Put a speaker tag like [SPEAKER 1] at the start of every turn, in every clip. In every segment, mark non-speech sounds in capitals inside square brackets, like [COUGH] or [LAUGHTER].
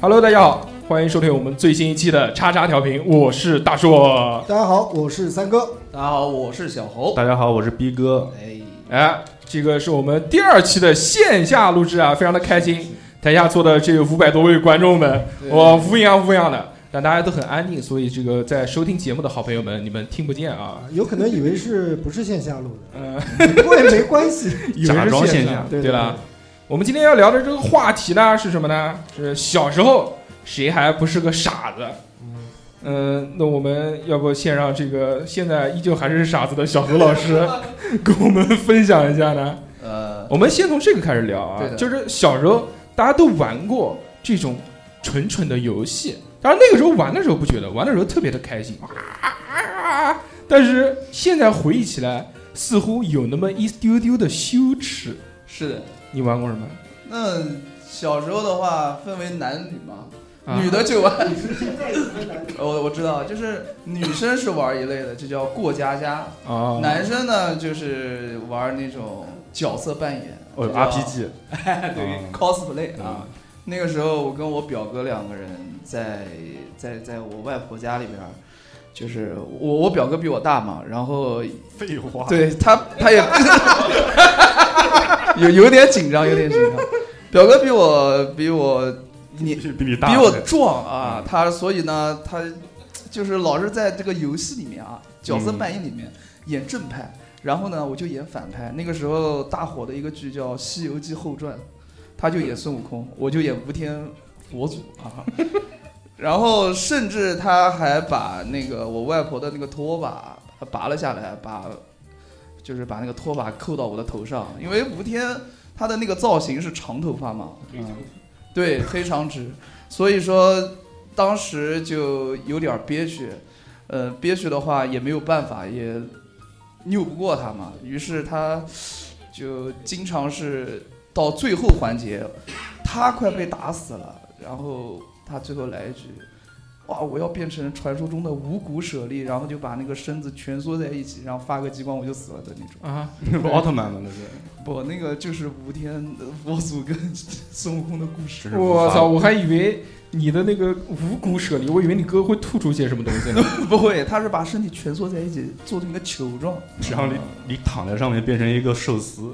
[SPEAKER 1] Hello，大家好，欢迎收听我们最新一期的叉叉调频，我是大硕。
[SPEAKER 2] 大家好，我是三哥。
[SPEAKER 3] 大家好，我是小侯。
[SPEAKER 4] 大家好，我是逼哥。
[SPEAKER 3] 哎，
[SPEAKER 1] 哎，这个是我们第二期的线下录制啊，非常的开心。台下坐的这有五百多位观众们，
[SPEAKER 3] 对
[SPEAKER 1] 我乌泱乌泱的，但大家都很安静，所以这个在收听节目的好朋友们，你们听不见啊，
[SPEAKER 2] 啊，有可能以为是不是线下录
[SPEAKER 1] 嗯、
[SPEAKER 2] 的，不过也没关
[SPEAKER 1] [LAUGHS]
[SPEAKER 2] 系。
[SPEAKER 1] 以为
[SPEAKER 4] 假
[SPEAKER 1] 是
[SPEAKER 4] 装
[SPEAKER 1] 线
[SPEAKER 4] 线
[SPEAKER 1] 下
[SPEAKER 4] 下
[SPEAKER 1] 对
[SPEAKER 2] 对对
[SPEAKER 1] 了，我们今天要聊的这个话题呢是什么呢？是小时候谁还不是个傻子？嗯，那我们要不先让这个现在依旧还是傻子的小何老 [LAUGHS] 师跟我们分享一下呢？
[SPEAKER 3] 呃，
[SPEAKER 1] 我们先从这个开始聊啊
[SPEAKER 3] 对，的
[SPEAKER 1] 就是小时候大家都玩过这种蠢蠢的游戏，当然那个时候玩的时候不觉得，玩的时候特别的开心，啊！但是现在回忆起来，似乎有那么一丢丢的羞耻。
[SPEAKER 3] 是的。
[SPEAKER 1] 你玩过什么？
[SPEAKER 3] 那小时候的话，分为男女嘛，
[SPEAKER 1] 啊
[SPEAKER 3] 女的就玩，
[SPEAKER 2] 你是现在
[SPEAKER 3] 我我知道，就是女生是玩一类的，就叫过家家；
[SPEAKER 1] 啊，
[SPEAKER 3] 男生呢，就是玩那种角色扮演，
[SPEAKER 4] 哦
[SPEAKER 3] 就叫
[SPEAKER 4] ，RPG，
[SPEAKER 3] [LAUGHS] 对
[SPEAKER 4] 嗯
[SPEAKER 3] ，cosplay
[SPEAKER 4] 嗯
[SPEAKER 3] 啊。那个时候，我跟我表哥两个人在在在我外婆家里边儿，就是我我表哥比我大嘛，然后
[SPEAKER 4] [LAUGHS] 废话，
[SPEAKER 3] 对他，他
[SPEAKER 4] [LAUGHS]
[SPEAKER 3] 也有有点紧张，有点紧张。表哥比我比我你
[SPEAKER 4] 比你大，
[SPEAKER 3] 比我壮啊
[SPEAKER 4] 嗯，
[SPEAKER 3] 他所以呢，他就是老是在这个游戏里面啊，角
[SPEAKER 4] 嗯
[SPEAKER 3] 色扮演里面演正派，然后呢，我就演反派。那个时候大火的一个剧叫《西游记后传》，他就演孙悟空，我就演无天佛祖啊。 [LAUGHS] 然后甚至他还把那个我外婆的那个拖把拔了下来，把就是把那个拖把扣到我的头上，因为吴天他的那个造型是长头发嘛，嗯对，黑长直，所以说当时就有点憋屈，呃，憋屈的话也没有办法，也拗不过他嘛，于是他就经常是到最后环节，他快被打死了，然后他最后来一句。哇！我要变成传说中的五谷舍利，然后就把那个身子蜷缩在一起，然后发个激光我就死了的那种。
[SPEAKER 1] 啊，
[SPEAKER 4] 奥特曼嘛，那是。
[SPEAKER 3] 不，那个就是吴天呃佛祖跟孙悟空的故事。
[SPEAKER 4] 真是无
[SPEAKER 1] 我
[SPEAKER 4] 法
[SPEAKER 1] 操！！我还以为你的那个五谷舍利，我以为你哥会吐出些什么东西呢。
[SPEAKER 3] [LAUGHS] 不会，他是把身体蜷缩在一起，做成一个球状。
[SPEAKER 4] [LAUGHS]
[SPEAKER 3] 啊
[SPEAKER 4] 只让你你躺在上面变成一个寿司，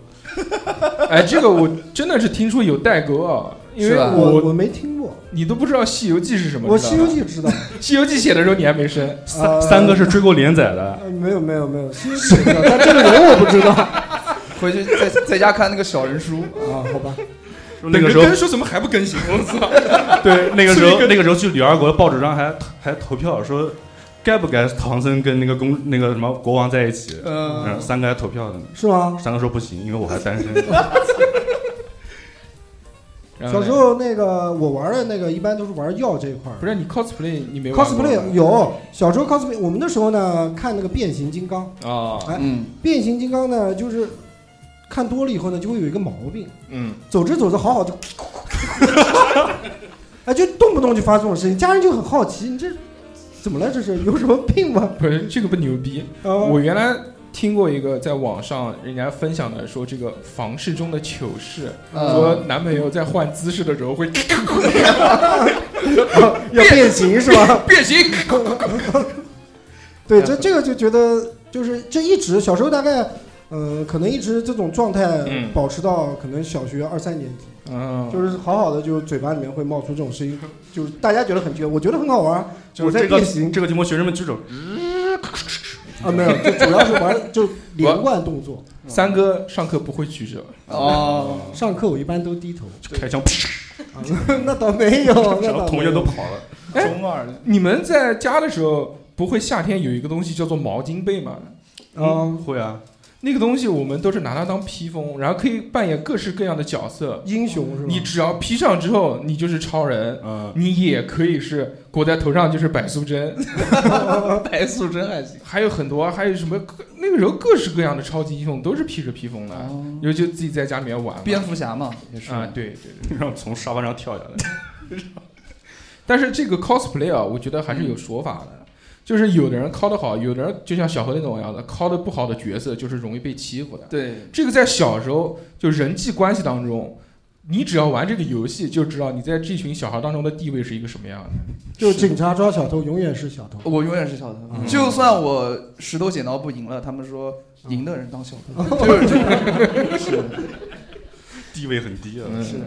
[SPEAKER 1] 哎，这个我真的是听说有代沟啊，因为
[SPEAKER 3] 是吧
[SPEAKER 2] 我
[SPEAKER 1] 我
[SPEAKER 2] 我没听过，
[SPEAKER 1] 你都不知道《西游记》是什么。
[SPEAKER 2] 我《
[SPEAKER 1] 知道
[SPEAKER 2] 西
[SPEAKER 1] 吗
[SPEAKER 2] 游记》知道，
[SPEAKER 1] [LAUGHS] 西游记》写的时候你还没生，
[SPEAKER 4] 三
[SPEAKER 2] 呃
[SPEAKER 4] 三个是追过连载的，
[SPEAKER 2] 呃没有没有没有，《西游记》我知道，但这个人我不知道啊。
[SPEAKER 3] [LAUGHS] 回去在在家看那个小人书，
[SPEAKER 2] 好吧，
[SPEAKER 4] [LAUGHS] 说那个时
[SPEAKER 1] 等
[SPEAKER 4] 候
[SPEAKER 1] 着更说怎么还不更新？我操！
[SPEAKER 4] [LAUGHS] 对那个时
[SPEAKER 1] 是一
[SPEAKER 4] 候
[SPEAKER 1] 个
[SPEAKER 4] 那个时候去女儿国的报纸上还还投票说该不该唐僧跟那个公那个什么国王在一起，嗯，
[SPEAKER 3] 嗯，
[SPEAKER 4] 三个还投票的呢，
[SPEAKER 2] 是吗？
[SPEAKER 4] 三个说不行，因为我还单 [LAUGHS] 身。
[SPEAKER 1] 然后呢
[SPEAKER 2] 小时候那个我玩的那个，一般都是玩药这一块儿。
[SPEAKER 1] 不是你 cosplay 你没玩过
[SPEAKER 2] cosplay 有，小时候 cosplay，我们那时候呢看那个变形金刚，哎
[SPEAKER 1] 啊？
[SPEAKER 3] 嗯，
[SPEAKER 2] 变形金刚呢就是看多了以后呢，就会有一个毛病，
[SPEAKER 1] 嗯，
[SPEAKER 2] 走着走着好好就，哎，就动不动就发这种事情，家人就很好奇，你这怎么了？这是有什么病吗？
[SPEAKER 1] 不是这个不牛逼。
[SPEAKER 2] 啊、
[SPEAKER 1] 我原来听过一个在网上人家分享的，说这个房事中的糗事，
[SPEAKER 3] 嗯
[SPEAKER 1] 说男朋友在换姿势的时候会 [LAUGHS]
[SPEAKER 2] [LAUGHS] 要变形是吧？
[SPEAKER 1] 变形。
[SPEAKER 2] 对，这这个就觉得就是这一直小时候大概。呃，可能一直这种状态
[SPEAKER 1] 嗯
[SPEAKER 2] 保持到可能小学二三年级，
[SPEAKER 1] 嗯，
[SPEAKER 2] 就是好好的，就是嘴巴里面会冒出这种声音，就是大家觉得很绝，我觉得很好玩，
[SPEAKER 4] 就
[SPEAKER 2] 我
[SPEAKER 4] 是
[SPEAKER 2] 在
[SPEAKER 4] 这个
[SPEAKER 2] 变形
[SPEAKER 4] 这个题目，学生们举手。
[SPEAKER 2] 啊，没有，就主要是玩就连贯动作。
[SPEAKER 1] 嗯三哥上课不会举手，
[SPEAKER 3] 哦，
[SPEAKER 2] [LAUGHS] 上课我一般都低头，
[SPEAKER 4] 就开枪，
[SPEAKER 2] 啊、 [LAUGHS] 那倒没
[SPEAKER 1] [LAUGHS]
[SPEAKER 2] 有，那
[SPEAKER 4] 然
[SPEAKER 2] 倒
[SPEAKER 4] 后
[SPEAKER 2] 没
[SPEAKER 4] 同学都跑了。
[SPEAKER 1] 哎
[SPEAKER 3] 中二的，
[SPEAKER 1] 你们在家的时候不会夏天有一个东西叫做毛巾被吗？
[SPEAKER 2] 嗯，
[SPEAKER 4] 会啊，
[SPEAKER 1] 那个东西我们都是拿它当披风，然后可以扮演各式各样的角色。
[SPEAKER 2] 英雄是吧？
[SPEAKER 1] 你只要披上之后，你就是超人，
[SPEAKER 4] 嗯，
[SPEAKER 1] 你也可以是裹在头上就是柏苏珍，
[SPEAKER 3] 白素贞还行。
[SPEAKER 1] 还有很多，啊还有什么各那个时候各式各样的超级英雄都是披着披风的，啊
[SPEAKER 3] 哦
[SPEAKER 1] 尤其自己在家里面玩嘛
[SPEAKER 3] 蝙蝠侠嘛，也是
[SPEAKER 1] 啊，对对对。
[SPEAKER 4] 然后从沙发上跳下来。
[SPEAKER 1] 但是这个 cosplay 啊，我觉得还是
[SPEAKER 4] 嗯
[SPEAKER 1] 有说法的，就是有的人 cos 的好，有的人就像小何那种样子，cos 的不好的角色就是容易被欺负的。
[SPEAKER 3] 对，
[SPEAKER 1] 这个在小时候就人际关系当中，你只要玩这个游戏，就知道你在这群小孩当中的地位是一个什么样的。
[SPEAKER 2] 就警察抓小偷永远是小偷。
[SPEAKER 3] 我永远是小偷，
[SPEAKER 4] 嗯
[SPEAKER 3] 就算我石头剪刀布赢了，他们说赢的人当小偷，
[SPEAKER 2] 嗯
[SPEAKER 3] 就是
[SPEAKER 2] [LAUGHS]
[SPEAKER 3] 就是是的
[SPEAKER 4] 地位很低啊。
[SPEAKER 1] 嗯
[SPEAKER 3] 是的，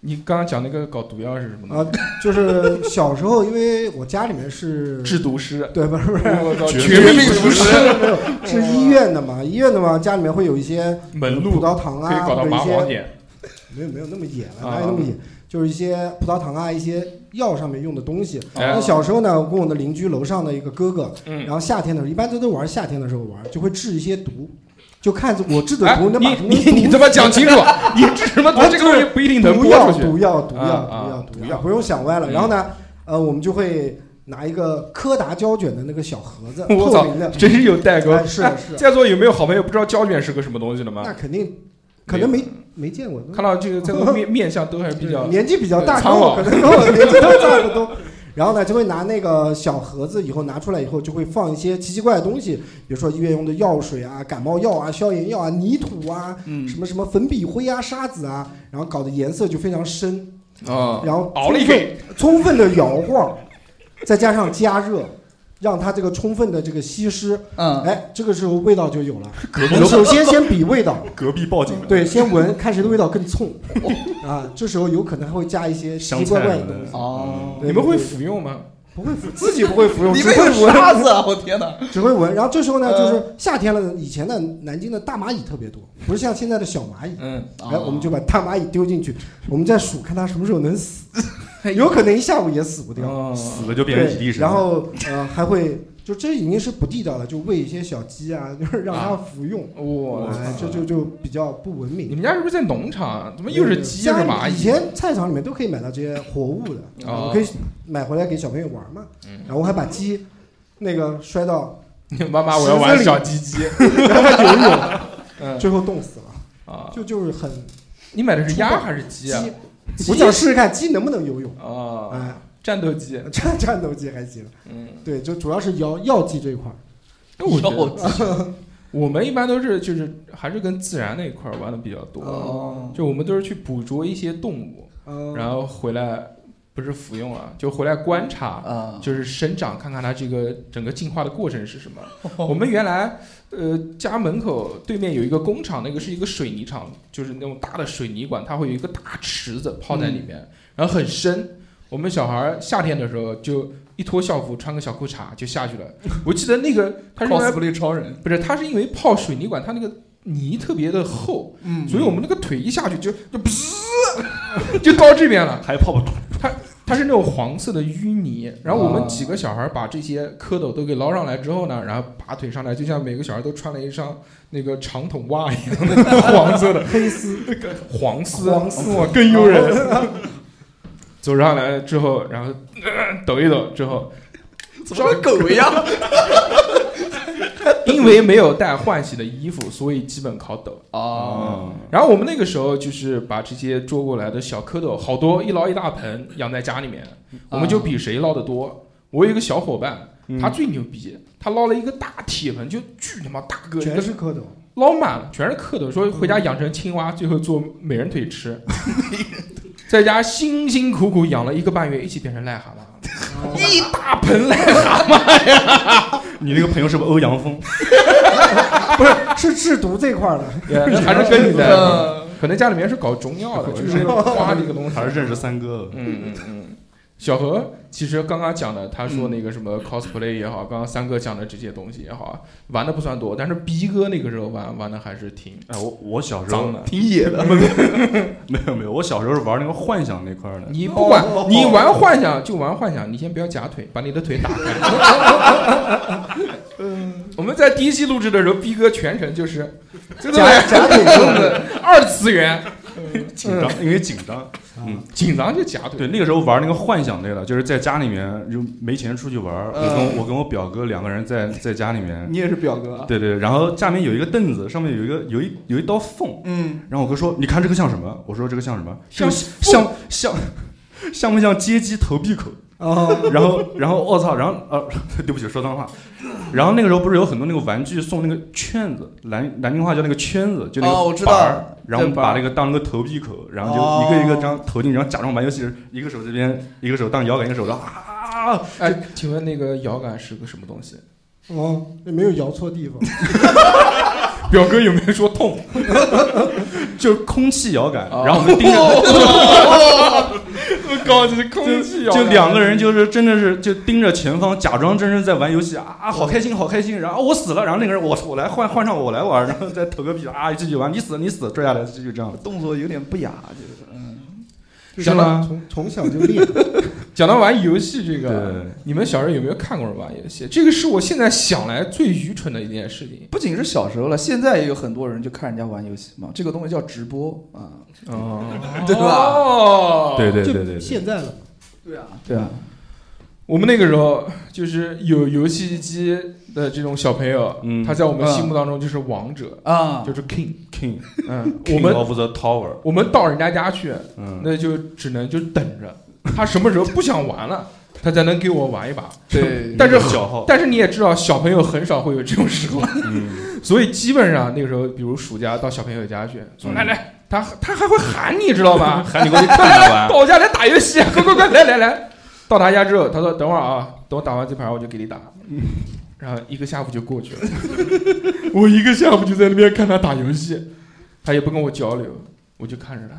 [SPEAKER 1] 你刚刚讲那个搞毒药是什么呢？
[SPEAKER 2] 啊，就是小时候，因为我家里面是
[SPEAKER 1] 制毒师，
[SPEAKER 2] 对，不是不是，
[SPEAKER 1] 我操，
[SPEAKER 4] 绝
[SPEAKER 1] 绝命毒
[SPEAKER 2] 不
[SPEAKER 1] 师，
[SPEAKER 2] 是没有是医院的嘛，医院的嘛，家里面会有一些
[SPEAKER 1] 门
[SPEAKER 2] 葡
[SPEAKER 1] 路
[SPEAKER 2] 萄糖啊，
[SPEAKER 1] 可以搞到
[SPEAKER 2] 或者
[SPEAKER 1] 麻
[SPEAKER 2] 一
[SPEAKER 1] 黄
[SPEAKER 2] 些
[SPEAKER 1] 碱。
[SPEAKER 2] 没有没有
[SPEAKER 4] [LAUGHS]
[SPEAKER 2] 那么野了，
[SPEAKER 1] 啊
[SPEAKER 2] 哪有那么野？就是一些葡萄糖啊，一些药上面用的东西。
[SPEAKER 1] 哎
[SPEAKER 2] 那小时候呢，我跟我的邻居楼上的一个哥哥，
[SPEAKER 1] 嗯
[SPEAKER 2] 然，后夏天的时候，一般都都玩夏天的时候玩，就会制一些毒，就看着我制的
[SPEAKER 1] 哎，
[SPEAKER 2] 毒能把
[SPEAKER 1] 你
[SPEAKER 2] 毒
[SPEAKER 1] 你你他妈讲
[SPEAKER 2] [LAUGHS]
[SPEAKER 1] 清楚，你这什么毒？
[SPEAKER 2] 啊
[SPEAKER 1] 这个东西不一定能
[SPEAKER 2] 毒
[SPEAKER 1] 播
[SPEAKER 2] 药
[SPEAKER 1] 出去。
[SPEAKER 2] 毒药毒
[SPEAKER 1] 啊
[SPEAKER 2] 药
[SPEAKER 1] 啊
[SPEAKER 2] 毒药
[SPEAKER 1] 毒
[SPEAKER 2] 毒
[SPEAKER 1] 药
[SPEAKER 2] 药，不用想歪了。
[SPEAKER 1] 嗯
[SPEAKER 2] 然后呢，呃，我们就会拿一个柯达胶卷的那个小盒子，
[SPEAKER 1] [LAUGHS] 我
[SPEAKER 2] 透
[SPEAKER 1] 操
[SPEAKER 2] 明的，
[SPEAKER 1] 真是有代沟。
[SPEAKER 2] 哎是的
[SPEAKER 1] 哎
[SPEAKER 2] 是的
[SPEAKER 1] 在座有没有好朋友不知道胶卷是个什么东西的吗
[SPEAKER 2] 那？肯定可能没没见过。
[SPEAKER 1] 看到这个在座面面相都还是比较
[SPEAKER 2] [LAUGHS] 年纪比较大，
[SPEAKER 1] 对
[SPEAKER 2] 跟
[SPEAKER 1] 苍
[SPEAKER 2] 我
[SPEAKER 1] 老
[SPEAKER 2] 可能跟我年
[SPEAKER 1] [LAUGHS]
[SPEAKER 2] 纪都差不多。 [LAUGHS] 然后呢，就会拿那个小盒子，以后拿出来以后，就会放一些奇奇怪怪的东西，比如说医院用的药水啊、感冒药啊、消炎药啊、泥土啊、
[SPEAKER 3] 嗯
[SPEAKER 2] 什么什么粉笔灰啊、沙子啊，然后搞得颜色就非常深，
[SPEAKER 1] 啊，
[SPEAKER 2] 然后
[SPEAKER 1] 熬了一
[SPEAKER 2] 充分
[SPEAKER 1] 黑。
[SPEAKER 2] 充分的摇晃，再加上加热，让它这个充分的这个吸湿，
[SPEAKER 3] 嗯，
[SPEAKER 2] 哎，这个时候味道就有了。
[SPEAKER 4] 隔
[SPEAKER 2] 我
[SPEAKER 4] 壁
[SPEAKER 2] 们首先先比味道，
[SPEAKER 4] [LAUGHS] 隔壁报警了，
[SPEAKER 2] 对，先
[SPEAKER 4] [LAUGHS]
[SPEAKER 2] 闻 [LAUGHS] 看谁的味道更冲啊，这时候有可能还会加一些奇
[SPEAKER 4] 香
[SPEAKER 2] 奇
[SPEAKER 4] 菜
[SPEAKER 2] 怪怪
[SPEAKER 4] 什
[SPEAKER 2] 的
[SPEAKER 4] 么
[SPEAKER 2] 东
[SPEAKER 4] 的
[SPEAKER 2] 西。
[SPEAKER 3] 哦
[SPEAKER 2] 对
[SPEAKER 1] 你们会服用吗？
[SPEAKER 2] 不会服，自己不会
[SPEAKER 3] [LAUGHS]
[SPEAKER 2] 服用，
[SPEAKER 3] 里
[SPEAKER 2] 只
[SPEAKER 3] 面
[SPEAKER 2] 会
[SPEAKER 3] 有
[SPEAKER 2] 闻，
[SPEAKER 3] 沙子啊！我天哪，
[SPEAKER 2] [LAUGHS] 只会闻。然后这时候呢，
[SPEAKER 3] 呃
[SPEAKER 1] 嗯
[SPEAKER 2] 就是夏天了，以前的南京的大蚂蚁特别多，不是像现在的小蚂蚁。
[SPEAKER 1] 嗯，
[SPEAKER 2] 哎，我们就把大蚂蚁丢进去，我们再数看它什么时候能死，有可能一下午也死不掉。
[SPEAKER 1] 哎哦，
[SPEAKER 4] 死了就变成
[SPEAKER 2] 对
[SPEAKER 4] 体力，神。
[SPEAKER 2] 然后呃还会，就这已经是不地道了，就喂一些小鸡啊，就是让它服用，
[SPEAKER 1] 我
[SPEAKER 2] 哎，
[SPEAKER 1] 操
[SPEAKER 2] 这就就比较不文
[SPEAKER 1] 你
[SPEAKER 2] 明。
[SPEAKER 1] 们家是不是在农场？啊怎么又是鸡又
[SPEAKER 2] 家
[SPEAKER 1] 是
[SPEAKER 2] 里
[SPEAKER 1] 蚂
[SPEAKER 2] 以
[SPEAKER 1] 蚁？
[SPEAKER 2] 前哎菜场里面都可以买到这些活物的，
[SPEAKER 1] 哦
[SPEAKER 2] 我可以买回来给小朋友玩嘛。
[SPEAKER 1] 嗯
[SPEAKER 2] 然后我还把鸡那个摔到，
[SPEAKER 1] [LAUGHS] 妈妈，我要玩小鸡
[SPEAKER 2] [LAUGHS]
[SPEAKER 1] 鸡。
[SPEAKER 2] 让它游
[SPEAKER 1] 嗯
[SPEAKER 2] 泳，最后冻死了。
[SPEAKER 1] 啊，
[SPEAKER 2] 就就是很
[SPEAKER 1] 你买的是鸭还是鸡啊？
[SPEAKER 2] 我想试试看鸡能不能游泳。
[SPEAKER 1] 啊，
[SPEAKER 2] 哎，
[SPEAKER 1] 战斗机。
[SPEAKER 2] 战 [LAUGHS] 战斗机还行，
[SPEAKER 1] 嗯，
[SPEAKER 2] 对，就主要是药药剂这一块儿。
[SPEAKER 1] 那我觉得
[SPEAKER 3] 要
[SPEAKER 1] [LAUGHS] 我们一般都是就是还是跟自然那一块儿玩的比较多，
[SPEAKER 3] 哦，
[SPEAKER 1] 就我们都是去捕捉一些动物，
[SPEAKER 2] 嗯，
[SPEAKER 1] 然后回来不是服用啊，就回来观察，
[SPEAKER 3] 啊，
[SPEAKER 1] 就是生长，看看它这个整个进化的过程是什么。我们原来呃家门口对面有一个工厂，那个是一个水泥厂，就是那种大的水泥管，它会有一个大池子泡在里面，然后很深。我们小孩儿夏天的时候就一脱校服，穿个小裤衩就下去
[SPEAKER 3] [LAUGHS]
[SPEAKER 1] 了。我记得那个它是用来
[SPEAKER 3] cosplay 超人，
[SPEAKER 1] 不是，它是因为泡水泥管，它那个泥特别的厚，
[SPEAKER 3] 嗯
[SPEAKER 1] 所以我们那个腿一下去就就噗，
[SPEAKER 3] [LAUGHS]
[SPEAKER 1] 就到这边了。
[SPEAKER 4] 还泡泡，
[SPEAKER 1] 它是那种黄色的淤泥，然后我
[SPEAKER 3] 啊
[SPEAKER 1] 们几个小孩把这些蝌蚪都给捞上来之后呢，然后拔腿上来，就像每个小孩都穿了一双那个长筒袜一样的黄色的
[SPEAKER 2] 黑丝
[SPEAKER 1] 黄丝，
[SPEAKER 2] 黄丝
[SPEAKER 1] 哇更诱人。走上来之后，然后、呃抖一抖之 [LAUGHS] 后，
[SPEAKER 3] 怎么跟狗一样？
[SPEAKER 1] 因为没有带换洗的衣服，所以基本靠抖。
[SPEAKER 3] 哦，
[SPEAKER 1] 然后我们那个时候就是把这些捉过来的小蝌蚪，好多一捞一大盆养在家里面，我们就比谁捞得多。我有一个小伙伴，他最牛逼，他捞了一个大铁盆，就巨他妈大个，一
[SPEAKER 2] 全
[SPEAKER 1] 个
[SPEAKER 2] 是蝌蚪，
[SPEAKER 1] 捞满了，全是蝌蚪，说回家养成青蛙，最后做美人腿吃，在家辛辛苦苦养了一个半月，一起变成癞蛤蟆，一大盆癞，
[SPEAKER 4] [LAUGHS] 你那个朋友是不是欧阳锋？
[SPEAKER 2] [LAUGHS] 不是是制毒这块
[SPEAKER 1] [LAUGHS]
[SPEAKER 2] 儿的，
[SPEAKER 1] 还是跟你的，
[SPEAKER 3] 嗯
[SPEAKER 1] 可能家里面是搞中药的，
[SPEAKER 4] [LAUGHS]
[SPEAKER 1] 就是花这个东西，
[SPEAKER 4] 还是认识三哥的？
[SPEAKER 1] 嗯嗯嗯，小何其实刚刚讲的，他
[SPEAKER 4] 嗯
[SPEAKER 1] 说那个什么 cosplay 也好，刚刚三哥讲的这些东西也好，玩的不算多，但是逼哥那个时候玩玩的还是挺
[SPEAKER 4] 哎，我我小时候
[SPEAKER 1] 脏的。
[SPEAKER 3] 挺野
[SPEAKER 1] [LAUGHS]
[SPEAKER 3] 的，
[SPEAKER 4] [LAUGHS] 没有没有，我小时候是玩那个幻想那块儿的，
[SPEAKER 1] 你不管
[SPEAKER 2] 哦
[SPEAKER 1] 你玩幻想就玩幻想，你先不要夹腿，把你的腿打开。 [LAUGHS] 我们在第一期录制的时候，逼哥全程就是真的
[SPEAKER 2] 假假腿
[SPEAKER 1] 真的 [LAUGHS] 二次元，
[SPEAKER 4] 紧张，因为紧张。嗯
[SPEAKER 1] 紧张就夹腿。
[SPEAKER 4] 对，那个时候玩那个幻想类的，就是在家里面就没钱出去玩儿，我跟
[SPEAKER 3] 嗯
[SPEAKER 4] 我跟我表哥两个人在在家里
[SPEAKER 3] [LAUGHS]
[SPEAKER 4] 面，
[SPEAKER 3] 你也是表哥啊？
[SPEAKER 4] 对对，然后下面有一个凳子，上面有一个有一有一道缝，
[SPEAKER 3] 嗯，
[SPEAKER 4] 然后我哥说：“你看这 [LAUGHS] 个像什么？”我说：“这个像什么？这
[SPEAKER 1] 像
[SPEAKER 4] 个像像像像不像街机投币口？”
[SPEAKER 2] 哦，
[SPEAKER 4] 然后，然后我操，然后呃， [LAUGHS] 对不起，说脏话。然后那个时候不是有很多那个玩具送那个圈子，南南京话叫那个圈子，就那
[SPEAKER 3] 哦我
[SPEAKER 4] 个
[SPEAKER 3] 知
[SPEAKER 4] 板
[SPEAKER 3] 道
[SPEAKER 4] 儿，然后
[SPEAKER 3] 对板儿
[SPEAKER 4] 把那个当那个投币口，然后就一个一个这样投进，然后假装玩游戏，一个手这边，一个手当摇杆，一个手当啊，
[SPEAKER 1] 哎，请问那个摇杆是个什么东西？
[SPEAKER 2] 哦，没有摇错
[SPEAKER 1] [LAUGHS]
[SPEAKER 2] 地方。
[SPEAKER 1] 表哥有没有说痛？
[SPEAKER 4] 就是空气摇杆。
[SPEAKER 1] 哦
[SPEAKER 4] 然后我们盯
[SPEAKER 3] [LAUGHS]
[SPEAKER 4] 着，
[SPEAKER 2] 哦
[SPEAKER 1] [LAUGHS] 我靠，这是空
[SPEAKER 4] [LAUGHS]
[SPEAKER 1] 气哦摇
[SPEAKER 4] 就
[SPEAKER 1] 杆
[SPEAKER 4] 两个人就是真的是就盯着前方，假装真是在玩游戏啊，好开心，好开心。然后啊我死了，然后那个人我我来换换上我来玩，然后再投个币啊，继续玩，你死你死，坠下来继续这样。
[SPEAKER 3] 动作有点不雅，就是嗯，
[SPEAKER 1] 行了
[SPEAKER 2] 从从小就练，
[SPEAKER 1] 讲到玩游戏这个啊
[SPEAKER 4] 对，
[SPEAKER 1] 你们小时候有没有看过人玩游戏？这个是我现在想来最愚蠢的一件事情。
[SPEAKER 3] 不仅是小时候了，现在也有很多人就看人家玩游戏嘛，这个东西叫直播啊，
[SPEAKER 1] 哦，
[SPEAKER 3] 对吧
[SPEAKER 1] 哦，
[SPEAKER 4] 对对
[SPEAKER 2] 就
[SPEAKER 4] 对对对，
[SPEAKER 2] 现在了，
[SPEAKER 3] 对啊，对
[SPEAKER 4] 嗯
[SPEAKER 3] 啊，
[SPEAKER 1] 我们那个时候就是有游戏机的这种小朋友，
[SPEAKER 4] 嗯
[SPEAKER 1] 他在我们
[SPEAKER 3] 嗯
[SPEAKER 1] 心目当中就是王者，
[SPEAKER 3] 啊，
[SPEAKER 1] 就是 king。
[SPEAKER 4] King
[SPEAKER 1] 嗯，我
[SPEAKER 4] King
[SPEAKER 1] 们
[SPEAKER 4] of the Tower，
[SPEAKER 1] 我们到人家家去，
[SPEAKER 4] 嗯，
[SPEAKER 1] 那就只能就等着，他什么时候不想玩
[SPEAKER 4] [LAUGHS]
[SPEAKER 1] 了，他才能给我玩一把。
[SPEAKER 3] 对，
[SPEAKER 1] 但是
[SPEAKER 4] 小号，
[SPEAKER 1] 但是你也知道，小朋友很少会有这种时候，
[SPEAKER 4] 嗯，
[SPEAKER 1] [LAUGHS] 所以基本上那个时候，比如暑假到小朋友家去，
[SPEAKER 4] 嗯
[SPEAKER 1] 说来来，他他还会喊你知道吧？
[SPEAKER 4] [LAUGHS] 喊你过去
[SPEAKER 1] 来
[SPEAKER 4] 看
[SPEAKER 1] 来
[SPEAKER 4] 着
[SPEAKER 1] 来，
[SPEAKER 4] 玩
[SPEAKER 1] [LAUGHS] 到，我家来打游戏，啊 [LAUGHS] 快快快，来来来。到他家之后，他说等会儿啊，等我打完这盘我就给你打。然后一个下午就过去了， [LAUGHS] 我一个下午就在那边看他打游戏，他也不跟我交流，我就看着他。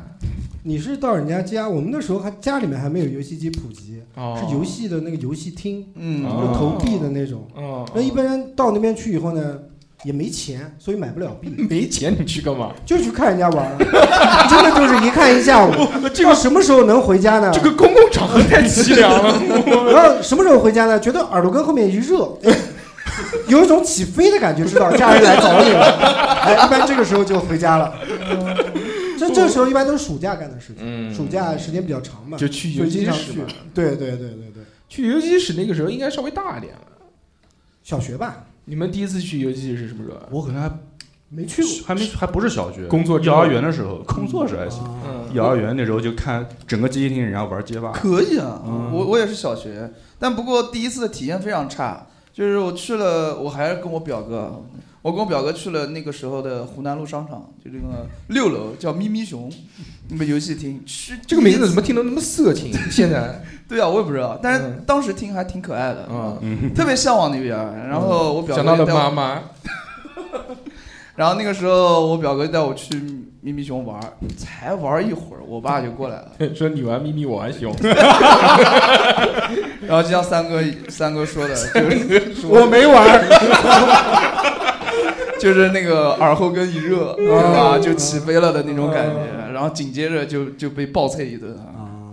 [SPEAKER 2] 你是到人家家，我们那时候还家里面还没有游戏机普及，
[SPEAKER 1] 哦，
[SPEAKER 2] 是游戏的那个游戏厅，
[SPEAKER 3] 嗯，
[SPEAKER 1] 哦
[SPEAKER 2] 有投币的那种。
[SPEAKER 1] 哦。
[SPEAKER 2] 那一般人到那边去以后呢，也没钱，所以买不了币，
[SPEAKER 1] [LAUGHS] 没钱你去干嘛？
[SPEAKER 2] 就去看人家玩儿，真的就是一看一下午。
[SPEAKER 1] [LAUGHS] 这
[SPEAKER 2] 到
[SPEAKER 1] 个
[SPEAKER 2] 什么时候能回家呢？
[SPEAKER 1] 这个公共场合太凄凉了。
[SPEAKER 2] [LAUGHS] 然后什么时候回家呢？觉得耳朵根后面一热， [LAUGHS] 哎有一种起飞的感觉，知道家人来找你
[SPEAKER 1] [LAUGHS]
[SPEAKER 2] 了。哎，一般这个时候就回家了。这这时候一般都是暑假干的事情，
[SPEAKER 1] 嗯
[SPEAKER 2] 暑假时间比较长嘛，
[SPEAKER 1] 就去
[SPEAKER 2] 所
[SPEAKER 1] 游
[SPEAKER 2] 以经
[SPEAKER 1] 戏
[SPEAKER 2] 常
[SPEAKER 1] 室
[SPEAKER 2] 去
[SPEAKER 1] 嘛。。
[SPEAKER 2] 对对对对对，
[SPEAKER 1] 去游戏室那个时候应该稍微大一点了。
[SPEAKER 2] 小学吧，
[SPEAKER 1] 你们第一次去游戏室是什么时候啊？
[SPEAKER 4] 我可能还
[SPEAKER 2] 没去过。
[SPEAKER 4] 还没还不是小学，
[SPEAKER 1] 工作之
[SPEAKER 4] 幼
[SPEAKER 1] 后
[SPEAKER 4] 儿园的时候，工作时候还行，
[SPEAKER 2] 啊
[SPEAKER 1] 嗯，
[SPEAKER 4] 幼儿园那时候就看整个街机厅人家玩街霸，
[SPEAKER 3] 可以啊，
[SPEAKER 4] 嗯
[SPEAKER 3] 我我也是小学，但不过第一次的体验非常差，就是我去了，我还是跟我表哥，我跟我表哥去了那个时候的湖南路商场，就这个六楼叫咪咪熊，那么游戏厅，去
[SPEAKER 1] 这个名字怎么听着那么色
[SPEAKER 3] [LAUGHS]
[SPEAKER 1] 情？现在
[SPEAKER 3] 对啊，我也不知道，但是
[SPEAKER 1] 嗯
[SPEAKER 3] 当时听还挺可爱的，
[SPEAKER 1] 啊，
[SPEAKER 4] 嗯，
[SPEAKER 3] 特别向往那边儿。然后我
[SPEAKER 1] 嗯
[SPEAKER 3] 表
[SPEAKER 1] 想
[SPEAKER 3] 哥
[SPEAKER 1] 到
[SPEAKER 3] 就
[SPEAKER 1] 了
[SPEAKER 3] 带我，
[SPEAKER 1] 妈妈，
[SPEAKER 3] [LAUGHS] 然后那个时候我表哥带我去咪咪熊玩儿，才玩儿一会儿，我爸就过来了，
[SPEAKER 1] 说你玩咪咪，我玩熊。
[SPEAKER 3] [LAUGHS] 然后就像三哥三哥说的，就是
[SPEAKER 2] 我没玩儿，
[SPEAKER 3] [LAUGHS] 就是那个耳后根一热，啊，就起飞了的那种感觉，然后紧接着就就被暴揍一顿啊。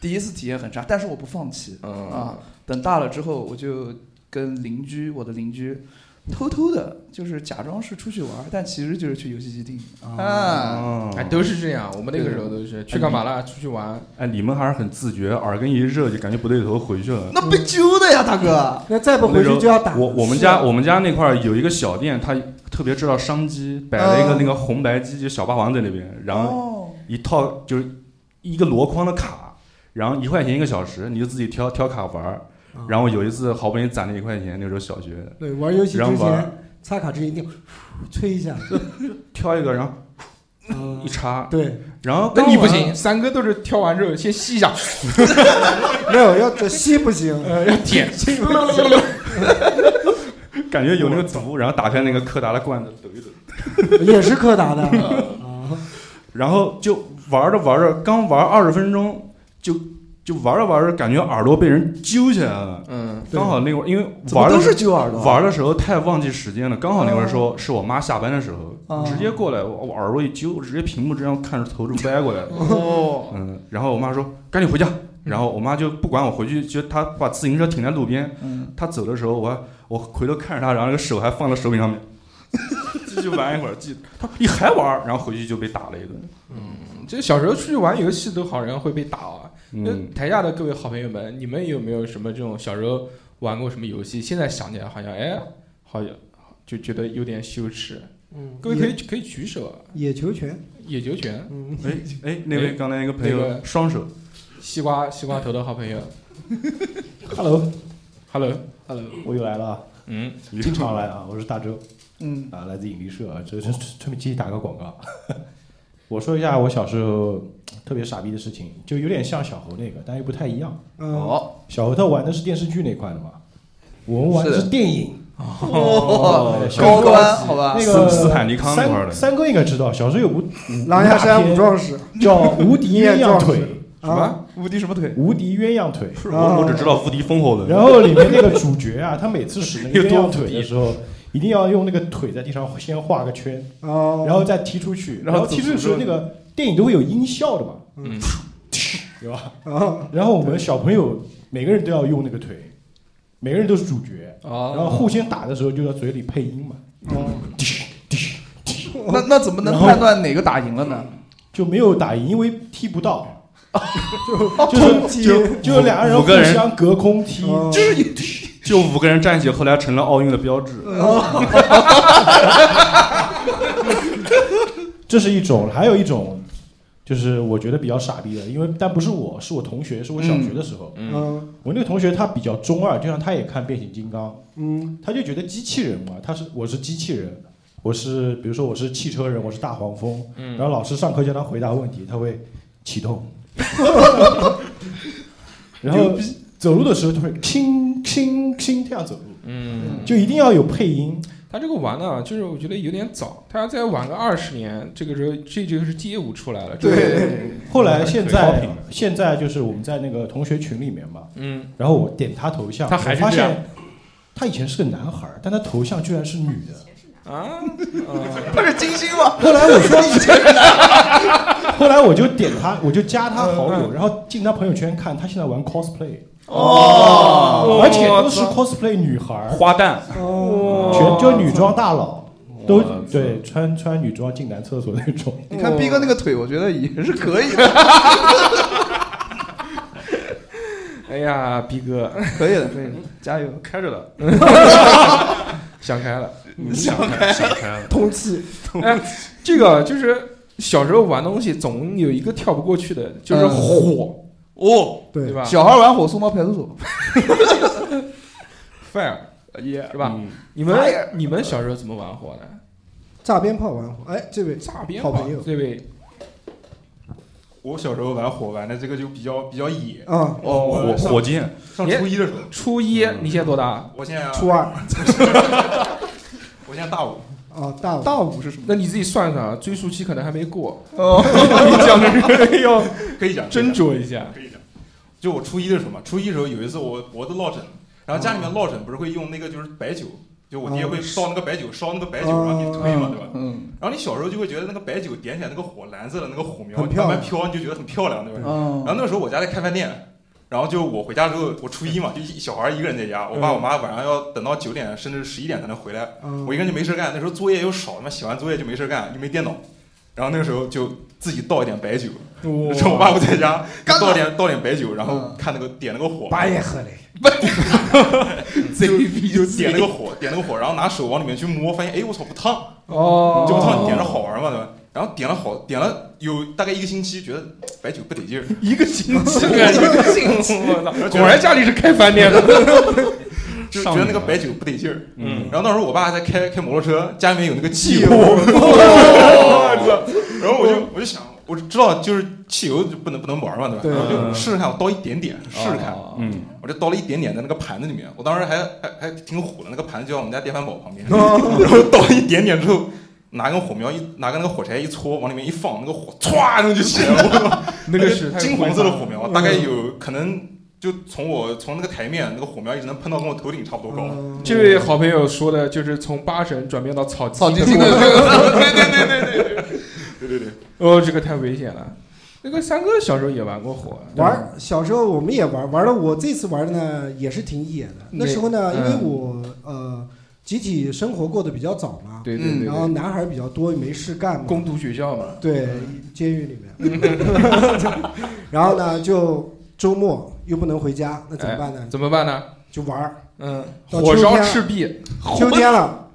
[SPEAKER 3] 第一次体验很差，但是我不放弃啊
[SPEAKER 1] 嗯。
[SPEAKER 3] 等大了之后，我就跟邻居，我的邻居，偷偷的，就是假装是出去玩，但其实就是去游戏机厅啊。
[SPEAKER 4] 哦
[SPEAKER 1] 哎，都是这样，我们那个时候都是去干嘛了？出去玩。
[SPEAKER 4] 哎，你们还是很自觉，耳根一热就感觉不对头，回去了。
[SPEAKER 3] 那被揪的呀，大哥！
[SPEAKER 2] 嗯那再不回去就要打。
[SPEAKER 4] 我我们家我们家那块儿有一个小店，他特别知道商机，摆了一个
[SPEAKER 2] 嗯
[SPEAKER 3] 哦
[SPEAKER 4] 那个红白机，就小霸王在那边，然后
[SPEAKER 2] 哦
[SPEAKER 3] 后
[SPEAKER 4] 一套就是一个箩筐的卡，然后一块钱一个小时，你就自己挑挑卡玩儿。
[SPEAKER 2] 啊
[SPEAKER 4] 然后有一次好不容易攒了一块钱，那时候小学，
[SPEAKER 2] 对玩游戏
[SPEAKER 4] 然
[SPEAKER 2] 之
[SPEAKER 4] 后玩
[SPEAKER 2] 前，擦卡之前一定吹
[SPEAKER 1] [LAUGHS]
[SPEAKER 2] 一下。
[SPEAKER 4] 挑一个，然后
[SPEAKER 2] 啊
[SPEAKER 4] 一插，
[SPEAKER 2] 对，
[SPEAKER 4] 然后
[SPEAKER 1] 嗯那
[SPEAKER 4] 刚
[SPEAKER 1] 你不
[SPEAKER 4] 玩
[SPEAKER 2] [LAUGHS]
[SPEAKER 1] 行，三哥都是挑完之后先吸一下，
[SPEAKER 2] 没有要这吸不行，
[SPEAKER 1] 呃，要舔。
[SPEAKER 2] 哦
[SPEAKER 4] 感觉有那个毒，然后打开那个柯达的罐子抖一抖，
[SPEAKER 2] [LAUGHS] 也是柯达的。
[SPEAKER 1] [LAUGHS]
[SPEAKER 2] 啊
[SPEAKER 4] 然后就玩着玩着，刚玩二十分钟，就就玩着玩着，感觉耳朵被人揪起来了。
[SPEAKER 1] 嗯，
[SPEAKER 4] 刚好那会儿因为
[SPEAKER 3] 怎么
[SPEAKER 4] 玩
[SPEAKER 3] 都
[SPEAKER 4] 的时
[SPEAKER 3] 是揪耳朵？啊嗯
[SPEAKER 4] 玩的时候太忘记时间了，刚好那会儿说是我妈下班的时候，
[SPEAKER 3] 哦
[SPEAKER 4] 直接过来，我我耳朵一揪，直接屏幕这样看着头就歪过来了。
[SPEAKER 3] 哦，
[SPEAKER 4] 嗯，然后我妈说赶紧回家，然后我妈就不管我回去，就她把自行车停在路边，
[SPEAKER 3] 嗯，
[SPEAKER 4] 他走的时候，我还我回头看着他，然后那个手还放到手柄上面，继续玩一会儿。继他说你还玩儿？然后回去就被打了一顿。
[SPEAKER 1] 这小时候出去玩游戏都好像会被打啊。那
[SPEAKER 4] 嗯，
[SPEAKER 1] 台下的各位好朋友们，你们有没有什么这种小时候玩过什么游戏？现在想起来好像哎，好像就觉得有点羞
[SPEAKER 4] [LAUGHS]
[SPEAKER 1] 耻。
[SPEAKER 2] 嗯
[SPEAKER 1] 各位可以可以举手啊，
[SPEAKER 2] 野野球拳，
[SPEAKER 1] 野球拳，
[SPEAKER 2] 嗯，
[SPEAKER 4] 哎哎哎，那位刚才一个朋
[SPEAKER 1] 那
[SPEAKER 4] 友
[SPEAKER 1] 个
[SPEAKER 4] 双手，
[SPEAKER 1] 西瓜西瓜头的好朋友，
[SPEAKER 5] Hello，
[SPEAKER 1] Hello，Hello，
[SPEAKER 5] 我又来了啊，
[SPEAKER 1] 嗯，
[SPEAKER 5] 经常来啊，我是大周
[SPEAKER 3] 嗯，
[SPEAKER 5] 啊，来自引力社啊，这这顺便继续打个广告。 [LAUGHS] 我说一下我小时候特别傻逼的事情，就有点像小猴那个，但又不太一样。
[SPEAKER 2] 嗯，
[SPEAKER 3] 哦，
[SPEAKER 5] 小猴他玩的是电视剧那块的嘛，我们玩的
[SPEAKER 3] 是
[SPEAKER 5] 是电影。
[SPEAKER 3] 哦
[SPEAKER 5] 对小
[SPEAKER 3] 高
[SPEAKER 5] 猴
[SPEAKER 3] 端好吧？
[SPEAKER 5] 那个
[SPEAKER 4] 斯斯坦尼康那块儿的
[SPEAKER 5] 三三哥应该知道，小时候有部
[SPEAKER 2] 狼牙山五壮士
[SPEAKER 5] 叫《无
[SPEAKER 2] [LAUGHS]
[SPEAKER 5] 敌鸳鸯腿》，
[SPEAKER 1] 什么
[SPEAKER 2] 啊，
[SPEAKER 3] 无敌什么腿？
[SPEAKER 5] 无敌鸳鸯腿。
[SPEAKER 4] 我我只知道无敌风火轮，
[SPEAKER 5] 然后里面那个主角啊，他每次使那
[SPEAKER 3] [LAUGHS]
[SPEAKER 4] 有
[SPEAKER 5] 个
[SPEAKER 4] 多
[SPEAKER 5] 鸳鸯腿的时候，一定要用那个腿在地上先画个圈，
[SPEAKER 2] 哦，
[SPEAKER 5] 然后再踢出去。
[SPEAKER 3] 啊
[SPEAKER 5] 然
[SPEAKER 3] 然后
[SPEAKER 5] 后踢出去的时候，
[SPEAKER 3] 走
[SPEAKER 5] 那个电影都会有音效的嘛，
[SPEAKER 1] 嗯，
[SPEAKER 5] 对吧？
[SPEAKER 2] 啊，
[SPEAKER 5] 然后我们小朋友每个人都要用那个腿，每个人都是主角。
[SPEAKER 3] 啊
[SPEAKER 5] 然后
[SPEAKER 1] 哦，
[SPEAKER 5] 互相打的时候就要嘴里配音嘛，
[SPEAKER 3] 那那怎么能
[SPEAKER 5] 然后
[SPEAKER 3] 判断哪个打赢了呢？
[SPEAKER 5] 就没有打赢，因为踢不到，就
[SPEAKER 2] 空
[SPEAKER 5] 就是
[SPEAKER 2] 踢
[SPEAKER 5] 就就两个人
[SPEAKER 4] 五个人
[SPEAKER 5] 互相隔空踢， [LAUGHS]
[SPEAKER 2] 哦
[SPEAKER 3] 就是有
[SPEAKER 4] [LAUGHS] 就五个人站起，后来成了奥运的标志。
[SPEAKER 5] 这是一种，还有一种就是我觉得比较傻逼的，因为但不是我，是我同学，是我小学的时候，
[SPEAKER 1] 嗯，
[SPEAKER 2] 嗯
[SPEAKER 5] 我那个同学他比较中二，就像他也看变形金刚，
[SPEAKER 2] 嗯
[SPEAKER 5] 他就觉得机器人嘛，他是我是机器人，我是比如说我是汽车人，我是大黄蜂，
[SPEAKER 1] 嗯
[SPEAKER 5] 然后老师上课叫他回答问题，他会启
[SPEAKER 1] [LAUGHS]
[SPEAKER 5] 动，然后走路的时候就会轻轻轻这样走路，
[SPEAKER 1] 嗯，
[SPEAKER 5] 就一定要有配音，
[SPEAKER 1] 他这个玩呢，就是我觉得有点早，他要再晚个二十年，这个时候这就是嗯街舞出来了。这个
[SPEAKER 3] 对，
[SPEAKER 5] 后来现
[SPEAKER 4] 可以
[SPEAKER 5] 在
[SPEAKER 4] 高频
[SPEAKER 5] 现在就是我们在那个同学群里面嘛，
[SPEAKER 1] 嗯，
[SPEAKER 5] 然后我点他头像，
[SPEAKER 1] 他还是
[SPEAKER 5] 我发
[SPEAKER 1] 这样
[SPEAKER 5] 现他以前是个男孩儿，但他头像居然是女的。
[SPEAKER 3] [LAUGHS]
[SPEAKER 1] 啊，
[SPEAKER 3] 他是金星吗？
[SPEAKER 5] 后来我说，后来我就点他，我就加他好
[SPEAKER 1] 嗯
[SPEAKER 5] 友，然后进他朋友圈看，他现在玩 cosplay，
[SPEAKER 3] 哦，
[SPEAKER 5] 而且都是 cosplay 女孩儿，
[SPEAKER 4] 花旦，
[SPEAKER 2] 哦，
[SPEAKER 5] 全就女装大佬，都
[SPEAKER 4] 哇塞
[SPEAKER 5] 对穿穿女装进男厕所那种。
[SPEAKER 3] 你看逼哥那个腿，我觉得也是可以的，
[SPEAKER 1] 哎呀，逼哥
[SPEAKER 4] [LAUGHS]
[SPEAKER 3] 可以的，可以的，加油！
[SPEAKER 4] 开着的，
[SPEAKER 1] [LAUGHS] 想开了。哎
[SPEAKER 4] 想开想开了，
[SPEAKER 2] 通气，
[SPEAKER 1] 这个就是小时候玩东西，总有一个跳不过去的，就是火，
[SPEAKER 3] 哦，
[SPEAKER 2] 对
[SPEAKER 1] 对吧
[SPEAKER 3] 嗯小孩玩火送到派出所，
[SPEAKER 1] [LAUGHS] ？Fire
[SPEAKER 3] 也
[SPEAKER 1] 是吧？
[SPEAKER 4] 嗯？
[SPEAKER 1] 你们
[SPEAKER 3] Fire
[SPEAKER 1] 你们小时候怎么玩火的？
[SPEAKER 2] 炸鞭炮玩火，哎，这位
[SPEAKER 1] 炸鞭
[SPEAKER 2] 好
[SPEAKER 1] 炮
[SPEAKER 2] 朋友，
[SPEAKER 1] 对不对？
[SPEAKER 6] 我小时候玩火玩的这个就比较比较野。
[SPEAKER 2] 啊，
[SPEAKER 1] 哦
[SPEAKER 6] 我
[SPEAKER 4] 火
[SPEAKER 6] 上
[SPEAKER 4] 火箭，
[SPEAKER 6] 上初一的时候，
[SPEAKER 1] 初一
[SPEAKER 4] 嗯
[SPEAKER 1] 你现在多大？
[SPEAKER 6] 我现在
[SPEAKER 2] 初二
[SPEAKER 6] [LAUGHS] 我现在大五，
[SPEAKER 2] 啊，大五
[SPEAKER 3] 大五是什么？
[SPEAKER 1] 那你自己算算啊，追溯期可能还没过，[LAUGHS]
[SPEAKER 3] 哦，
[SPEAKER 1] 你讲的这个要
[SPEAKER 6] [LAUGHS] 可以讲可以
[SPEAKER 1] 斟
[SPEAKER 6] 讲
[SPEAKER 1] 酌一下。
[SPEAKER 6] 可以讲。就我初一的时候嘛，初一的时候有一次我脖子落枕，然后家里面落枕不是会用那个就是白酒，就我爹
[SPEAKER 2] 哦
[SPEAKER 6] 会烧那个白酒，烧那个白酒，
[SPEAKER 2] 哦
[SPEAKER 6] 然后给你推嘛，对吧？
[SPEAKER 3] 嗯
[SPEAKER 6] 然后你小时候就会觉得那个白酒点起来那个火，蓝色的那个火苗
[SPEAKER 2] 很漂亮
[SPEAKER 6] 慢慢飘，你就觉得很漂亮，对吧？然后
[SPEAKER 3] 嗯，
[SPEAKER 6] 那个时候我家在开饭店，然后就我回家之后，我初一嘛，就一小孩一个人在家，我爸
[SPEAKER 1] 嗯
[SPEAKER 6] 我妈晚上要等到九点甚至十一点才能回来，
[SPEAKER 2] 嗯
[SPEAKER 6] 我一个人就没事干。那时候作业又少，他妈写完作业就没事干，又没电脑，然后那个时候就自己倒一点白酒， [LAUGHS]
[SPEAKER 1] 哇
[SPEAKER 6] 趁我爸不在家，
[SPEAKER 3] 干了
[SPEAKER 6] 倒点倒点白酒，然后
[SPEAKER 3] 嗯
[SPEAKER 6] 看那个点那个火，
[SPEAKER 2] 八爷喝
[SPEAKER 6] [LAUGHS]
[SPEAKER 2] 嘞，
[SPEAKER 1] [LAUGHS]
[SPEAKER 6] 贼逼就点那个火，点那个火，然后拿手往里面去摸，发现哎我操不烫，
[SPEAKER 1] 哦，
[SPEAKER 6] 就不烫，点着好玩嘛，对吧？然后点了好，点了有大概一个星期，觉得白酒不得劲儿，
[SPEAKER 1] [LAUGHS] 一个星
[SPEAKER 6] [LAUGHS]
[SPEAKER 1] 期，感觉星期，我操果然家里是开饭店的。
[SPEAKER 6] [LAUGHS] 就觉得那个白酒不得劲儿。
[SPEAKER 1] 嗯，
[SPEAKER 6] 然后那时候我爸还在开开摩托车，家里面有那个
[SPEAKER 1] [LAUGHS]
[SPEAKER 6] 汽油，然后我
[SPEAKER 1] 哦
[SPEAKER 6] 就我就想，我知道就是汽油就不能不能玩嘛，对吧？
[SPEAKER 2] 对
[SPEAKER 6] 然后
[SPEAKER 1] 嗯
[SPEAKER 6] 就试试看，我倒一点点试试看，
[SPEAKER 1] 哦
[SPEAKER 4] 嗯，
[SPEAKER 6] 我就倒了一点点在那个盘子里面，我当时还还还挺虎的，那个盘子就在我们家电饭煲旁边，然后倒了一点点之后。拿根火苗一拿个那个火柴一搓，往里面一放，那个火歘，然后就起来了。
[SPEAKER 1] 那个
[SPEAKER 6] [LAUGHS]
[SPEAKER 1] 是
[SPEAKER 6] 金黄色的火苗，
[SPEAKER 2] 嗯
[SPEAKER 6] 大概有可能就从我从那个台面那个火苗一直能喷到跟我头顶差不多高。
[SPEAKER 2] 嗯
[SPEAKER 1] 这位好朋友说的就是从八神转变到草
[SPEAKER 3] 草
[SPEAKER 1] 鸡
[SPEAKER 3] 金
[SPEAKER 1] 的过
[SPEAKER 3] 星的
[SPEAKER 1] 程
[SPEAKER 3] 这个，
[SPEAKER 6] 对对对，
[SPEAKER 1] 哦，这个太危险了。那个三哥小时候也玩过火，
[SPEAKER 2] 玩小时候我们也玩，玩了我这次玩的呢也是挺野的。
[SPEAKER 1] 你
[SPEAKER 2] 那时候呢，因
[SPEAKER 1] 嗯
[SPEAKER 2] 为我呃集体生活过得比较早嘛，
[SPEAKER 1] 对对对
[SPEAKER 2] 然后
[SPEAKER 1] 对，
[SPEAKER 2] 男孩比较多，没事干嘛，
[SPEAKER 1] 攻读学校嘛，嗯
[SPEAKER 2] 对监狱里面， [LAUGHS] 然后呢就周末又不能回家，那怎么办呢？
[SPEAKER 1] 哎怎么办呢？
[SPEAKER 2] 就玩儿。
[SPEAKER 1] 嗯，
[SPEAKER 2] 到
[SPEAKER 1] 火烧
[SPEAKER 2] 秋天
[SPEAKER 1] 赤壁，
[SPEAKER 2] 秋天了，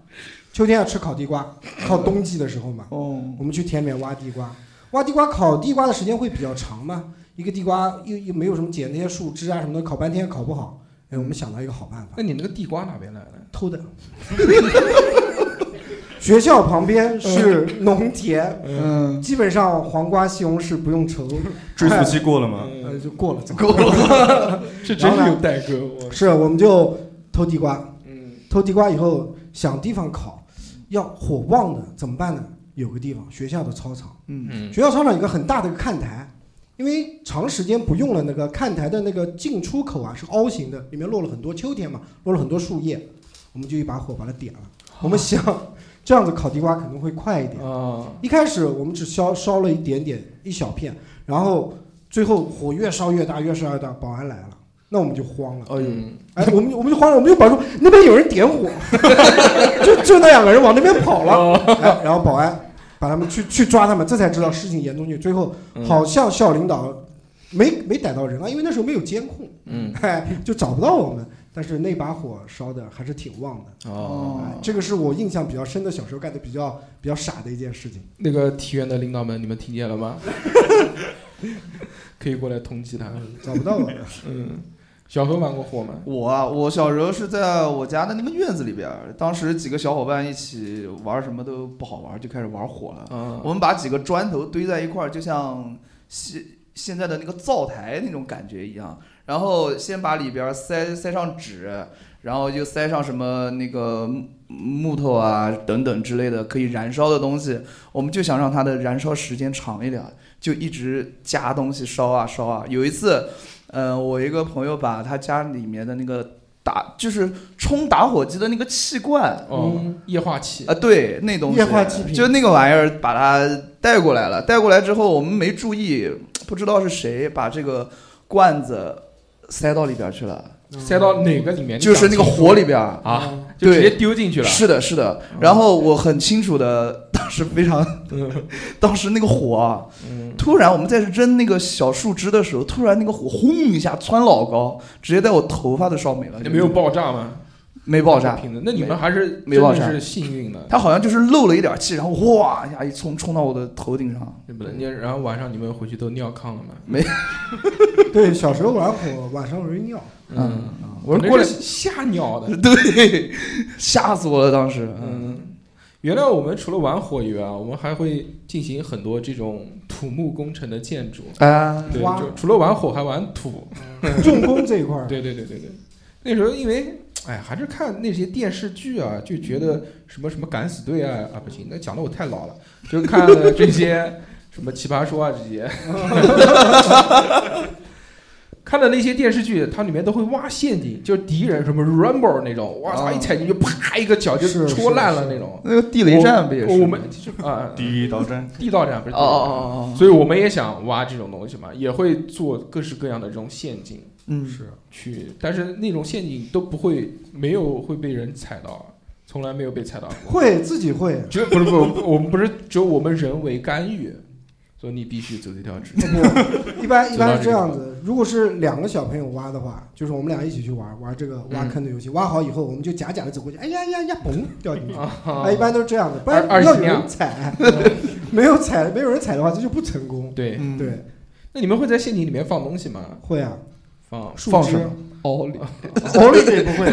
[SPEAKER 2] 秋天要吃烤地瓜，靠冬季的时候嘛，
[SPEAKER 3] 哦，
[SPEAKER 2] 我们去田里面挖地瓜。挖地瓜、烤地瓜的时间会比较长嘛，一个地瓜又又没有什么解那些树枝啊什么的，烤半天烤不好。哎，我们想到一个好办法，
[SPEAKER 1] 那你那个地瓜哪边来的？
[SPEAKER 2] 偷的。 [LAUGHS] 学校旁边是农田，
[SPEAKER 3] 嗯，
[SPEAKER 2] 基本上黄瓜、西红柿不用愁，
[SPEAKER 4] [LAUGHS]
[SPEAKER 2] 哎
[SPEAKER 4] 追溯期过了吗？
[SPEAKER 1] 嗯
[SPEAKER 2] 呃，就过了。就
[SPEAKER 3] 够了，
[SPEAKER 1] 这真 [LAUGHS] 是有代沟。我
[SPEAKER 2] 是，我们就偷地瓜，
[SPEAKER 1] 嗯，
[SPEAKER 2] 偷地瓜以后想地方烤，要火旺的怎么办呢？有个地方，学校的操场。
[SPEAKER 3] 嗯
[SPEAKER 6] 嗯
[SPEAKER 2] 学校操场有个很大的一个看台，因为长时间不用了，那个看台的那个进出口啊是凹形的，里面落了很多秋天嘛，落了很多树叶，我们就一把火把它点了。我们想这样子烤地瓜可能会快一点。
[SPEAKER 1] 啊，
[SPEAKER 2] 一开始我们只烧烧了一点点一小片，然后最后火越烧越大，越烧越大，保安来了，那我们就慌了。
[SPEAKER 1] 哎呦，
[SPEAKER 2] 哎，我们我们就慌了，我们就保住那边有人点火， [LAUGHS] 就就那两个人往那边跑
[SPEAKER 1] 哦
[SPEAKER 2] 了，哎，然后保安把他们去去抓他们，这才知道事情严重性。最后
[SPEAKER 1] 嗯
[SPEAKER 2] 好像校领导没没逮到人啊，因为那时候没有监控，
[SPEAKER 1] 嗯，
[SPEAKER 2] 哎， [LAUGHS] 就找不到我们。但是那把火烧的还是挺旺的，
[SPEAKER 1] 哦，
[SPEAKER 2] 哎，这个是我印象比较深的，小时候干的比较比较傻的一件事情。
[SPEAKER 1] 那个体院的领导们，你们听见了
[SPEAKER 2] [LAUGHS]
[SPEAKER 1] 吗？可以过来通缉他。
[SPEAKER 2] 找不到我们，
[SPEAKER 1] 嗯，小何玩过火吗？
[SPEAKER 3] 我啊，我小时候是在我家的那个院子里边儿，当时几个小伙伴一起玩，什么都不好玩，就开始玩火了。
[SPEAKER 1] 啊
[SPEAKER 3] 我，们把几个砖头堆在一块儿，就像现现在的那个灶台那种感觉一样。然后先把里边儿塞塞上纸，然后就塞上什么那个木木头啊等等之类的可以燃烧的东西。我们就想让它的燃烧时间长一点，就一直加东西烧啊烧啊。有一次，呃，我一个朋友把他家里面的那个打就是冲打火机的那个气罐，
[SPEAKER 1] 哦，液化气
[SPEAKER 3] 啊，对，那东西
[SPEAKER 2] 液化气瓶
[SPEAKER 3] 就那个玩意儿把它带过来了。带过来之后，我们没注意，不知道是谁把这个罐子塞到里边去了，
[SPEAKER 2] 嗯
[SPEAKER 1] 塞到哪个里面？
[SPEAKER 3] 就是那个火里边儿。
[SPEAKER 1] 啊，就直接
[SPEAKER 3] 对
[SPEAKER 1] 丢进去了。
[SPEAKER 3] 是的，是的
[SPEAKER 1] 嗯。
[SPEAKER 3] 然后我很清楚的，当时非常，
[SPEAKER 2] 嗯
[SPEAKER 3] 当时那个火啊，
[SPEAKER 1] 嗯，
[SPEAKER 3] 突然我们在扔那个小树枝的时候，突然那个火轰一下窜老高，直接在我头发都烧没了。
[SPEAKER 1] 那没有爆炸吗？
[SPEAKER 3] 没爆炸，
[SPEAKER 1] 瓶子，那你们还是
[SPEAKER 3] 没爆炸
[SPEAKER 1] 真的是幸运的。
[SPEAKER 3] 它好像就是漏了一点气，然后哇一下一冲冲到我的头顶上。
[SPEAKER 1] 对不对？你然后晚上你们回去都尿炕了吗？
[SPEAKER 2] 对，小时候玩火，晚上容易尿。
[SPEAKER 3] 嗯，
[SPEAKER 1] 我
[SPEAKER 3] 我
[SPEAKER 1] 是
[SPEAKER 3] 是
[SPEAKER 1] 过
[SPEAKER 3] 过
[SPEAKER 1] 来
[SPEAKER 3] 来
[SPEAKER 1] 吓尿的。
[SPEAKER 3] [LAUGHS] 对，吓死我了，当时。嗯，
[SPEAKER 1] 嗯，原来我们除了玩火以外啊，我们还会进行很多这种土木工程的建筑。
[SPEAKER 3] 啊，
[SPEAKER 1] 对，
[SPEAKER 2] 挖
[SPEAKER 1] 就除了玩火还玩土。
[SPEAKER 2] 嗯重工这一块
[SPEAKER 1] [LAUGHS]
[SPEAKER 2] 儿，
[SPEAKER 1] 对对对对对，那时候因为哎，还是看那些电视剧啊，就觉得什么什么敢死队啊啊，不行，那讲的我太老了，就看了这
[SPEAKER 3] [LAUGHS]
[SPEAKER 1] 些什么奇葩说啊这些，看的那些电视剧，它里面都会挖陷阱，就是敌人什么 Rambo 那种，我操，
[SPEAKER 3] 啊
[SPEAKER 1] 一踩进去啪一个脚就是戳
[SPEAKER 2] 是
[SPEAKER 1] 烂了
[SPEAKER 2] 是
[SPEAKER 1] 那种。
[SPEAKER 3] 那个地雷战不也是？
[SPEAKER 1] 我们就是啊，
[SPEAKER 4] 第一刀针，
[SPEAKER 1] 地道战不是地
[SPEAKER 3] 哦
[SPEAKER 1] 道战
[SPEAKER 3] 哦哦哦，
[SPEAKER 1] 所以我们也想挖这种东西嘛，也会做各式各样的这种陷阱。
[SPEAKER 3] 嗯，
[SPEAKER 2] 是
[SPEAKER 1] 去，但是那种陷阱都不会，没有会被人踩到，从来没有被踩到过。
[SPEAKER 2] 会自己会，
[SPEAKER 1] 只有不是不是，我们不是只有我们人为干预，所以你必须走这条直路。
[SPEAKER 2] 不，一般一般是这样
[SPEAKER 1] 知
[SPEAKER 2] 子。如果是两个小朋友挖的话，就是我们俩一起去玩玩这个挖
[SPEAKER 1] 嗯
[SPEAKER 2] 坑的游戏。挖好以后，我们就假假的走过去，哎呀呀呀，嘣掉进去。
[SPEAKER 1] 啊
[SPEAKER 2] 哎，一般都是这样的，不然
[SPEAKER 1] 二
[SPEAKER 2] 要
[SPEAKER 1] 二
[SPEAKER 2] 有
[SPEAKER 1] 斤啊
[SPEAKER 2] 人踩， [LAUGHS] 没有踩，没有人踩的话，这就不成功。
[SPEAKER 1] 对，
[SPEAKER 3] 嗯，
[SPEAKER 2] 对，
[SPEAKER 1] 那你们会在陷阱里面放东西吗？
[SPEAKER 2] 会啊，
[SPEAKER 1] 放
[SPEAKER 2] 树
[SPEAKER 1] 放
[SPEAKER 2] 枝
[SPEAKER 1] 什么？
[SPEAKER 3] 哦，里
[SPEAKER 2] 奥利给不会。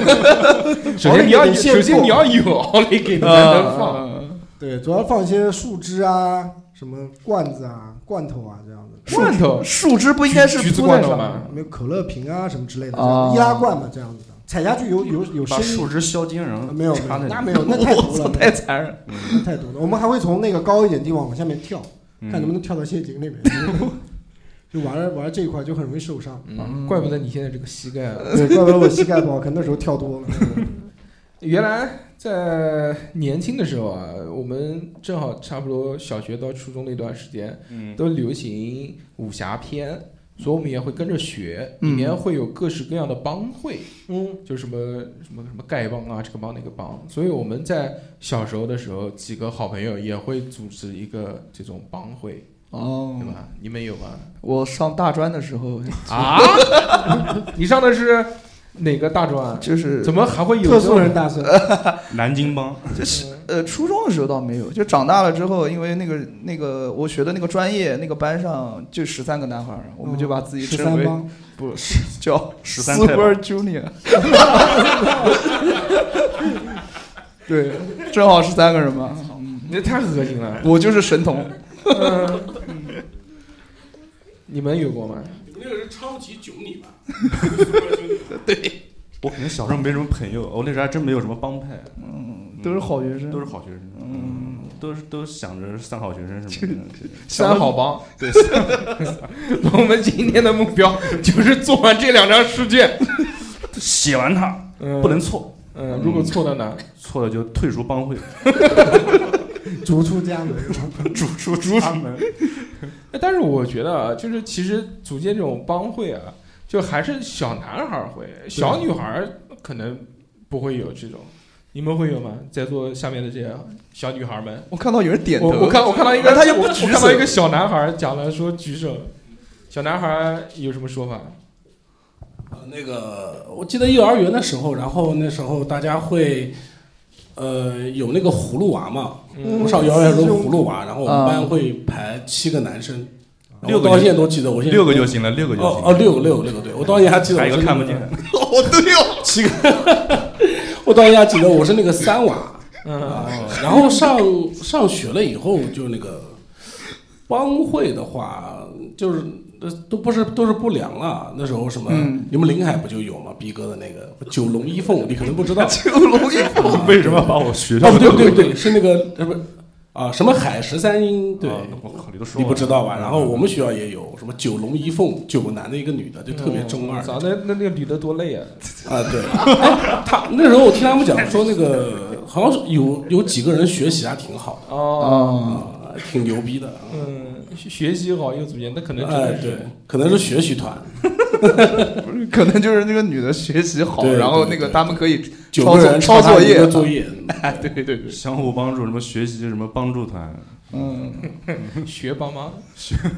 [SPEAKER 1] [LAUGHS] 首先你要有，首先你
[SPEAKER 2] 要
[SPEAKER 1] 要有 [LAUGHS] 奥利给的才能放。
[SPEAKER 2] 啊对，主要放一些树枝啊、什么罐子啊、罐头啊这样的。
[SPEAKER 1] 罐头
[SPEAKER 3] 树枝不应该是
[SPEAKER 1] 橘橘子
[SPEAKER 3] 铺在
[SPEAKER 1] 罐头
[SPEAKER 3] 上面？
[SPEAKER 1] 吗？
[SPEAKER 2] 没有可乐瓶啊什么之类的，这
[SPEAKER 3] 啊
[SPEAKER 2] 样易拉罐嘛这样子的，踩下去有有有
[SPEAKER 4] 把
[SPEAKER 2] 声音。
[SPEAKER 4] 树枝削尖，然后
[SPEAKER 2] 没有，没
[SPEAKER 4] 插
[SPEAKER 2] 有
[SPEAKER 4] 那
[SPEAKER 2] 那
[SPEAKER 4] 里。
[SPEAKER 2] 没有，那
[SPEAKER 3] [LAUGHS]
[SPEAKER 2] 太毒了，
[SPEAKER 3] 太残忍了。
[SPEAKER 2] 那太多了。我们还会从那个高一点地方往下面跳，
[SPEAKER 4] 嗯
[SPEAKER 2] 看能不能跳到陷阱里面。 [LAUGHS] 就玩儿玩儿这一块就很容易受伤。
[SPEAKER 1] 嗯，怪不得你现在这个膝盖啊。
[SPEAKER 2] [LAUGHS] 对，怪不得我膝盖不好，可能那时候跳多了。
[SPEAKER 1] 原来在年轻的时候啊，我们正好差不多小学到初中那段时间，
[SPEAKER 4] 嗯
[SPEAKER 1] 都流行武侠片，所以我们也会跟着学，里
[SPEAKER 3] 嗯
[SPEAKER 1] 面会有各式各样的帮会，
[SPEAKER 2] 嗯，
[SPEAKER 1] 就什么什么什么丐帮啊，这个帮那个帮。所以我们在小时候的时候，几个好朋友也会组织一个这种帮会，
[SPEAKER 3] 哦
[SPEAKER 1] 对，吧？你们有吗？ [LAUGHS]
[SPEAKER 3] 我上大专的时候，
[SPEAKER 1] 啊，你上的是哪个大专？
[SPEAKER 3] 就是
[SPEAKER 1] 怎么还会有
[SPEAKER 2] 特殊人大孙，
[SPEAKER 4] 南京
[SPEAKER 1] [LAUGHS]
[SPEAKER 4] 帮，
[SPEAKER 3] 就是呃，初中的时候倒没有，就长大了之后，因为那个那个我学的那个专业，那个班上就十三个男孩儿，我们就把
[SPEAKER 1] 哦
[SPEAKER 3] 自己
[SPEAKER 2] 十
[SPEAKER 3] 称
[SPEAKER 2] 三
[SPEAKER 3] 为、
[SPEAKER 2] 帮，
[SPEAKER 3] 不是叫
[SPEAKER 1] [LAUGHS]
[SPEAKER 4] 13
[SPEAKER 3] Super Junior，对，正好十三个人嘛，
[SPEAKER 1] 你这嗯太恶心了。
[SPEAKER 3] 我就是神童，
[SPEAKER 2] 呃
[SPEAKER 1] [LAUGHS] 你们有过吗？
[SPEAKER 7] [LAUGHS] 那个人超级囧你
[SPEAKER 1] [LAUGHS]
[SPEAKER 7] 吧？
[SPEAKER 4] 我可能小时候没什么朋友，我那时候还真没有什么帮派，
[SPEAKER 3] 嗯，都是好学生，
[SPEAKER 4] 都是好学生，嗯，都是都想着三好学生什么的。
[SPEAKER 1] 三好帮。 [LAUGHS]
[SPEAKER 4] 对，
[SPEAKER 1] 我们今天的目标就是做完这两张试卷，
[SPEAKER 4] 写完它
[SPEAKER 1] 嗯
[SPEAKER 4] 不能错，
[SPEAKER 1] 嗯，如果错了呢？
[SPEAKER 4] 错了就退出帮会，
[SPEAKER 2] 逐出家门。
[SPEAKER 3] [LAUGHS]
[SPEAKER 4] 逐出逐出门。
[SPEAKER 1] 哎 [LAUGHS] 但是我觉得啊，就是其实组建这种帮会啊，就还是小男孩儿会，小女孩儿可能不会有这种。你们会有吗？在座下面的这些小女孩们，
[SPEAKER 3] 我看到有人点头，
[SPEAKER 1] 我我看我看到一个，
[SPEAKER 3] 但他又不
[SPEAKER 1] 我我
[SPEAKER 3] 举
[SPEAKER 1] 看到
[SPEAKER 3] 手
[SPEAKER 1] 一个小男孩儿讲了说举手，小男孩儿有什么说法？
[SPEAKER 7] 那个我记得幼儿园的时候，然后那时候大家会，呃，有那个葫芦娃嘛，
[SPEAKER 4] 嗯
[SPEAKER 7] 我上幼儿园的时候葫芦娃，然后我们班会排七个男生，然后
[SPEAKER 4] 六个
[SPEAKER 7] 到
[SPEAKER 4] 就
[SPEAKER 7] 现在都记得，我现在
[SPEAKER 4] 六个就行了，六个就
[SPEAKER 7] 哦
[SPEAKER 4] 行
[SPEAKER 7] 哦，六个六个六个，对我到现在还记得，
[SPEAKER 4] 还
[SPEAKER 7] 我
[SPEAKER 4] 有一个
[SPEAKER 7] 是
[SPEAKER 4] 看不
[SPEAKER 7] 那
[SPEAKER 4] 见，
[SPEAKER 3] [LAUGHS] 哦对哦，
[SPEAKER 7] [LAUGHS] 我到现在还记得我是那个三娃，
[SPEAKER 1] 嗯，
[SPEAKER 7] 啊，然后上上学了以后，就那个帮会的话，就是呃都不是都是不良了。那时候什么，
[SPEAKER 3] 嗯
[SPEAKER 7] 你们临海不就有吗？逼哥的那个九龙一凤，你可能不知道
[SPEAKER 3] [LAUGHS] 九龙一凤
[SPEAKER 4] [LAUGHS] 为什么把我学
[SPEAKER 7] 哦，不对不对不对，是那个呃不啊什么海十三英对。
[SPEAKER 4] 啊我靠，你都说嗯
[SPEAKER 7] 你不知
[SPEAKER 4] 道，
[SPEAKER 7] 道吧？然后我们学校也有什么九龙一凤，九个男的，一个女的，就特别中二。
[SPEAKER 1] 嗯操，那那那个女的多累啊！
[SPEAKER 7] 啊，
[SPEAKER 1] [LAUGHS]
[SPEAKER 7] 对，哎他那时候我听他们讲说，那个好像是有有几个人学习还挺好
[SPEAKER 1] 哦，
[SPEAKER 7] 的啊，
[SPEAKER 3] 啊，
[SPEAKER 7] 挺牛逼的。
[SPEAKER 1] 嗯，学学习好又组建，那可能真
[SPEAKER 7] 哎，
[SPEAKER 1] 的
[SPEAKER 7] 对
[SPEAKER 1] 是，
[SPEAKER 7] 可能是学习团，
[SPEAKER 3] 可能就是那个女的学习好，
[SPEAKER 7] 对
[SPEAKER 3] 然后
[SPEAKER 7] 对
[SPEAKER 3] 那个
[SPEAKER 7] 对
[SPEAKER 3] 他们可以
[SPEAKER 7] 九
[SPEAKER 3] 抄
[SPEAKER 7] 个
[SPEAKER 3] 作
[SPEAKER 7] 人
[SPEAKER 3] 抄作
[SPEAKER 7] 他一
[SPEAKER 3] 业
[SPEAKER 7] 个，
[SPEAKER 1] [LAUGHS]
[SPEAKER 7] 作业，
[SPEAKER 3] 哎，对对对，
[SPEAKER 4] 相互帮助，什么学习什么帮助团，
[SPEAKER 3] 嗯，
[SPEAKER 1] [LAUGHS] 学帮忙。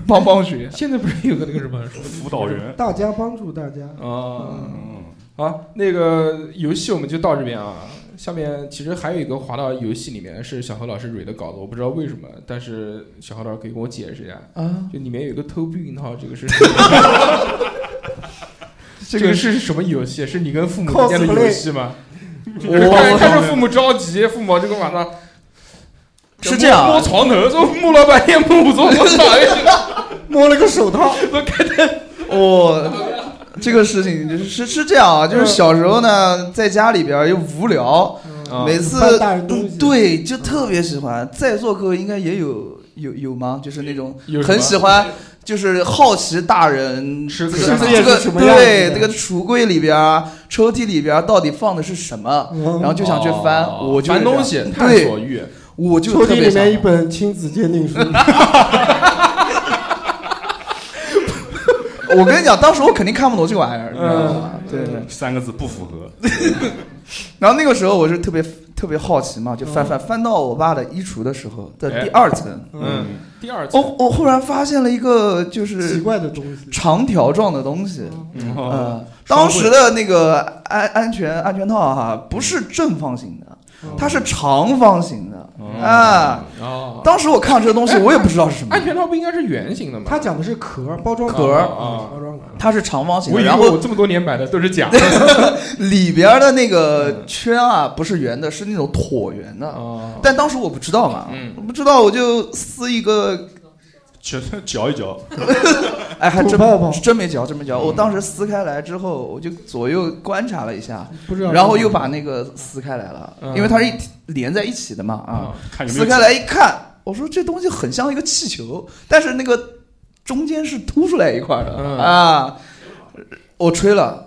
[SPEAKER 3] 帮帮学，
[SPEAKER 1] 现在不是有个那个什么说
[SPEAKER 4] 辅导
[SPEAKER 1] 嗯
[SPEAKER 4] 员。
[SPEAKER 1] [LAUGHS]
[SPEAKER 2] 大家帮助大家，
[SPEAKER 1] 啊？
[SPEAKER 4] 嗯，
[SPEAKER 1] 好，那个游戏我们就到这边啊。下面其实还有一个滑到游戏里面是小何老师蕊的稿子，我不知道为什么，但是小何老师可以给我解释一下，
[SPEAKER 3] 啊，
[SPEAKER 1] 就里面有一个偷避孕套，这个
[SPEAKER 3] [LAUGHS]
[SPEAKER 1] 是
[SPEAKER 3] 这
[SPEAKER 1] 这
[SPEAKER 3] 个
[SPEAKER 1] 个是什么游戏？是你跟父母之间的
[SPEAKER 2] Cosplay
[SPEAKER 1] 游戏吗？就是看
[SPEAKER 3] 哦
[SPEAKER 1] 看着父母着急，父母这个晚上
[SPEAKER 3] 是这样啊
[SPEAKER 1] 摸摸
[SPEAKER 3] [LAUGHS]
[SPEAKER 1] 床头，说摸了半天摸不着，我操！
[SPEAKER 2] 摸了个
[SPEAKER 1] [LAUGHS]
[SPEAKER 2] 手套，
[SPEAKER 1] 哦
[SPEAKER 3] 我这个事情就是是是这样
[SPEAKER 1] 嗯
[SPEAKER 3] 啊，就是小时候呢，在家里边儿又无聊，
[SPEAKER 1] 嗯
[SPEAKER 3] 每次
[SPEAKER 2] 搬哦大人东西，，
[SPEAKER 3] 对就特别喜欢。在座各位应该也有有有吗？就是那种
[SPEAKER 1] 有什么
[SPEAKER 3] 很喜欢，就是好奇大人
[SPEAKER 1] 吃
[SPEAKER 3] 这
[SPEAKER 1] 的
[SPEAKER 3] 个
[SPEAKER 1] 是
[SPEAKER 3] 这个
[SPEAKER 2] 什么样子
[SPEAKER 3] 对
[SPEAKER 2] 的
[SPEAKER 3] 这个橱柜里边儿、抽屉里边儿到底放的是什么，
[SPEAKER 2] 然
[SPEAKER 1] [LAUGHS]
[SPEAKER 3] 然后就想去翻。
[SPEAKER 1] 嗯哦
[SPEAKER 3] 我就
[SPEAKER 1] 翻
[SPEAKER 3] 是这样
[SPEAKER 1] 东西，探索
[SPEAKER 3] 对，
[SPEAKER 1] 欲。
[SPEAKER 3] 我就
[SPEAKER 2] 抽
[SPEAKER 3] 特
[SPEAKER 2] 屉
[SPEAKER 3] 别
[SPEAKER 2] 里
[SPEAKER 3] 想
[SPEAKER 2] 面一本亲子鉴定书，
[SPEAKER 3] 我跟你讲，当时我肯定看不懂这个玩意儿，你知道吗？
[SPEAKER 1] 嗯
[SPEAKER 3] 对对。
[SPEAKER 4] 三个字不符合，
[SPEAKER 3] [LAUGHS] 然后那个时候我是特别特别好奇嘛，就翻翻翻到我爸的衣橱的时候，在
[SPEAKER 1] 哎
[SPEAKER 3] 第二层，
[SPEAKER 1] 嗯，第二次
[SPEAKER 3] 我哦我忽然发现了一个就
[SPEAKER 2] 奇
[SPEAKER 3] 是
[SPEAKER 2] 怪的东西，
[SPEAKER 3] 长条状的东西，
[SPEAKER 4] 嗯，
[SPEAKER 1] 哦
[SPEAKER 3] 呃，当时的那个安安全安全套哈、不是正方形的，它是长方形的
[SPEAKER 4] 哦
[SPEAKER 3] 啊。
[SPEAKER 1] 哦，
[SPEAKER 3] 当时我看到这个东西，我也不知道是什么
[SPEAKER 1] 安，全套不应该是圆形的吗？
[SPEAKER 2] 他讲的是壳包装
[SPEAKER 1] 壳儿啊
[SPEAKER 2] 啊，包装壳，
[SPEAKER 3] 它是长方形
[SPEAKER 1] 我
[SPEAKER 3] 的，
[SPEAKER 1] 以为
[SPEAKER 3] 然
[SPEAKER 1] 我
[SPEAKER 3] 后
[SPEAKER 1] 这么多年买的都是假
[SPEAKER 3] [LAUGHS]
[SPEAKER 1] 嗯
[SPEAKER 3] 里边的那个圈啊不是圆的，是那种椭圆的。
[SPEAKER 1] 的。
[SPEAKER 3] 但当时我不知道嘛，
[SPEAKER 1] 嗯
[SPEAKER 3] 我不知道我就撕一个，
[SPEAKER 4] 嚼嚼一嚼，
[SPEAKER 3] 哎，还真
[SPEAKER 2] 吐泡泡
[SPEAKER 3] 真没嚼，真没嚼。我当时撕开来之后，我就左右观察了一下，
[SPEAKER 2] 不知道，
[SPEAKER 3] 然后又把那个撕开来了，
[SPEAKER 1] 嗯
[SPEAKER 3] 因为它是一连在一起的嘛啊。
[SPEAKER 1] 啊，
[SPEAKER 4] 看有没有
[SPEAKER 3] 撕开来一看，我说这东西很像一个气球，但是那个中间是凸出来一块儿的、
[SPEAKER 1] 嗯
[SPEAKER 3] 啊，我吹了。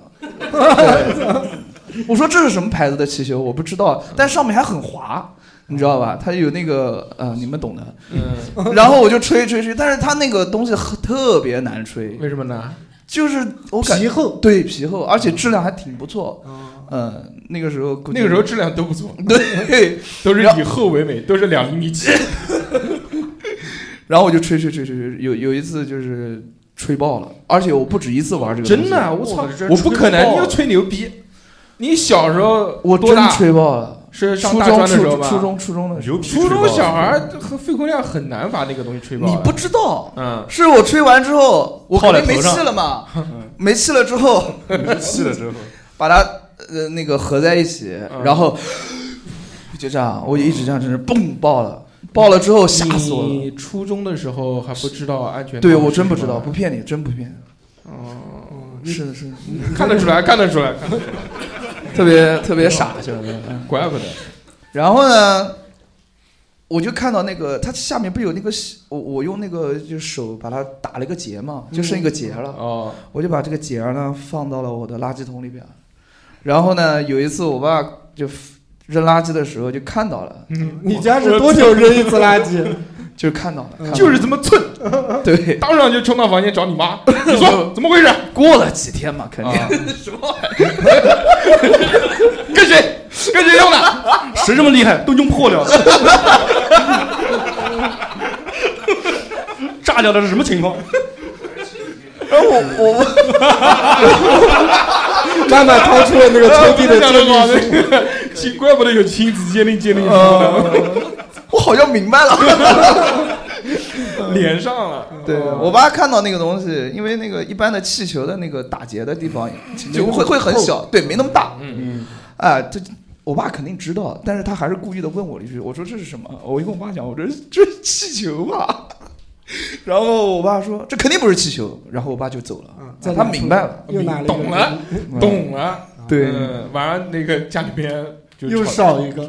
[SPEAKER 3] 对 [LAUGHS] 我说这是什么牌子的气球？我不知道，但上面还很滑，你知道吧？它有那个呃，你们懂的。
[SPEAKER 1] 嗯，
[SPEAKER 3] 然后我就吹吹吹，但是它那个东西很特别难吹，
[SPEAKER 1] 为什么呢？
[SPEAKER 3] 就是我感
[SPEAKER 2] 皮厚，
[SPEAKER 3] 对皮厚，而且质量还挺不错。
[SPEAKER 2] 啊，
[SPEAKER 3] 嗯，那个时候估计
[SPEAKER 1] 哦那个时候质量都不错，
[SPEAKER 3] [LAUGHS] 对，
[SPEAKER 1] 都是以厚为美，都是两厘米起。 [LAUGHS]
[SPEAKER 3] 然后我就吹吹吹吹吹，有有一次就是吹爆了，而且我不止一次玩这个东西。
[SPEAKER 1] 真的，我操
[SPEAKER 3] 真，
[SPEAKER 1] 我不可能，
[SPEAKER 3] 吹
[SPEAKER 1] 你
[SPEAKER 3] 爆啊
[SPEAKER 1] 又
[SPEAKER 3] 了
[SPEAKER 1] 吹牛逼。你小时候
[SPEAKER 3] 我
[SPEAKER 1] 多
[SPEAKER 3] 真
[SPEAKER 1] 大？
[SPEAKER 3] 吹爆了。
[SPEAKER 1] 是上
[SPEAKER 3] 初
[SPEAKER 1] 大专的
[SPEAKER 3] 中、
[SPEAKER 1] 时候
[SPEAKER 3] 初
[SPEAKER 1] 吧？
[SPEAKER 3] 初中、初中的时候，
[SPEAKER 4] 牛皮
[SPEAKER 1] 初中
[SPEAKER 4] 吹爆
[SPEAKER 1] 小孩儿和肺活量很难把那个东西吹爆的。
[SPEAKER 3] 你不知道，
[SPEAKER 1] 嗯，
[SPEAKER 3] 是我吹完之后，哦我
[SPEAKER 4] 泡
[SPEAKER 3] 肯
[SPEAKER 4] 在
[SPEAKER 3] 定没
[SPEAKER 4] 头上
[SPEAKER 3] 气了嘛，
[SPEAKER 1] 嗯
[SPEAKER 3] [LAUGHS] 没气了之后，
[SPEAKER 1] [LAUGHS]
[SPEAKER 4] 气了之后，
[SPEAKER 3] [LAUGHS] 把它呃那个合在一起，
[SPEAKER 1] 嗯
[SPEAKER 3] 然后 [SIGHS] 就这样，我就一直这样，真是嘣爆了，爆了之后吓死我了。
[SPEAKER 1] 你初中的时候还不知道安全？
[SPEAKER 3] 对我真不知道，不。骗你，真不骗
[SPEAKER 2] 哦
[SPEAKER 3] 你。是的，是的，
[SPEAKER 1] 嗯 [LAUGHS] 看得出来，看得出来，看得出
[SPEAKER 3] 特别特别傻，就是嗯
[SPEAKER 1] 来怪不得。
[SPEAKER 3] 然后呢，我就看到那个它下面不有那个我我用那个就是手把它打了一个结嘛，就剩一个结了。
[SPEAKER 1] 嗯哦，
[SPEAKER 3] 我就把这个节儿呢放到了我的垃圾桶里边。然后呢，有一次我爸就 f- 扔垃圾的时候就看到了，
[SPEAKER 1] 嗯
[SPEAKER 2] 你家是多久扔一次垃圾？
[SPEAKER 3] [LAUGHS] 就是看到了，看到
[SPEAKER 1] 嗯
[SPEAKER 3] 了
[SPEAKER 1] 就是这么寸，
[SPEAKER 3] [LAUGHS] 对。
[SPEAKER 1] [LAUGHS] 当场就冲到房间找你
[SPEAKER 3] [LAUGHS]
[SPEAKER 1] 妈，你说怎么回事？ [LAUGHS]
[SPEAKER 3] 过了几天嘛，肯定、
[SPEAKER 1] 啊跟谁？跟谁用
[SPEAKER 4] [LAUGHS]
[SPEAKER 1] 的？
[SPEAKER 4] 谁这么厉害，都用破了， [LAUGHS] 炸掉了是什么情况？
[SPEAKER 3] 然后我我
[SPEAKER 2] [LAUGHS] 慢慢掏出了那个抽屉的
[SPEAKER 1] 讲
[SPEAKER 2] 精
[SPEAKER 1] 的好，
[SPEAKER 2] 力。
[SPEAKER 1] 那 [LAUGHS] 个亲，怪不得有亲子鉴定鉴定书呢， [LAUGHS]
[SPEAKER 3] 呃，我好像明白了。
[SPEAKER 1] 连上了。
[SPEAKER 3] 对我爸看到那个东西，因为那个一般的气球的那个打结的地方就会会很小，对，没那么大。
[SPEAKER 1] 嗯
[SPEAKER 3] 啊，这我爸肯定知道，但是他还是故意的问我了一句，我说这是什么？我一跟我爸讲，我说这是气球吧。 [LAUGHS] 然后我爸说这肯定不是气球，然后我爸就走了。
[SPEAKER 2] 嗯再
[SPEAKER 3] 他
[SPEAKER 2] 拿
[SPEAKER 3] 明白了，
[SPEAKER 2] 又拿了一个
[SPEAKER 1] 懂了，
[SPEAKER 3] 嗯
[SPEAKER 1] 懂了。
[SPEAKER 3] 对，
[SPEAKER 1] 嗯晚上那个家里边就
[SPEAKER 2] 又
[SPEAKER 1] 吵
[SPEAKER 2] 少一个，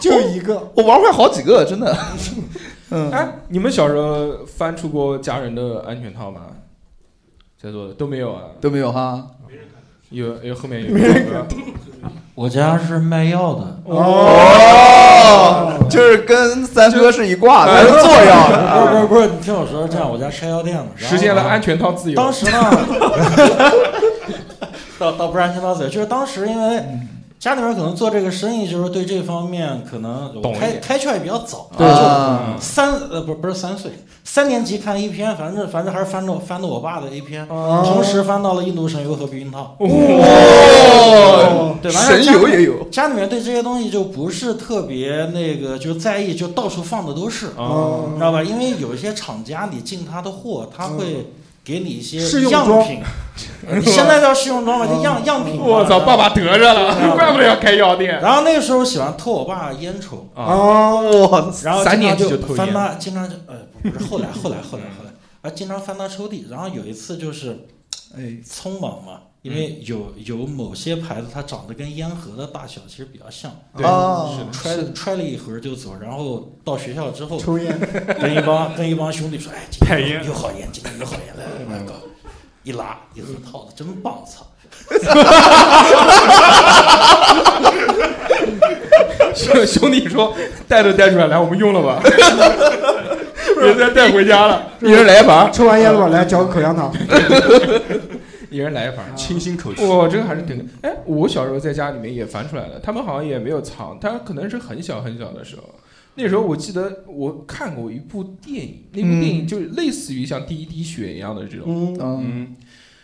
[SPEAKER 2] 就一个。
[SPEAKER 3] 我玩坏好几个，真的。嗯，
[SPEAKER 1] 哎，你们小时候翻出过家人的安全套吗？在座的都没有啊？
[SPEAKER 3] 都没有哈。
[SPEAKER 1] 有有后面有一个
[SPEAKER 8] 我家是卖药的，
[SPEAKER 3] 哦，就是跟三哥是一挂的，他是坐药的
[SPEAKER 8] 不是不是不
[SPEAKER 3] 啊。
[SPEAKER 8] 是，你听我说，这样我家拆药店了，
[SPEAKER 1] 哎实现了安
[SPEAKER 8] 全。
[SPEAKER 1] 全套自由。
[SPEAKER 8] 当时呢，
[SPEAKER 1] [LAUGHS]
[SPEAKER 8] 倒倒不是安全到嘴，就是当时因为家里面可能做这个生意，就是对这方面可能我
[SPEAKER 1] 懂一
[SPEAKER 8] 开
[SPEAKER 1] 点嗯
[SPEAKER 8] 开窍也比较早，
[SPEAKER 3] 对
[SPEAKER 8] 就
[SPEAKER 3] 啊
[SPEAKER 8] 三呃不不是三岁，三年级看 A 片，反正反正还是翻着翻着我爸的 A 片，
[SPEAKER 1] 哦
[SPEAKER 8] 同时翻到了《印度神油》和《避孕套》，
[SPEAKER 3] 哦，
[SPEAKER 8] 对，完事儿
[SPEAKER 3] 神游也有。
[SPEAKER 8] 家里面对这些东西就不是特别那个，就在意，就到处放的都是，
[SPEAKER 2] 哦
[SPEAKER 8] 你知道吧？因为有一些厂家你进他的货，他会给你一些
[SPEAKER 2] 试用
[SPEAKER 8] 样
[SPEAKER 2] 装
[SPEAKER 8] 品，你现在叫试用装吧，就样样品嘛。
[SPEAKER 1] 我操，爸爸得着了， [LAUGHS] 怪不得要开药店。
[SPEAKER 8] 然后那个时候喜欢偷我爸烟抽，
[SPEAKER 2] 哦，
[SPEAKER 8] 啊然后
[SPEAKER 1] 啊三
[SPEAKER 8] 经常
[SPEAKER 1] 年级就
[SPEAKER 8] 就
[SPEAKER 1] 偷
[SPEAKER 8] 翻
[SPEAKER 1] 烟
[SPEAKER 8] 他，经常就呃不是后来后来后来后来，啊经常翻他抽屉，然后有一次就是
[SPEAKER 3] 哎，
[SPEAKER 8] 匆忙嘛，因为
[SPEAKER 1] 嗯
[SPEAKER 8] 有有某些牌子它长得跟烟盒的大小其实比较像，
[SPEAKER 1] 对啊
[SPEAKER 3] 哦
[SPEAKER 1] 是的
[SPEAKER 8] 揣了揣了一盒就走，然后到学校之后
[SPEAKER 2] 抽烟，
[SPEAKER 8] 跟一帮跟一帮兄弟说，哎，今天有有好烟，今天有好烟，来来
[SPEAKER 1] 嗯
[SPEAKER 8] 来，搞，一拉一盒套子，真棒，
[SPEAKER 1] [LAUGHS]
[SPEAKER 8] 操！
[SPEAKER 1] 兄兄弟说带都带出来，来我们用了吧，别再带回家了。
[SPEAKER 3] 一人来一盘。
[SPEAKER 2] 抽完烟了吧？来嚼个口香糖。
[SPEAKER 1] [LAUGHS] 一人来一盘。
[SPEAKER 4] 清新口气，
[SPEAKER 1] 我这个还是挺……哎，我小时候在家里面也翻出来了，他们好像也没有藏，但可能是很小很小的时候。那时候我记得我看过一部电影，那部电影就是类似于像第一滴血一样的这种，
[SPEAKER 2] 嗯，
[SPEAKER 3] 嗯，
[SPEAKER 1] 嗯，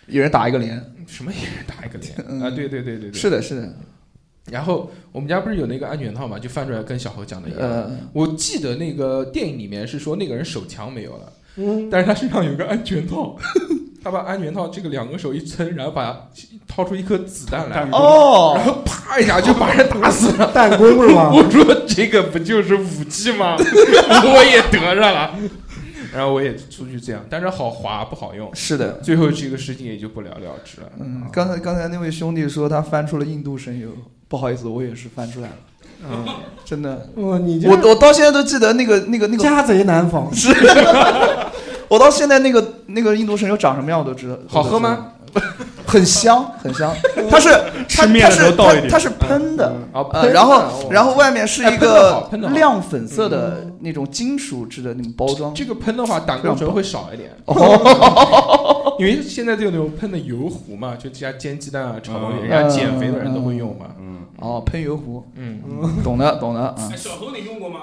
[SPEAKER 3] 一人打一个零。
[SPEAKER 1] 什么也是打一个脸
[SPEAKER 3] [LAUGHS] 嗯
[SPEAKER 1] 啊，对对对对对。
[SPEAKER 3] 是的，是的。
[SPEAKER 1] 然后我们家不是有那个安全套嘛，就翻出来跟小何讲的一样。
[SPEAKER 3] 呃，
[SPEAKER 1] 我记得那个电影里面是说那个人手枪没有了，
[SPEAKER 2] 嗯，
[SPEAKER 1] 但是他身上有个安全套， [LAUGHS] 他把安全套这个两个手一撑，然后把掏出一颗子弹来，
[SPEAKER 3] 哦
[SPEAKER 1] 然，后啪一下就把人打死了。
[SPEAKER 2] [LAUGHS] 弹弓是
[SPEAKER 1] [LAUGHS]
[SPEAKER 2] 吗？
[SPEAKER 1] 我说这个不就是武器吗？我也得着了，然后我也出去这样，但是好滑不好用，
[SPEAKER 3] 是的，
[SPEAKER 1] 最后这个事情也就不了了之了。
[SPEAKER 3] 嗯，刚才刚才那位兄弟说他翻出了印度神油，不好意思，我也是翻出来了，
[SPEAKER 1] 嗯，
[SPEAKER 3] [LAUGHS]
[SPEAKER 1] [LAUGHS]
[SPEAKER 3] 真的，
[SPEAKER 2] 哇，你这
[SPEAKER 3] 我我到现在都记得那个那个那个，
[SPEAKER 2] 家贼难防。
[SPEAKER 3] [LAUGHS] 我到现在那个那个印度神油长什么样我都知道，
[SPEAKER 1] 好喝吗
[SPEAKER 3] 我都知道？很香，
[SPEAKER 1] [LAUGHS]
[SPEAKER 3] 很香，它是它
[SPEAKER 4] 吃面
[SPEAKER 3] 它
[SPEAKER 4] 的时
[SPEAKER 3] 是
[SPEAKER 4] 候倒一
[SPEAKER 3] 它
[SPEAKER 4] 点嗯
[SPEAKER 3] 它是喷的，
[SPEAKER 1] 啊，
[SPEAKER 3] 呃，
[SPEAKER 1] 喷
[SPEAKER 3] 然
[SPEAKER 1] 的
[SPEAKER 3] 后
[SPEAKER 4] [LAUGHS]
[SPEAKER 3] 然后 [LAUGHS] 外面是
[SPEAKER 1] 哎
[SPEAKER 3] 一
[SPEAKER 1] 喷得好
[SPEAKER 3] 个
[SPEAKER 1] 喷得好嗯
[SPEAKER 3] 亮粉色的那种金属制的那种包装
[SPEAKER 1] 这，个喷的话，胆固醇会少一点。
[SPEAKER 3] 哦
[SPEAKER 1] 因为现在都有那种喷的油壶嘛，就加煎鸡蛋啊、炒东西，
[SPEAKER 4] 嗯
[SPEAKER 1] 人家减肥的人都会用嘛。
[SPEAKER 4] 嗯，
[SPEAKER 3] 哦，喷油壶，
[SPEAKER 1] 嗯，
[SPEAKER 3] 懂的懂的啊，
[SPEAKER 7] 小侯你用过吗？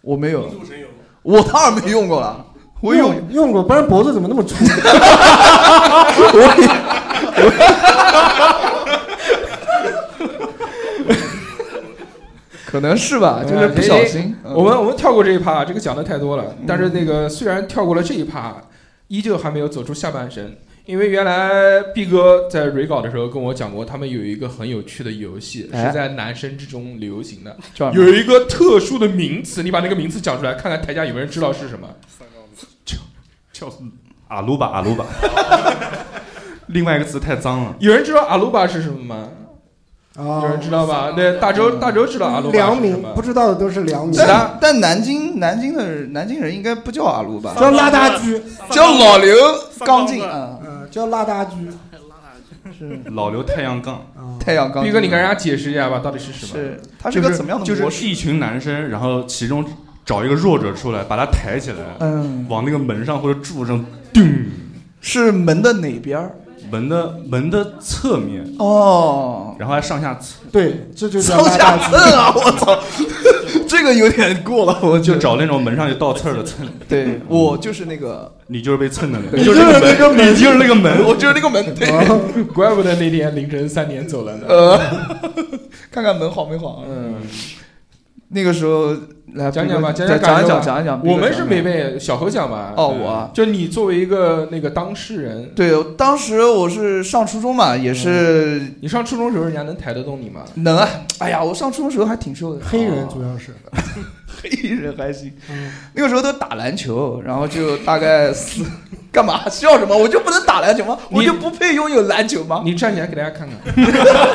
[SPEAKER 3] 我没有
[SPEAKER 7] 印，度神油。
[SPEAKER 3] 我当然没用过了，我有
[SPEAKER 2] 用用过，不然脖子怎么那
[SPEAKER 3] [LAUGHS]
[SPEAKER 2] 么粗？
[SPEAKER 3] 可能是吧，就是
[SPEAKER 1] 嗯
[SPEAKER 3] 不小心。嗯
[SPEAKER 1] 我们我们跳过这一趴，这个讲的太多了。但是那个虽然跳过了这一趴，依旧还没有走出下半身，因为原来呃毕哥在蕊稿的时候跟我讲过，他们有一个很有趣的游戏，
[SPEAKER 3] 哎
[SPEAKER 1] 是在男生之中流行的，
[SPEAKER 3] 叫什么
[SPEAKER 1] 有一个特殊的名词，你把那个名词讲出来，看看台下有没有人知道是什么。叫叫
[SPEAKER 4] 阿鲁巴阿鲁巴，另外一个词太脏了。
[SPEAKER 1] 有人知道阿鲁巴是什么吗？有
[SPEAKER 2] 啊
[SPEAKER 1] 人，知道吧？那大
[SPEAKER 3] 嗯
[SPEAKER 1] 周大周知道阿鲁巴
[SPEAKER 2] 良
[SPEAKER 1] 是什
[SPEAKER 2] 民
[SPEAKER 1] 么
[SPEAKER 2] 不？知道的都是良民，
[SPEAKER 3] 但但南京南京的南京人应该不叫阿鲁吧，
[SPEAKER 2] 叫拉大居，
[SPEAKER 3] [LAUGHS] 叫老刘刚劲
[SPEAKER 9] 上杠
[SPEAKER 3] 啊，
[SPEAKER 2] 嗯，叫拉大居
[SPEAKER 4] 老刘太阳杠
[SPEAKER 2] 啊。
[SPEAKER 3] 太阳刚劲。
[SPEAKER 1] 毕哥，你给人家解释一下吧，到底是什么？
[SPEAKER 3] 是他哦是
[SPEAKER 4] 就
[SPEAKER 3] 个
[SPEAKER 4] 是
[SPEAKER 3] 怎么样的
[SPEAKER 4] 就
[SPEAKER 3] 模
[SPEAKER 4] 是
[SPEAKER 3] 式？
[SPEAKER 4] 一群男生，然后其中找一个弱者出来，把他抬起来，
[SPEAKER 3] 嗯，
[SPEAKER 4] 往那个门上或者柱上钉，
[SPEAKER 3] 是门的哪边儿？
[SPEAKER 4] 门的门的侧面，
[SPEAKER 3] 哦，
[SPEAKER 4] 然后还上下侧，
[SPEAKER 2] 对，这就叫
[SPEAKER 3] 上
[SPEAKER 2] 拉
[SPEAKER 3] 下
[SPEAKER 2] 大
[SPEAKER 3] 蹭
[SPEAKER 2] 居。
[SPEAKER 3] 啊！我操，这个有点过了，我觉
[SPEAKER 4] 就
[SPEAKER 3] 得。
[SPEAKER 4] 找那种门上有倒刺儿的蹭，嗯
[SPEAKER 3] 对我就是那个，
[SPEAKER 4] 你 [LAUGHS] 就是被蹭的那个，
[SPEAKER 2] 你就是那个门
[SPEAKER 4] 你就是那个
[SPEAKER 3] [LAUGHS]
[SPEAKER 4] 门，
[SPEAKER 3] 我就是那
[SPEAKER 1] [LAUGHS]
[SPEAKER 3] 个门，对，
[SPEAKER 1] 哦怪不得那天凌晨三点走了呢。
[SPEAKER 3] 呃， [LAUGHS] 看看门好没好。啊
[SPEAKER 1] 嗯，
[SPEAKER 3] 那个时候来
[SPEAKER 1] 讲讲吧
[SPEAKER 3] 讲
[SPEAKER 1] 讲讲
[SPEAKER 3] 讲
[SPEAKER 1] 感受
[SPEAKER 3] 讲
[SPEAKER 1] 吧
[SPEAKER 3] 讲一讲。
[SPEAKER 1] 我们是
[SPEAKER 3] 讲
[SPEAKER 1] 没被小何讲吧？呃
[SPEAKER 3] 哦，我啊
[SPEAKER 1] 就你作为一个那个当事人，
[SPEAKER 3] 对，当时我是上初中嘛，也是
[SPEAKER 1] 你上初中时候人家能抬得动你吗？
[SPEAKER 3] 能啊。哎呀，我上初中时候还挺瘦的，
[SPEAKER 2] 黑人
[SPEAKER 3] 哦
[SPEAKER 2] 主要是，
[SPEAKER 3] [LAUGHS] 黑人还行
[SPEAKER 2] 嗯。
[SPEAKER 3] 那个时候都打篮球，然后就大概四， [LAUGHS] 干嘛笑什么？我就不能打篮球吗？我
[SPEAKER 1] 你
[SPEAKER 3] 就不配拥有篮球吗？
[SPEAKER 1] 你站起来给大家看看。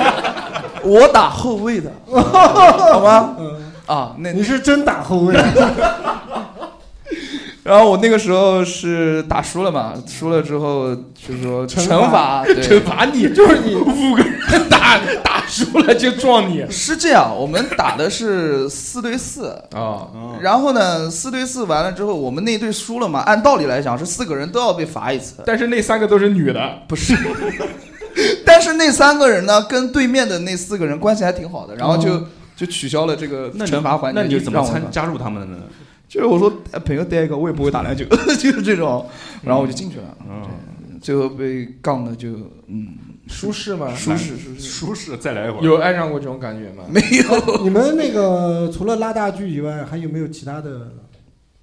[SPEAKER 3] [LAUGHS] 我打后卫的，好吗？
[SPEAKER 2] 嗯，
[SPEAKER 3] 啊，那
[SPEAKER 2] 你是真打后卫，啊
[SPEAKER 3] [LAUGHS] 然后我那个时候是打输了嘛，输了之后就是说
[SPEAKER 2] 惩
[SPEAKER 3] 惩
[SPEAKER 2] 罚
[SPEAKER 3] 罚，
[SPEAKER 1] 惩
[SPEAKER 3] 对，
[SPEAKER 1] 罚你就是你五个人打打输了就撞你啊
[SPEAKER 3] 是这样，我们打的是四对四，！
[SPEAKER 1] 哦
[SPEAKER 3] 啊然后呢，四对四完了之后，我们那队输了嘛，按道理来讲是四个人都要被罚一次，
[SPEAKER 1] 但是那三个都是女的，
[SPEAKER 3] 不是。 [LAUGHS] 但是那三个人呢，跟对面的那四个人关系还挺好的，然后就、
[SPEAKER 1] 哦
[SPEAKER 3] 就取消了这个
[SPEAKER 4] 那你
[SPEAKER 3] 惩罚环节，
[SPEAKER 4] 那你
[SPEAKER 3] 就
[SPEAKER 4] 怎么
[SPEAKER 3] 让我
[SPEAKER 4] 参
[SPEAKER 3] 们
[SPEAKER 4] 加入他们的呢？
[SPEAKER 3] 就是我说哎朋友带一个，我也不会打篮球， [LAUGHS] 就是这种，然后我就进去了，
[SPEAKER 4] 嗯，
[SPEAKER 3] 最后被杠的就嗯，
[SPEAKER 1] 舒适吗？
[SPEAKER 3] 舒适舒适，
[SPEAKER 4] 舒适，再来一会儿。
[SPEAKER 1] 有爱上过这种感觉吗？
[SPEAKER 3] [LAUGHS] 没有。
[SPEAKER 2] 哎你们那个除了拉大剧以外，还有没有其他的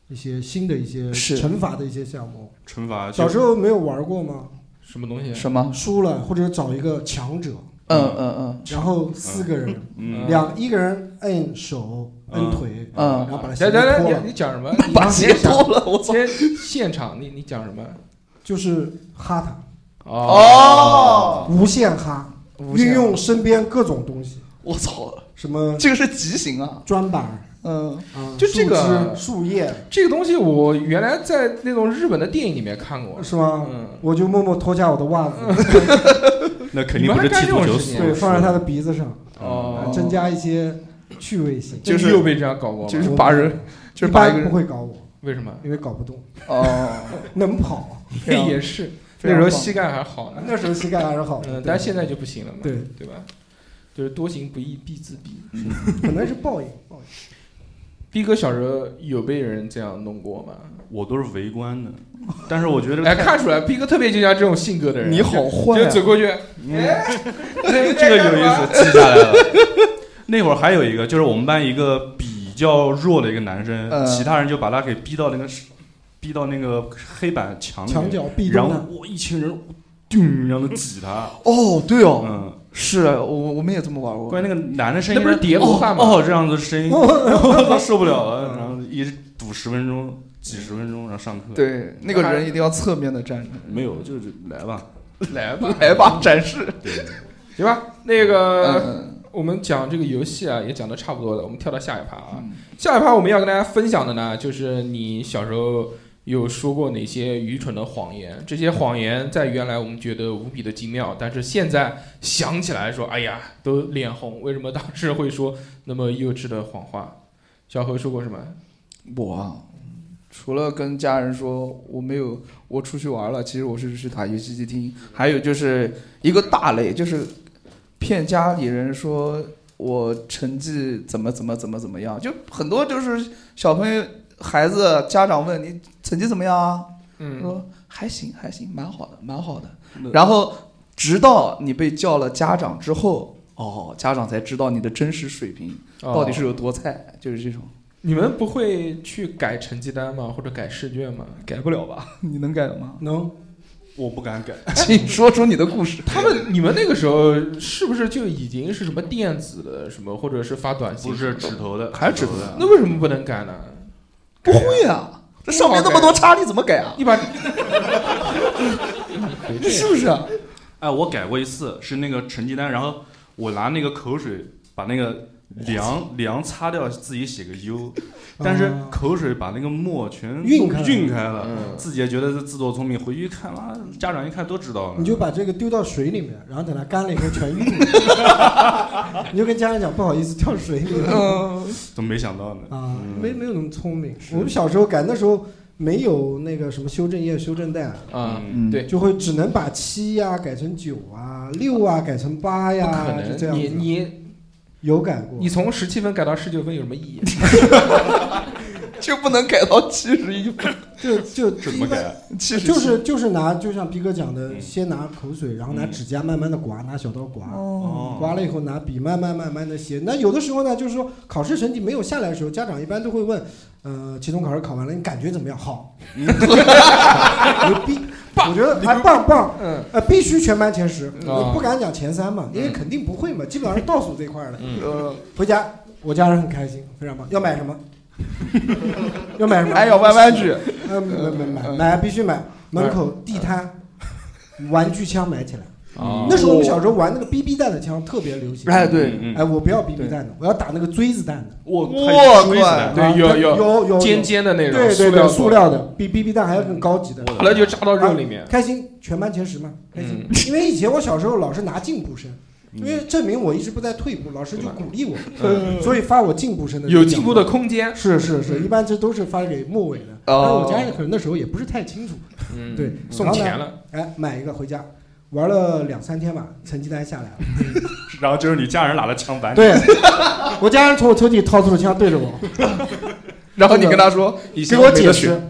[SPEAKER 2] 一些新的一些
[SPEAKER 3] 是
[SPEAKER 2] 惩罚的一些项目？
[SPEAKER 4] 惩罚
[SPEAKER 2] 小时候没有玩过吗？
[SPEAKER 1] 什么东西？啊
[SPEAKER 3] 什么？
[SPEAKER 2] 输了或者找一个强者，
[SPEAKER 3] 嗯嗯嗯，
[SPEAKER 2] 然后四个人，
[SPEAKER 4] 嗯
[SPEAKER 2] 两一个人摁手、摁
[SPEAKER 4] 嗯
[SPEAKER 2] 腿，
[SPEAKER 3] 嗯
[SPEAKER 2] 然后把他
[SPEAKER 1] 来
[SPEAKER 2] 鞋
[SPEAKER 1] 来来，
[SPEAKER 2] 脱了
[SPEAKER 1] 你，你讲什么？你
[SPEAKER 3] [LAUGHS] 把鞋脱了，我操！
[SPEAKER 1] 先现场你你讲什么？
[SPEAKER 2] 就是哈他，
[SPEAKER 3] 哦，
[SPEAKER 2] 无限哈，
[SPEAKER 1] 无限
[SPEAKER 2] 运用身边各种东西，
[SPEAKER 3] 我操，
[SPEAKER 2] 什么
[SPEAKER 3] 这个是极刑啊！
[SPEAKER 2] 砖板儿
[SPEAKER 3] 嗯，
[SPEAKER 2] 啊，
[SPEAKER 1] 就这个
[SPEAKER 2] 树枝、树叶
[SPEAKER 1] 这个东西我原来在那种日本的电影里面看过。
[SPEAKER 2] 是吗？
[SPEAKER 1] 嗯，
[SPEAKER 2] 我就默默脱下我的
[SPEAKER 3] [LAUGHS]
[SPEAKER 2] 袜子，
[SPEAKER 4] 那肯定不是踢足球死，
[SPEAKER 2] 对，放在他的鼻子上，
[SPEAKER 1] 啊
[SPEAKER 2] 啊
[SPEAKER 1] 哦，
[SPEAKER 2] 增加一些趣味性。
[SPEAKER 3] 就是
[SPEAKER 1] 你有被这样搞过吗？
[SPEAKER 3] 就是把人，就
[SPEAKER 2] 一
[SPEAKER 3] 是把一
[SPEAKER 2] 般
[SPEAKER 3] 个
[SPEAKER 2] 不
[SPEAKER 3] 人
[SPEAKER 2] 会搞我，
[SPEAKER 1] 为什么？
[SPEAKER 2] 因为搞不动，
[SPEAKER 3] 哦，
[SPEAKER 2] 能
[SPEAKER 1] [LAUGHS]
[SPEAKER 2] 跑。
[SPEAKER 3] 非常
[SPEAKER 1] 也是，
[SPEAKER 3] 非
[SPEAKER 1] 那
[SPEAKER 3] 常
[SPEAKER 1] 时候
[SPEAKER 3] 棒
[SPEAKER 1] 膝盖还好呢，
[SPEAKER 2] [LAUGHS] 那时候膝盖还是好的
[SPEAKER 1] 嗯，，但现在就不行了嘛，
[SPEAKER 2] 对
[SPEAKER 1] 对吧？就是多行不义必自毙。
[SPEAKER 3] 嗯
[SPEAKER 2] 可能是报应。报应
[SPEAKER 1] 逼哥小时候有被人这样弄过吗？
[SPEAKER 4] 我都是围观的。但是我觉得这个
[SPEAKER 1] 哎，
[SPEAKER 4] 太
[SPEAKER 1] 看出来逼哥特别就像这种性格的人，
[SPEAKER 3] 你好坏
[SPEAKER 1] 就就
[SPEAKER 3] 啊！
[SPEAKER 1] 走过去，哎
[SPEAKER 4] 这 [LAUGHS] 这个有意思，记下来了。 [LAUGHS] 那会儿还有一个，就是我们班一个比较弱的一个男生，
[SPEAKER 3] 嗯
[SPEAKER 4] 其他人就把他给逼到那个是逼到那个黑板墙里
[SPEAKER 2] 墙
[SPEAKER 4] 面，
[SPEAKER 2] 角壁
[SPEAKER 4] 然
[SPEAKER 2] 咚
[SPEAKER 4] 后
[SPEAKER 2] 的，
[SPEAKER 4] 我一群人，咚，让他挤他。
[SPEAKER 3] 哦，对哦，
[SPEAKER 4] 嗯，
[SPEAKER 3] 是啊我我们也这么玩过
[SPEAKER 4] 关。键那个男的声音
[SPEAKER 1] 那不是叠罗
[SPEAKER 4] 哦
[SPEAKER 1] 汉吗？
[SPEAKER 4] 哦，这样子声音， [LAUGHS]
[SPEAKER 3] 哦
[SPEAKER 4] 我受不了了，然后一直堵十分钟，几十分钟，然后上课。，
[SPEAKER 3] 对，那个人一定要侧面的站着，
[SPEAKER 4] 没有，就是来吧。
[SPEAKER 1] [LAUGHS] 来吧，
[SPEAKER 3] [LAUGHS] 来吧，展示。
[SPEAKER 1] 行吧。那个
[SPEAKER 3] 嗯，
[SPEAKER 1] 我们讲这个游戏啊，也讲的差不多了，我们跳到下一趴啊
[SPEAKER 3] 嗯。
[SPEAKER 1] 下一趴我们要跟大家分享的呢，就是你小时候。有说过哪些愚蠢的谎言？这些谎言在原来我们觉得无比的精妙，但是现在想起来说，哎呀，都脸红。为什么当时会说那么幼稚的谎话？小何说过什么？
[SPEAKER 3] 我啊，除了跟家人说我没有，我出去玩了，其实我是去打游戏机厅。还有就是一个大类，就是骗家里人说我成绩怎么怎么怎么怎么样，就很多就是小朋友孩子家长问你成绩怎么样啊？
[SPEAKER 1] 嗯
[SPEAKER 3] 说还行还行，蛮好的蛮好的。然后直到你被叫了家长之后，哦，家长才知道你的真实水平
[SPEAKER 1] 哦
[SPEAKER 3] 到底是有多菜，就是这种。
[SPEAKER 1] 你们不会去改成绩单吗？或者改试卷吗？改不了吧？
[SPEAKER 3] 你能改吗？
[SPEAKER 1] 能。
[SPEAKER 4] 我不敢改。
[SPEAKER 3] 请说出你的故事。
[SPEAKER 1] 他们你们那个时候是不是就已经是什么电子的什么，或者是发短信？
[SPEAKER 4] 不是指头的，
[SPEAKER 3] 还是指头的
[SPEAKER 1] 那为什么不能改呢？
[SPEAKER 3] 不会啊，这上面那么多差，你怎么改啊？
[SPEAKER 1] 你把
[SPEAKER 3] 是不是啊？
[SPEAKER 4] 哎，我改过一次，是那个成绩单，然后我拿那个口水把那个凉凉擦掉，自己写个 U，但是口水把那个墨全
[SPEAKER 2] 嗯晕开了
[SPEAKER 4] 晕开了，自己也觉得是自作聪明，回去一看，妈，家长一看都知道了
[SPEAKER 2] 你。就把这个丢到水里面，然后等它干了以后全
[SPEAKER 1] [LAUGHS]
[SPEAKER 2] 晕了，你就跟家人讲不好意思掉水里了
[SPEAKER 3] 嗯，
[SPEAKER 4] 怎么没想到呢？
[SPEAKER 2] 啊，
[SPEAKER 4] 嗯
[SPEAKER 2] 没没有那么聪明。我们小时候改那时候没有那个什么修正液、修正带啊，
[SPEAKER 1] 啊、
[SPEAKER 3] 嗯
[SPEAKER 1] 对，
[SPEAKER 2] 就会只能把七呀、改成九啊，六啊改成八
[SPEAKER 1] 不
[SPEAKER 2] 呀、
[SPEAKER 1] 可
[SPEAKER 2] 就这
[SPEAKER 1] 能。
[SPEAKER 2] 样
[SPEAKER 1] 你
[SPEAKER 2] 子。
[SPEAKER 1] 你
[SPEAKER 2] 有改过？
[SPEAKER 1] 你从十七分改到十九分有什么意
[SPEAKER 2] [LAUGHS]
[SPEAKER 1] 义？
[SPEAKER 3] [LAUGHS] 就不能改到七十一分，
[SPEAKER 2] 就就
[SPEAKER 4] 怎么改？啊
[SPEAKER 3] 七十
[SPEAKER 2] 就是就是拿，就像逼哥讲的，
[SPEAKER 4] 嗯
[SPEAKER 2] 先拿口水，然后拿
[SPEAKER 4] 嗯
[SPEAKER 2] 指甲慢慢的刮，拿小刀刮，
[SPEAKER 3] 哦，
[SPEAKER 2] 刮
[SPEAKER 4] 哦，
[SPEAKER 2] 了以后拿笔慢慢慢慢的写。那有的时候呢，就是说考试成绩没有下来的时候，家长一般都会问，呃，期中考试考完了，你感觉怎么样？好，
[SPEAKER 3] 嗯
[SPEAKER 2] [LAUGHS] 牛逼，我觉得还棒棒。
[SPEAKER 1] 嗯，
[SPEAKER 2] 呃，必须全班前十，
[SPEAKER 1] 啊
[SPEAKER 2] 我不敢讲前三嘛，因为肯定不会嘛，基本上是倒数这块儿的。
[SPEAKER 3] 呃，
[SPEAKER 2] 回家，我家人很开心，非常棒。要买
[SPEAKER 3] [LAUGHS]
[SPEAKER 2] 什么？要买什么？
[SPEAKER 3] 还有弯弯举，
[SPEAKER 2] 嗯，买买买买，必须买！门口地摊，玩具枪买起来。
[SPEAKER 1] 啊
[SPEAKER 2] 那时候我们小时候玩那个 BB 弹的枪特别流行。
[SPEAKER 3] 哎，对，
[SPEAKER 4] 嗯
[SPEAKER 2] 哎，我不要 BB 弹的，我要打那个锥子弹的。
[SPEAKER 4] 我
[SPEAKER 3] 我
[SPEAKER 4] 追死
[SPEAKER 3] 靠
[SPEAKER 4] 了，
[SPEAKER 1] 对
[SPEAKER 2] 啊
[SPEAKER 1] 有
[SPEAKER 2] 它
[SPEAKER 1] 有
[SPEAKER 2] 有有
[SPEAKER 1] 尖，尖的那
[SPEAKER 2] 有
[SPEAKER 1] 种，
[SPEAKER 2] 对对对，塑
[SPEAKER 1] 塑
[SPEAKER 2] 料的，比 BB 弹还要更高级的。
[SPEAKER 1] 打了就扎到肉里面。
[SPEAKER 2] 啊开心，全班前十嘛，开心
[SPEAKER 1] 嗯。
[SPEAKER 2] 因为以前我小时候老是拿进步生，因为证明我一直不在退步，老师就鼓励我，所以发我进步生的。
[SPEAKER 1] 嗯有进步的。空间，嗯哦
[SPEAKER 2] 是是是，一般这都是发给末尾的，但是我家人可能那时候也不是太清楚，
[SPEAKER 1] 嗯，
[SPEAKER 2] 对
[SPEAKER 1] 送钱了，
[SPEAKER 2] 哎，买一个回家，玩了两三天吧，成绩单下来了。
[SPEAKER 1] [LAUGHS]
[SPEAKER 4] 然后就是你家人拿了枪板，
[SPEAKER 2] 对，我家人从我抽屉里掏出了枪对着我，
[SPEAKER 3] 然后你跟
[SPEAKER 2] [LAUGHS]
[SPEAKER 3] 他说，
[SPEAKER 4] 以
[SPEAKER 2] 给
[SPEAKER 4] 前
[SPEAKER 2] 我
[SPEAKER 4] 没
[SPEAKER 2] 解
[SPEAKER 4] 得选
[SPEAKER 2] 释，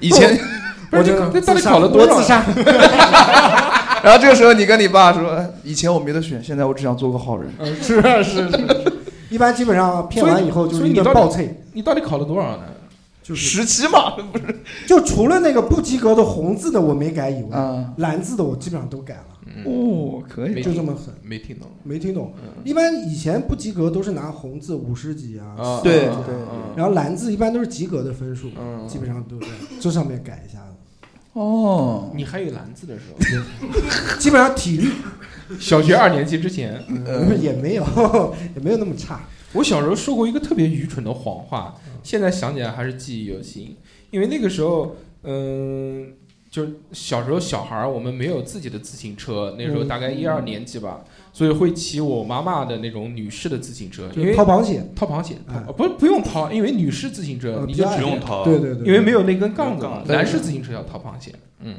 [SPEAKER 3] 以前， [LAUGHS]
[SPEAKER 1] 不是
[SPEAKER 2] 我
[SPEAKER 1] 这
[SPEAKER 2] 就
[SPEAKER 1] 这到底
[SPEAKER 2] 自杀
[SPEAKER 1] 考了多
[SPEAKER 2] 我
[SPEAKER 1] 少
[SPEAKER 2] 自杀？
[SPEAKER 3] 然后这个时候你跟你爸说，以前我没得选，现在我只想做个好人。
[SPEAKER 2] 嗯 [LAUGHS] 是啊是是，是一般基本上骗完以后就是一顿暴脆，
[SPEAKER 1] 你到底考了多少啊呢？
[SPEAKER 2] 就是
[SPEAKER 3] 十七嘛，
[SPEAKER 2] 就除了那个不及格的红字的我没改以外，
[SPEAKER 3] 啊，
[SPEAKER 2] 蓝字的我基本上都改了，
[SPEAKER 3] 哦，可以，
[SPEAKER 1] 嗯没
[SPEAKER 2] 就这么狠。
[SPEAKER 1] 没听懂。嗯
[SPEAKER 2] 没听懂，一般以前不及格都是拿红字五十几啊，
[SPEAKER 1] 啊，
[SPEAKER 3] 对
[SPEAKER 1] 啊
[SPEAKER 3] 对
[SPEAKER 1] 啊
[SPEAKER 2] 然后蓝字一般都是及格的分数，
[SPEAKER 1] 嗯
[SPEAKER 2] 基本上都是这上面改一下子。
[SPEAKER 3] 哦，
[SPEAKER 1] 你还有蓝字的时候，
[SPEAKER 2] 基本上体育
[SPEAKER 1] 小学二年级之前，
[SPEAKER 2] 呃也没有， [LAUGHS] 也没有那么差。嗯
[SPEAKER 1] 我小时候说过一个特别愚蠢的谎话，现在想起来还是记忆犹新。因为那个时候，嗯，就是小时候小孩儿，我们没有自己的自行车，那时
[SPEAKER 2] 嗯
[SPEAKER 1] 候大概一二年级吧，所以会骑我妈妈的那种女士的自行车，因为
[SPEAKER 2] 掏螃蟹，
[SPEAKER 1] 掏螃蟹，掏
[SPEAKER 2] 哎
[SPEAKER 1] 哦不不用掏，因为女士自行车
[SPEAKER 2] 呃
[SPEAKER 1] 你就
[SPEAKER 2] 比
[SPEAKER 1] 只
[SPEAKER 2] 较
[SPEAKER 4] 不
[SPEAKER 1] 用
[SPEAKER 4] 用掏，
[SPEAKER 2] 对对对，
[SPEAKER 1] 因为没有那根杠子
[SPEAKER 4] 没有
[SPEAKER 1] 嘛
[SPEAKER 4] 杠，子
[SPEAKER 1] 男士自行车要掏螃蟹。嗯，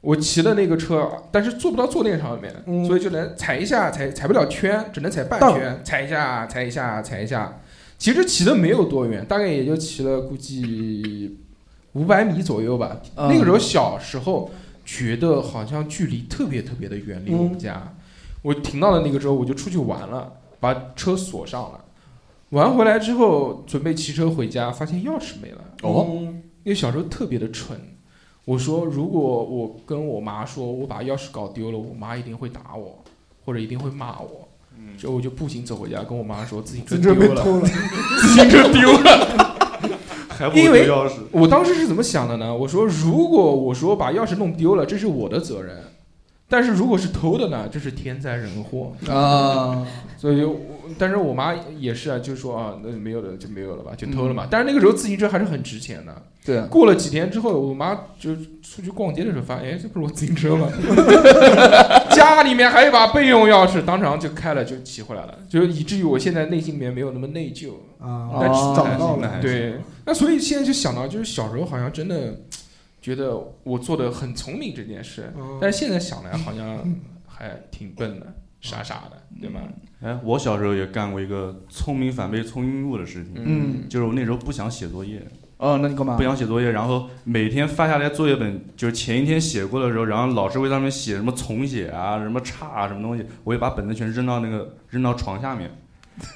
[SPEAKER 1] 我骑的那个车，但是坐不到坐垫上面，
[SPEAKER 2] 嗯
[SPEAKER 1] 所以就能踩一下，踩踩不了圈，只能踩半圈，踩一下，踩一下，踩一下。其实骑的没有多远，大概也就骑了估计五百米左右吧。
[SPEAKER 3] 嗯
[SPEAKER 1] 那个时候小时候觉得好像距离特别特别的远，离我们家。我停到了那个之后，我就出去玩了，把车锁上了。玩回来之后，准备骑车回家，发现钥匙没了。
[SPEAKER 3] 哦
[SPEAKER 1] 嗯，因为小时候特别的蠢，我说如果我跟我妈说我把钥匙搞丢了，我妈一定会打我，或者一定会骂我。之后我就步行走回家，跟我妈说嗯自行车
[SPEAKER 2] 自行车
[SPEAKER 1] 丢
[SPEAKER 2] 被
[SPEAKER 1] 了，
[SPEAKER 2] 偷了，
[SPEAKER 1] [LAUGHS] 自行车丢了。 [LAUGHS]
[SPEAKER 4] 还不
[SPEAKER 1] 因为 [LAUGHS]
[SPEAKER 4] 丢钥匙，
[SPEAKER 1] 我当时是怎么想的呢？我说，如果我说把钥匙弄丢了，这是我的责任；但是如果是偷的呢，这是天灾人祸。
[SPEAKER 3] 啊，
[SPEAKER 1] 所以我，但是我妈也是啊，就说啊，那没有了就没有了吧，就偷了嘛。但是那个时候自行车还是很值钱的。
[SPEAKER 3] 对，
[SPEAKER 1] 过了几天之后，我妈就出去逛街的时候发现，哎，这不是我自行车吗？ [LAUGHS] 家里面还有一把备用钥匙，当场就开了，就骑回来了，就以至于我现在内心里面没有那么内疚。
[SPEAKER 2] 啊，
[SPEAKER 3] 但是
[SPEAKER 2] 找到
[SPEAKER 4] 那还
[SPEAKER 2] 了。
[SPEAKER 4] 是
[SPEAKER 1] 对，那所以现在就想到，就是小时候好像真的觉得我做的很聪明这件事，
[SPEAKER 2] 嗯
[SPEAKER 1] 但是现在想来好像还挺笨的，傻傻的，对吧？
[SPEAKER 4] 哎，我小时候也干过一个聪明反被聪明误的事情，
[SPEAKER 3] 嗯
[SPEAKER 4] 就是我那时候不想写作业，
[SPEAKER 3] 哦，那你干嘛
[SPEAKER 4] 不？想写作业，然后每天发下来作业本，就是前一天写过的时候，然后老师会上面写什么重写啊、什么差啊、什么东西，我会把本子全扔到那个扔到床下面，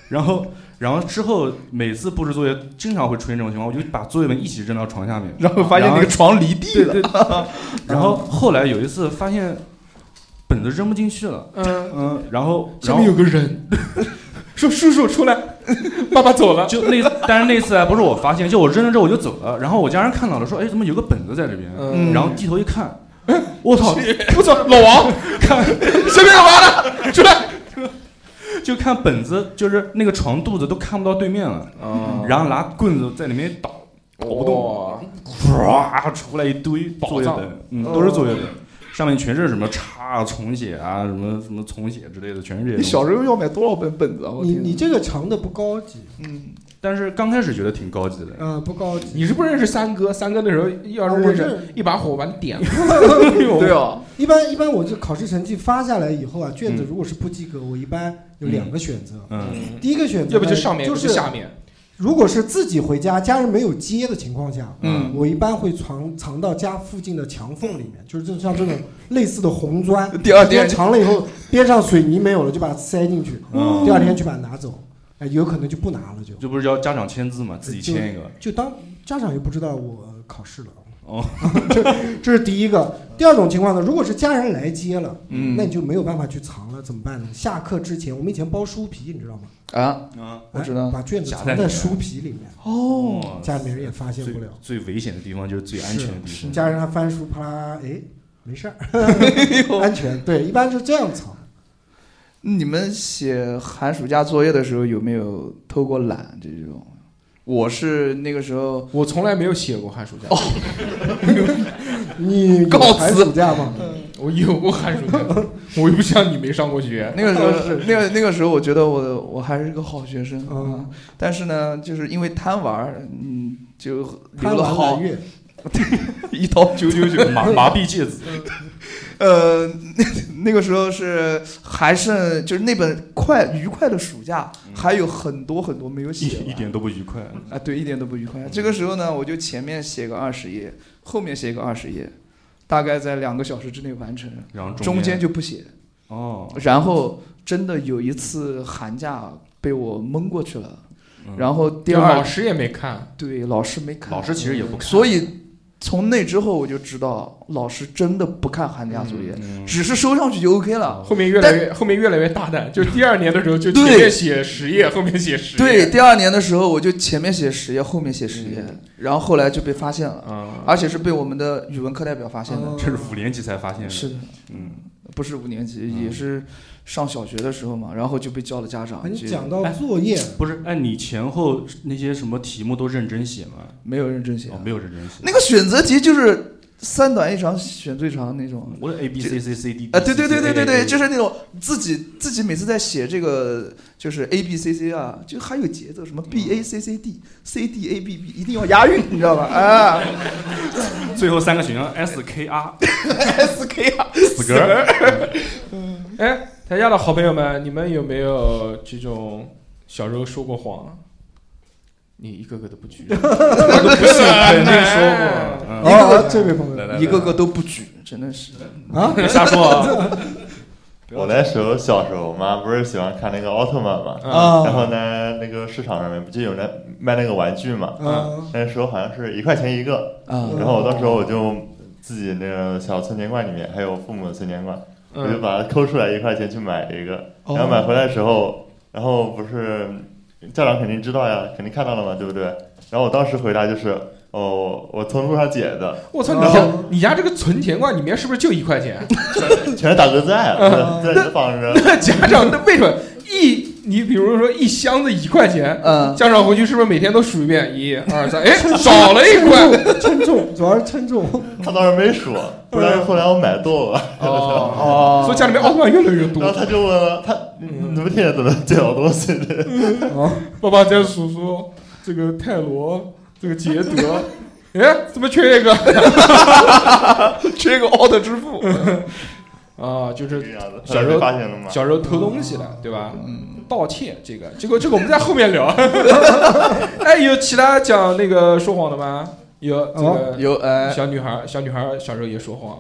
[SPEAKER 4] 然后然后之后每次布置作业，经常会出现这种情况，我就把作业本一起扔到床下面，
[SPEAKER 6] 然后发现那个床离地
[SPEAKER 4] 对
[SPEAKER 6] 了，
[SPEAKER 4] 对，然后后来有一次发现本子扔不进去了，
[SPEAKER 1] 嗯，
[SPEAKER 4] 嗯，然后
[SPEAKER 1] 下
[SPEAKER 4] 然
[SPEAKER 1] 面
[SPEAKER 4] 后
[SPEAKER 1] 有个人，说叔叔出来， [LAUGHS] 爸爸走了。
[SPEAKER 4] 就那，但是那次还不是我发现，就我扔了之后我就走了，然后我家人看到了说，哎，怎么有个本子在这边？
[SPEAKER 1] 嗯，
[SPEAKER 4] 然后低头一看，哎我操，
[SPEAKER 1] 我操，老王，看身边有娃的，出 [LAUGHS] 来。
[SPEAKER 4] 就看本子，就是那个床肚子都看不到对面了，
[SPEAKER 3] 哦
[SPEAKER 4] 然后拿棍子在里面倒，倒不
[SPEAKER 1] 哇
[SPEAKER 4] 动，咵出来一堆作业
[SPEAKER 1] 宝
[SPEAKER 4] 本，嗯，都是作业本，
[SPEAKER 3] 嗯
[SPEAKER 4] 上面全是什么叉啊、重写啊、什么什么重写之类的，全是这些
[SPEAKER 3] 你
[SPEAKER 4] 东西。
[SPEAKER 3] 小时候要买多少本本子啊？我
[SPEAKER 2] 你
[SPEAKER 3] 天哪
[SPEAKER 2] 你这个藏的不高级，
[SPEAKER 3] 嗯，
[SPEAKER 4] 但是刚开始觉得挺高级的，
[SPEAKER 2] 嗯，不高级。
[SPEAKER 1] 你是不认识三哥？三哥那时候要是
[SPEAKER 2] 啊我
[SPEAKER 1] 认
[SPEAKER 2] 是
[SPEAKER 1] 识，哎一把火把你 [LAUGHS] 点了。
[SPEAKER 3] 对啊，
[SPEAKER 2] 一般一般，我这考试成绩发下来以后啊，
[SPEAKER 1] 嗯
[SPEAKER 2] 卷子如果是不及格，我一般有两个选择。
[SPEAKER 4] 嗯，
[SPEAKER 2] 第一个选择呢，
[SPEAKER 1] 要不就上面，
[SPEAKER 2] 就
[SPEAKER 1] 要不就是下面。
[SPEAKER 2] 如果是自己回家，家人没有接的情况下，
[SPEAKER 3] 嗯，
[SPEAKER 2] 我一般会藏藏到家附近的墙缝里面，就是就像这
[SPEAKER 1] [LAUGHS]
[SPEAKER 2] 种类似的红砖，
[SPEAKER 3] 第二
[SPEAKER 2] 时间
[SPEAKER 3] 天
[SPEAKER 2] 长了以后，边上水泥没有了，就把它塞进去，
[SPEAKER 1] 哦
[SPEAKER 4] 嗯
[SPEAKER 2] 第二天去把它拿走，哎，有可能就不拿了，就
[SPEAKER 4] 这不是要家长签字嘛，自己签一个，
[SPEAKER 2] 就当家长也不知道我考试了。
[SPEAKER 4] 哦，
[SPEAKER 2] [LAUGHS] 这这是第一个。第二种情况呢，如果是家人来接了，
[SPEAKER 4] 嗯
[SPEAKER 2] 那你就没有办法去藏了，怎么办呢？下课之前，我们以前包书皮，你知道吗？
[SPEAKER 3] 啊，
[SPEAKER 4] 嗯，
[SPEAKER 3] 我
[SPEAKER 2] 哎
[SPEAKER 3] 知道
[SPEAKER 2] 把卷子
[SPEAKER 4] 夹
[SPEAKER 2] 藏
[SPEAKER 4] 在里
[SPEAKER 2] 在
[SPEAKER 4] 面
[SPEAKER 2] 书皮里面，
[SPEAKER 4] 哦
[SPEAKER 2] 家里面人也发现不了。
[SPEAKER 4] 最危险的地方就是最安全的
[SPEAKER 2] [LAUGHS]
[SPEAKER 4] 地方，
[SPEAKER 2] 家人还翻书，啪啦，哎，没事儿，安全。对，一般是这样藏。
[SPEAKER 3] 你们写寒暑假作业的时候有没有偷过懒这种？我是那个时候哦
[SPEAKER 1] 我从来没有写过寒暑假， [LAUGHS]
[SPEAKER 2] 你有
[SPEAKER 3] 告辞
[SPEAKER 2] 寒暑假吗？
[SPEAKER 1] 嗯我有过寒暑假，我又不像你没上过学。
[SPEAKER 3] 那个时候，
[SPEAKER 1] [LAUGHS]
[SPEAKER 3] 那个那个时候，我觉得我我还是个好学生啊、
[SPEAKER 2] 嗯
[SPEAKER 3] 但是呢，就是因为贪玩儿，嗯，就留
[SPEAKER 2] 贪
[SPEAKER 3] 了
[SPEAKER 2] 玩
[SPEAKER 3] 好
[SPEAKER 2] 蓝月，
[SPEAKER 3] [LAUGHS] 一刀九九九。
[SPEAKER 4] 麻麻痹戒指，
[SPEAKER 1] 嗯
[SPEAKER 3] [LAUGHS] 呃，那那个时候是还剩就是那本快愉快的暑假，还有很多很多没有
[SPEAKER 4] 一
[SPEAKER 3] 写完
[SPEAKER 4] 一点都不愉快。
[SPEAKER 3] 啊，对，一点都不愉快。这个时候呢，我就前面写个二十页，后面写个二十页，大概在两个小时之内完成，
[SPEAKER 4] 然后
[SPEAKER 3] 中
[SPEAKER 4] 间
[SPEAKER 3] 间就不写。
[SPEAKER 4] 哦，
[SPEAKER 3] 然后真的有一次寒假被我蒙过去了，
[SPEAKER 4] 嗯
[SPEAKER 3] 然后第
[SPEAKER 1] 就
[SPEAKER 3] 二
[SPEAKER 1] 老师也没看，
[SPEAKER 3] 对老师没看，
[SPEAKER 4] 老师其实也不看，
[SPEAKER 3] 所以从那之后我就知道老师真的不看寒假作业，
[SPEAKER 4] 嗯
[SPEAKER 3] 只是收上去就 OK 了。
[SPEAKER 1] 后面越来越后面越来越大胆，就是第二年的时候就
[SPEAKER 3] 对
[SPEAKER 1] 前面写十页，后面写十页。
[SPEAKER 3] 对，，第二年的时候我就前面写十页，后面写十页，
[SPEAKER 4] 嗯
[SPEAKER 3] 然后后来就被发现了，
[SPEAKER 1] 啊，
[SPEAKER 3] 而且是被我们的语文课代表发现的。
[SPEAKER 2] 嗯
[SPEAKER 4] 这是五年级才发现的，
[SPEAKER 3] 是的，
[SPEAKER 4] 嗯，
[SPEAKER 3] 不是五年级，也是上小学的时候嘛，然后就被叫了家
[SPEAKER 2] 啊
[SPEAKER 3] 长，
[SPEAKER 2] 你
[SPEAKER 3] 就
[SPEAKER 2] 讲到作业，
[SPEAKER 4] 不是，哎，你前后那些什么题目都认真写吗？
[SPEAKER 3] 没有认真写啊
[SPEAKER 4] 哦，。没有认真写。
[SPEAKER 3] 那个选择题就是三短一长选最长那种，
[SPEAKER 4] 我的 A B C C C D E
[SPEAKER 3] 啊，对对对对对
[SPEAKER 4] [LAUGHS]
[SPEAKER 3] 对，就是是那种自己自己每次在写这个就是 A B C C 啊，就还有节奏，什么 B A C C D C D A B B，一定要押韵，你知道吧？啊
[SPEAKER 4] 最后三个选项 S K R
[SPEAKER 3] [LAUGHS] ，S K 啊，
[SPEAKER 4] 死格儿，
[SPEAKER 1] [LAUGHS] 哎，台下的好朋友们，你们有没有这种小时候说过谎？你一个个都不 [LAUGHS] 举，
[SPEAKER 4] 我都不信，肯
[SPEAKER 3] [LAUGHS]
[SPEAKER 4] 定
[SPEAKER 1] 啊
[SPEAKER 4] 说
[SPEAKER 3] 啊
[SPEAKER 4] 过。嗯
[SPEAKER 2] 哦，这位朋
[SPEAKER 4] 来
[SPEAKER 2] 友
[SPEAKER 4] 来来
[SPEAKER 3] 一个个都不举，真的是。
[SPEAKER 2] 啊，
[SPEAKER 4] 别瞎说啊！
[SPEAKER 3] [LAUGHS]
[SPEAKER 9] 我那时候小时候嘛，不是喜欢看那个奥特曼嘛，
[SPEAKER 1] 嗯
[SPEAKER 2] 啊
[SPEAKER 9] 然后呢，那个市场上面不就有那卖那个玩具嘛？
[SPEAKER 1] 嗯
[SPEAKER 2] 啊，
[SPEAKER 9] 那时候好像是一块钱一个，
[SPEAKER 3] 啊
[SPEAKER 9] 然后我到时候我就自己那个小存钱罐里面还有父母的存钱罐，
[SPEAKER 1] 嗯
[SPEAKER 9] 我就把它抠出来一块钱去买一个，
[SPEAKER 3] 哦
[SPEAKER 9] 然后买回来的时候，然后不是家长肯定知道呀，肯定看到了嘛，对不对？然后我当时回答就是，哦，我从路上捡的，
[SPEAKER 1] 我操！你家你家这个存钱罐里面是不是就一块钱？ [LAUGHS]
[SPEAKER 9] 全是打格子案，
[SPEAKER 2] 嗯
[SPEAKER 9] 在你放着。
[SPEAKER 1] 那家长那为什么一你比如说一箱子一块钱，
[SPEAKER 3] 嗯，
[SPEAKER 1] 家长回去是不是每天都数一遍？一
[SPEAKER 9] [LAUGHS]
[SPEAKER 1] 二三，哎，少了一块。
[SPEAKER 2] 称重，主要是称重。
[SPEAKER 9] 他倒是没数，不然后来我买啊多了，
[SPEAKER 1] 哦，
[SPEAKER 3] 哦
[SPEAKER 1] 所以家里面奥特曼越来越
[SPEAKER 9] 然后
[SPEAKER 1] 多。
[SPEAKER 9] 他就问了，他你你们天天都能捡到东西，
[SPEAKER 2] 嗯
[SPEAKER 1] 爸爸家数数这个泰罗，这
[SPEAKER 9] [LAUGHS]
[SPEAKER 1] 个捷德， [LAUGHS] 哎，怎么缺一个？
[SPEAKER 3] 缺一个 out 之父。
[SPEAKER 1] [LAUGHS] 啊，就是
[SPEAKER 9] 样子
[SPEAKER 1] 小时候
[SPEAKER 9] 被发现了吗
[SPEAKER 1] 小时候偷东西了，对吧？盗窃这个，这个这个我们在后面聊。 [LAUGHS] 哎，有其他讲那个说谎的吗？有呃这个
[SPEAKER 3] 哦有哎
[SPEAKER 1] 小女孩，小女孩小时候也说谎，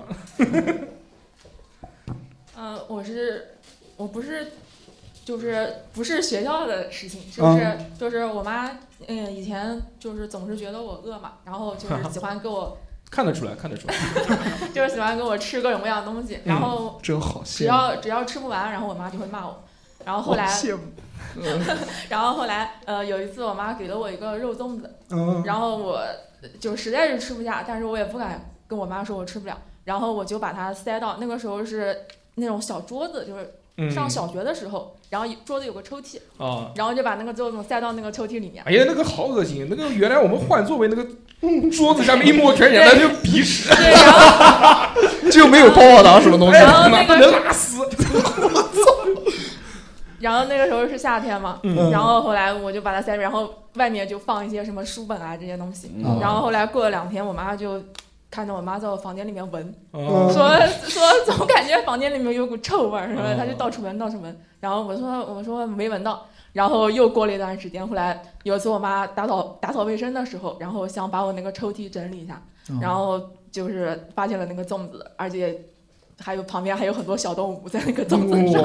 [SPEAKER 10] [LAUGHS] 呃，我是我不是就是不是学校的事情，是不是？
[SPEAKER 1] 嗯
[SPEAKER 10] 就是我妈嗯以前就是总是觉得我饿嘛，然后就是喜欢给我 [LAUGHS]
[SPEAKER 1] 看得出来，看得出来。
[SPEAKER 10] 就是喜欢给我吃各种各样的东西，然后
[SPEAKER 1] 嗯真好羡慕
[SPEAKER 10] 只要只要吃不完，然后我妈就会骂我。然后后来
[SPEAKER 3] 好羡慕嗯，
[SPEAKER 10] [LAUGHS] 然后后来呃有一次我妈给了我一个肉粽子
[SPEAKER 3] 嗯，
[SPEAKER 10] 然后我就实在是吃不下，但是我也不敢跟我妈说我吃不了，然后我就把它塞到那个时候是那种小桌子，就是上
[SPEAKER 1] 嗯
[SPEAKER 10] 小学的时候，然后一桌子有个抽屉，
[SPEAKER 1] 啊
[SPEAKER 10] 然后就把那个肉粽塞到那个抽屉里面。
[SPEAKER 1] 哎呀，那个好恶心！那个原来我们换座位，那个桌子上面一摸全是那就是鼻屎， [LAUGHS]
[SPEAKER 6] 就没有泡泡糖什么东西，
[SPEAKER 10] 然后那
[SPEAKER 1] 不
[SPEAKER 10] 个
[SPEAKER 1] 能拉丝。
[SPEAKER 10] [LAUGHS] 然后那个时候是夏天嘛，
[SPEAKER 1] 嗯
[SPEAKER 10] 然后后来我就把它塞住，然后外面就放一些什么书本啊这些东西。
[SPEAKER 1] 嗯
[SPEAKER 6] 哦
[SPEAKER 10] 然后后来过了两天，我妈就看着我妈在我房间里面闻，
[SPEAKER 1] 哦
[SPEAKER 10] 说说总感觉房间里面有股臭味儿，什么
[SPEAKER 1] 哦
[SPEAKER 10] 她就到处闻到处闻。然后我说我说没闻到。然后又过了一段时间，后来有一次我妈打扫打扫卫生的时候，然后想把我那个抽屉整理一下，
[SPEAKER 3] 嗯
[SPEAKER 10] 然后就是发现了那个粽子，而且还有旁边还有很多小动物在那个粽子上。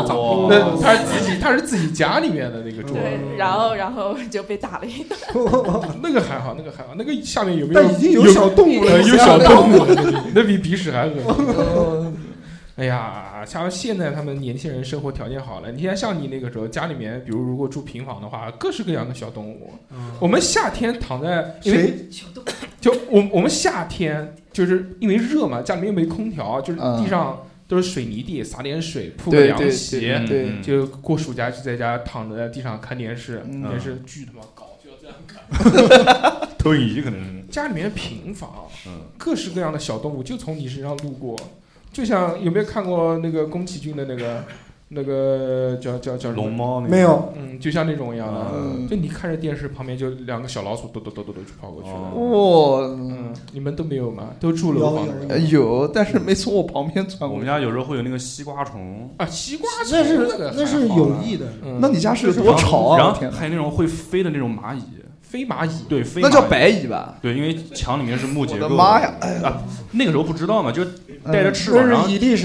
[SPEAKER 1] 那他是自己，他是自己家里面的那个桌
[SPEAKER 10] [LAUGHS] 对，
[SPEAKER 1] 子，
[SPEAKER 10] 然后然后就被打了一顿。
[SPEAKER 1] [LAUGHS] 那个还好，那个还好，那个下面有没有？
[SPEAKER 2] 但已经有小动物了
[SPEAKER 1] 呃
[SPEAKER 2] 你
[SPEAKER 1] 有
[SPEAKER 2] 想
[SPEAKER 1] 小
[SPEAKER 2] 想
[SPEAKER 1] 动物了，那比鼻屎还恶心。哎呀，像现在他们年轻人生活条件好了，你看像你那个时候，家里面比如如果住平房的话，各式各样的小动物。我们夏天躺在，因为就我我们夏天就是因为热嘛，家里面又没空调，就是地上都是水泥地，撒点水铺个
[SPEAKER 3] 对
[SPEAKER 1] 凉
[SPEAKER 3] 对
[SPEAKER 1] 席，
[SPEAKER 3] 对对嗯
[SPEAKER 1] 就过暑假就在家躺着在地上看电视，
[SPEAKER 3] 嗯
[SPEAKER 1] 电视巨他妈高，就要这样看。
[SPEAKER 4] 投影仪可能是，
[SPEAKER 1] 家里面平房，
[SPEAKER 4] 嗯
[SPEAKER 1] 各式各样的小动物就从你身上路过，就像有没有看过那个宫崎骏的那个那个叫叫叫什么
[SPEAKER 4] 龙猫那个
[SPEAKER 2] 没有，
[SPEAKER 1] 嗯，就像那种一样的，
[SPEAKER 3] 嗯
[SPEAKER 1] 就你看着电视旁边就两个小老鼠，嘟嘟嘟嘟嘟就跑过去了。
[SPEAKER 3] 哇，
[SPEAKER 1] 嗯，你们都没有吗？都住楼房的人
[SPEAKER 3] 呃有，但是没从我旁边穿
[SPEAKER 4] 我
[SPEAKER 3] 过
[SPEAKER 4] 们。家有时候会有那个西瓜虫，
[SPEAKER 1] 啊，西瓜虫
[SPEAKER 2] 那是
[SPEAKER 1] 那个还
[SPEAKER 2] 那是
[SPEAKER 1] 好
[SPEAKER 2] 有
[SPEAKER 1] 啦
[SPEAKER 2] 意的，
[SPEAKER 1] 嗯
[SPEAKER 3] 那你家是有多吵啊！
[SPEAKER 4] 然
[SPEAKER 3] 我天
[SPEAKER 4] 后
[SPEAKER 3] 哪
[SPEAKER 4] 还有那种会飞的那种蚂蚁，
[SPEAKER 1] 飞蚂蚁，
[SPEAKER 4] 对，飞
[SPEAKER 3] 那叫
[SPEAKER 4] 蚂蚁
[SPEAKER 3] 白蚁吧？
[SPEAKER 4] 对，因为墙里面是木结
[SPEAKER 3] 我
[SPEAKER 4] 构。
[SPEAKER 3] 的妈呀！！哎呀，
[SPEAKER 4] 啊，那个时候不知道嘛，就嗯带着翅膀，然
[SPEAKER 2] 那
[SPEAKER 4] 后
[SPEAKER 2] 嗯是蚁力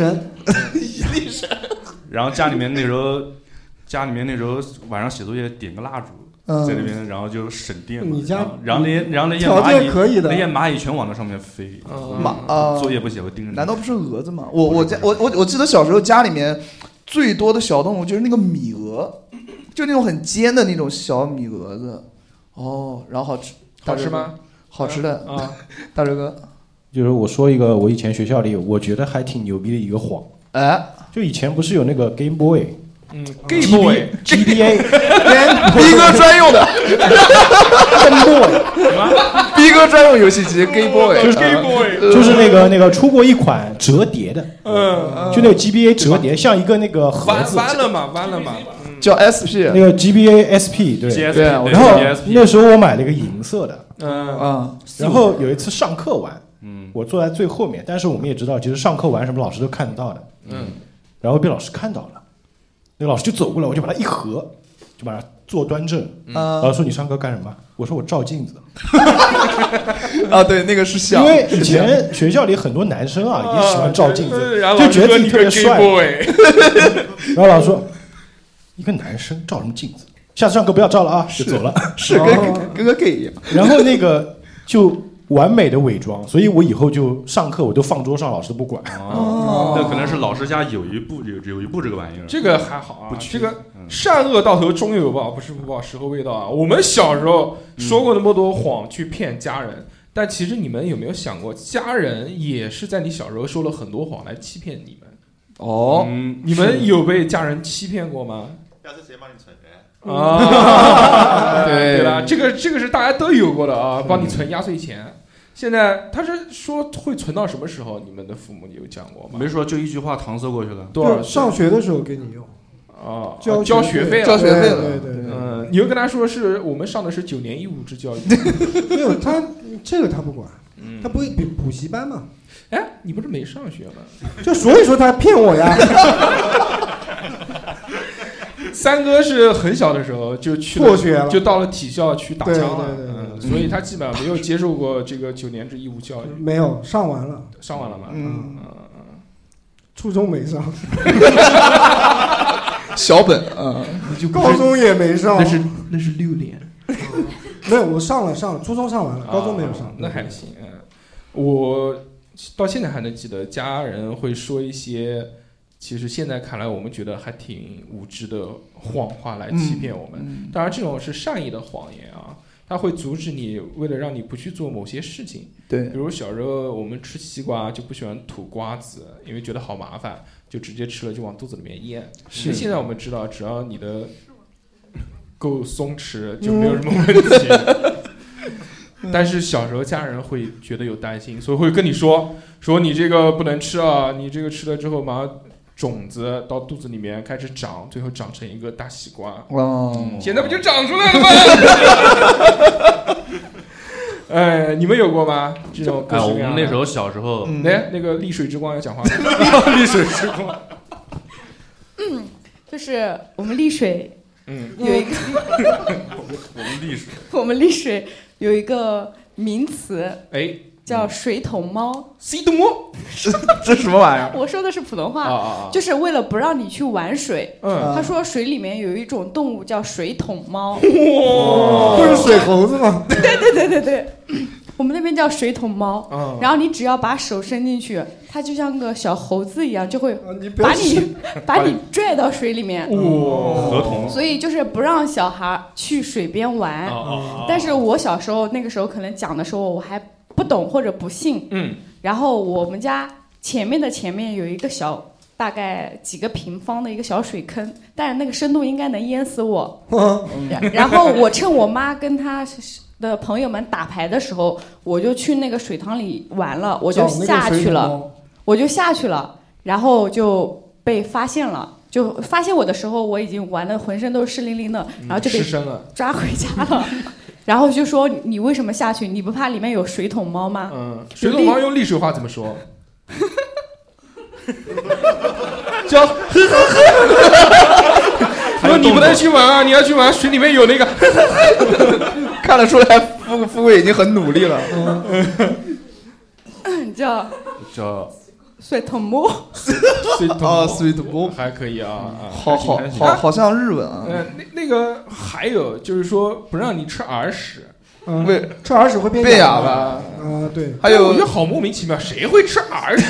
[SPEAKER 2] 神，
[SPEAKER 4] 然后家里面那时候，家里面那时候晚上写作业点个蜡烛，
[SPEAKER 2] 嗯
[SPEAKER 4] 在那边然后就省电嘛。
[SPEAKER 2] 你家
[SPEAKER 4] 然后然后那些然后那些
[SPEAKER 2] 条
[SPEAKER 4] 蚂
[SPEAKER 2] 件
[SPEAKER 4] 蚁
[SPEAKER 2] 可以的
[SPEAKER 4] 那些蚂蚁全往那上面飞，
[SPEAKER 1] 嗯
[SPEAKER 3] 妈啊！
[SPEAKER 4] 作业不写我盯着你。
[SPEAKER 3] 难道不是蛾子吗？我我家我我我记得小时候家里面最多的小动物就是那个米蛾，就那种很尖的那种小米蛾子。哦，然后好吃，
[SPEAKER 1] 好吃？吗？
[SPEAKER 3] 好吃的，
[SPEAKER 1] 啊，
[SPEAKER 3] [LAUGHS] 大哲哥。
[SPEAKER 5] 就是我说一个我以前学校里我觉得还挺牛逼的一个谎，
[SPEAKER 3] 哎，
[SPEAKER 5] 就以前不是有那个 Game Boy
[SPEAKER 1] 嗯，gay boy，
[SPEAKER 5] G B A
[SPEAKER 3] [LAUGHS] 逼哥专用的
[SPEAKER 5] Game Boy，
[SPEAKER 3] 逼哥专用游戏机 Game Boy，啊
[SPEAKER 5] 就是
[SPEAKER 1] gay boy，
[SPEAKER 5] 就是那个那个出过一款折叠的，
[SPEAKER 1] 嗯，
[SPEAKER 5] 就那个 G B A 折
[SPEAKER 3] 啊
[SPEAKER 5] 叠，像一个那个盒
[SPEAKER 1] 弯
[SPEAKER 5] 子，
[SPEAKER 1] 弯了嘛，弯了嘛，嗯
[SPEAKER 3] 叫 SP
[SPEAKER 5] 那个 G B A S P 对。
[SPEAKER 4] ？GSP
[SPEAKER 3] 对
[SPEAKER 4] 对
[SPEAKER 3] 我
[SPEAKER 5] 然后
[SPEAKER 4] GSP
[SPEAKER 5] 那时候我买了一个银色的，
[SPEAKER 1] 嗯，
[SPEAKER 3] 啊，
[SPEAKER 5] 然后有一次上课玩，
[SPEAKER 4] 嗯，
[SPEAKER 5] 我坐在最后面，但是我们也知道，其实上课玩什么老师都看得到的。
[SPEAKER 1] 嗯，
[SPEAKER 5] 然后被老师看到了，那个老师就走过来，我就把它一合，就把它坐端正。
[SPEAKER 3] 啊
[SPEAKER 5] 老师说你上课干什么？我说我照镜子，
[SPEAKER 3] [LAUGHS] 啊，对，那个是像
[SPEAKER 5] 因，为以前学校里很多男生啊也喜欢照镜子，
[SPEAKER 1] 呃然后
[SPEAKER 5] 就觉
[SPEAKER 1] 老师说
[SPEAKER 5] 得自己
[SPEAKER 1] 你
[SPEAKER 5] 特
[SPEAKER 1] 个
[SPEAKER 5] 别帅
[SPEAKER 1] gay。boy，
[SPEAKER 5] 然后老师说，一个男生照什么镜子？下次上课不要照了啊，就走了。
[SPEAKER 3] 是跟跟个 gay 一样。
[SPEAKER 5] 然后那个就完美的伪装，所以我以后就上课我都放桌上，老师都不管。
[SPEAKER 4] 哦，那可能是老师家有一部有有一部这个玩
[SPEAKER 5] 嗯
[SPEAKER 4] 意儿。
[SPEAKER 1] 这个还好啊
[SPEAKER 4] 不，
[SPEAKER 1] 这
[SPEAKER 4] 缺
[SPEAKER 1] 个
[SPEAKER 4] 嗯
[SPEAKER 1] 善恶到头终有报，不是不报，时候未到啊。我们小时候说过那么多谎去骗家人，但其实你们有没有想过，家人也是在你小时候说了很多谎来欺骗你们？
[SPEAKER 3] 哦，
[SPEAKER 4] 嗯，
[SPEAKER 1] 你们有被家人欺骗过吗？
[SPEAKER 9] 下次谁帮你存人？
[SPEAKER 5] [LAUGHS]
[SPEAKER 1] 啊，
[SPEAKER 3] 对
[SPEAKER 1] 对了，这个这个是大家都有过的啊，帮你
[SPEAKER 5] 嗯
[SPEAKER 1] 存压岁钱。现在他是说会存到什么时候？你们的父母有讲过吗？
[SPEAKER 4] 没说就一句话搪塞过去了。
[SPEAKER 1] 多少
[SPEAKER 2] [LAUGHS] 就
[SPEAKER 1] 岁
[SPEAKER 2] 上学的时候给你用，
[SPEAKER 1] 啊？
[SPEAKER 2] 交
[SPEAKER 1] 交
[SPEAKER 2] 学
[SPEAKER 1] 学
[SPEAKER 2] 费
[SPEAKER 1] 费
[SPEAKER 3] 交
[SPEAKER 1] 了。
[SPEAKER 3] 学费了
[SPEAKER 2] 对对对
[SPEAKER 1] 嗯，
[SPEAKER 2] [LAUGHS]
[SPEAKER 1] 你又跟他说是我们上的是九年义务制教育，
[SPEAKER 2] 没有他这个他不管，他不会比补习班嘛？
[SPEAKER 1] [LAUGHS]
[SPEAKER 2] [LAUGHS]
[SPEAKER 1] 哎，你不是没上学吗？
[SPEAKER 2] 就所以说他骗我呀。
[SPEAKER 1] [LAUGHS] 三哥是很小的时候就去
[SPEAKER 2] 辍学了
[SPEAKER 1] 就到了体校去打枪了，
[SPEAKER 2] 对对对对
[SPEAKER 1] 嗯所以他基本上没有接受过这个九年制义务教育，
[SPEAKER 2] 没有上完了，
[SPEAKER 1] 上完了吗？
[SPEAKER 2] 嗯，初中没上，
[SPEAKER 3] 小 [LAUGHS] 本啊，你就
[SPEAKER 2] 高中也没上
[SPEAKER 3] 那是那是六年。
[SPEAKER 2] [LAUGHS] 没有，我上了上了，初中上完了，高中没有
[SPEAKER 1] 啊
[SPEAKER 2] 上。
[SPEAKER 1] 那还行。嗯我到现在还能记得，家人会说一些，其实现在看来我们觉得还挺无知的谎话来欺骗我们。
[SPEAKER 3] 嗯嗯
[SPEAKER 1] 当然，这种是善意的谎言啊，它会阻止你，为了让你不去做某些事情。
[SPEAKER 3] 对
[SPEAKER 1] 比如小时候我们吃西瓜就不喜欢吐瓜子，因为觉得好麻烦，就直接吃了就往肚子里面咽。
[SPEAKER 3] 是
[SPEAKER 1] 现在我们知道，只要你的够松弛，
[SPEAKER 2] 嗯
[SPEAKER 1] 就没有什么问题。 [LAUGHS] 但是小时候家人会觉得有担心，所以会跟你说说你这个不能吃啊，你这个吃了之后马上种子到肚子里面开始长，最后长成一个大西瓜。
[SPEAKER 3] 哦
[SPEAKER 1] 现在不就长出来了吗？ [LAUGHS] 哎，你们有过吗？这种各
[SPEAKER 4] 哎，
[SPEAKER 1] 式
[SPEAKER 4] 我
[SPEAKER 1] 各样
[SPEAKER 4] 们
[SPEAKER 1] 的
[SPEAKER 4] 那时候小时候，
[SPEAKER 1] 来那个丽水之光要讲话
[SPEAKER 4] [LAUGHS]
[SPEAKER 1] 吗， [LAUGHS] 丽水之光，
[SPEAKER 11] [CLEARS THROAT] 就是我们丽水
[SPEAKER 1] 嗯，
[SPEAKER 11] 有一个 [LAUGHS]
[SPEAKER 4] 我们历史，
[SPEAKER 11] 我们丽水有一个名词
[SPEAKER 1] 哎，
[SPEAKER 11] 叫
[SPEAKER 3] 嗯
[SPEAKER 11] 水桶猫。
[SPEAKER 1] 水桶猫，
[SPEAKER 3] 这什么玩意
[SPEAKER 11] [LAUGHS]
[SPEAKER 3] 儿？
[SPEAKER 11] 我说的是普通话，
[SPEAKER 3] 啊啊啊
[SPEAKER 11] 就是为了不让你去玩水。
[SPEAKER 1] 嗯
[SPEAKER 11] 他说水里面有一种动物叫水桶猫。
[SPEAKER 2] 不是水猴子
[SPEAKER 1] [LAUGHS]
[SPEAKER 11] [LAUGHS]
[SPEAKER 2] 吗？
[SPEAKER 11] 对对对对对，我们那边叫水桶猫。
[SPEAKER 1] 嗯
[SPEAKER 11] 然后你只要把手伸进去，它就像个小猴子一样，就会
[SPEAKER 2] 不要
[SPEAKER 11] 把你 [LAUGHS] 把
[SPEAKER 1] 把你
[SPEAKER 11] 你拽到水里面。
[SPEAKER 1] 合同
[SPEAKER 11] 所以就是不让小孩儿去水边玩。
[SPEAKER 1] 哦
[SPEAKER 11] 但是我小时候那个时候可能讲的时候我还不懂或者不信，
[SPEAKER 1] 嗯
[SPEAKER 11] 然后我们家前面的前面有一个小大概几个平方的一个小水坑，但是那个深度应该能淹
[SPEAKER 1] [LAUGHS]
[SPEAKER 11] 死我。然然后我趁我妈跟她的朋友们打牌的时候，我就去那个水塘里玩了，我就
[SPEAKER 2] 找那
[SPEAKER 1] 哦
[SPEAKER 2] 个
[SPEAKER 11] 下
[SPEAKER 2] 水
[SPEAKER 11] 去
[SPEAKER 2] 桶
[SPEAKER 11] 了
[SPEAKER 2] 猫，
[SPEAKER 11] 我就下去了，然后就被发现了。就发现我的时候，我已经玩的浑身都是湿淋淋的，然后就被
[SPEAKER 1] 嗯失身了
[SPEAKER 11] 抓回家了。 [LAUGHS] 然后就说你为什么下去？你不怕里面有水桶猫吗？
[SPEAKER 1] 嗯，水桶猫用丽水话怎么
[SPEAKER 3] [LAUGHS]
[SPEAKER 1] 说？叫呵呵 [LAUGHS] 呵，说你不能去玩啊，你要去玩水里面有那个，
[SPEAKER 3] [LAUGHS] 看得出来，富富贵已经很努力了。
[SPEAKER 1] 嗯
[SPEAKER 3] 啊
[SPEAKER 11] [LAUGHS] 叫
[SPEAKER 4] 叫
[SPEAKER 11] 水桶猫。
[SPEAKER 1] 水桶
[SPEAKER 3] 啊，水桶猫
[SPEAKER 1] 还可以啊，
[SPEAKER 3] 好好好，好像日文啊。
[SPEAKER 1] 呃，那那个还有就是说不让你吃耳屎，
[SPEAKER 3] 为
[SPEAKER 2] 嗯吃耳屎会变
[SPEAKER 3] 变哑
[SPEAKER 2] 的
[SPEAKER 3] 巴。
[SPEAKER 2] 啊，对，
[SPEAKER 3] 还有
[SPEAKER 1] 哎我觉得
[SPEAKER 3] [LAUGHS]
[SPEAKER 1] 好莫名其妙，谁会吃耳屎？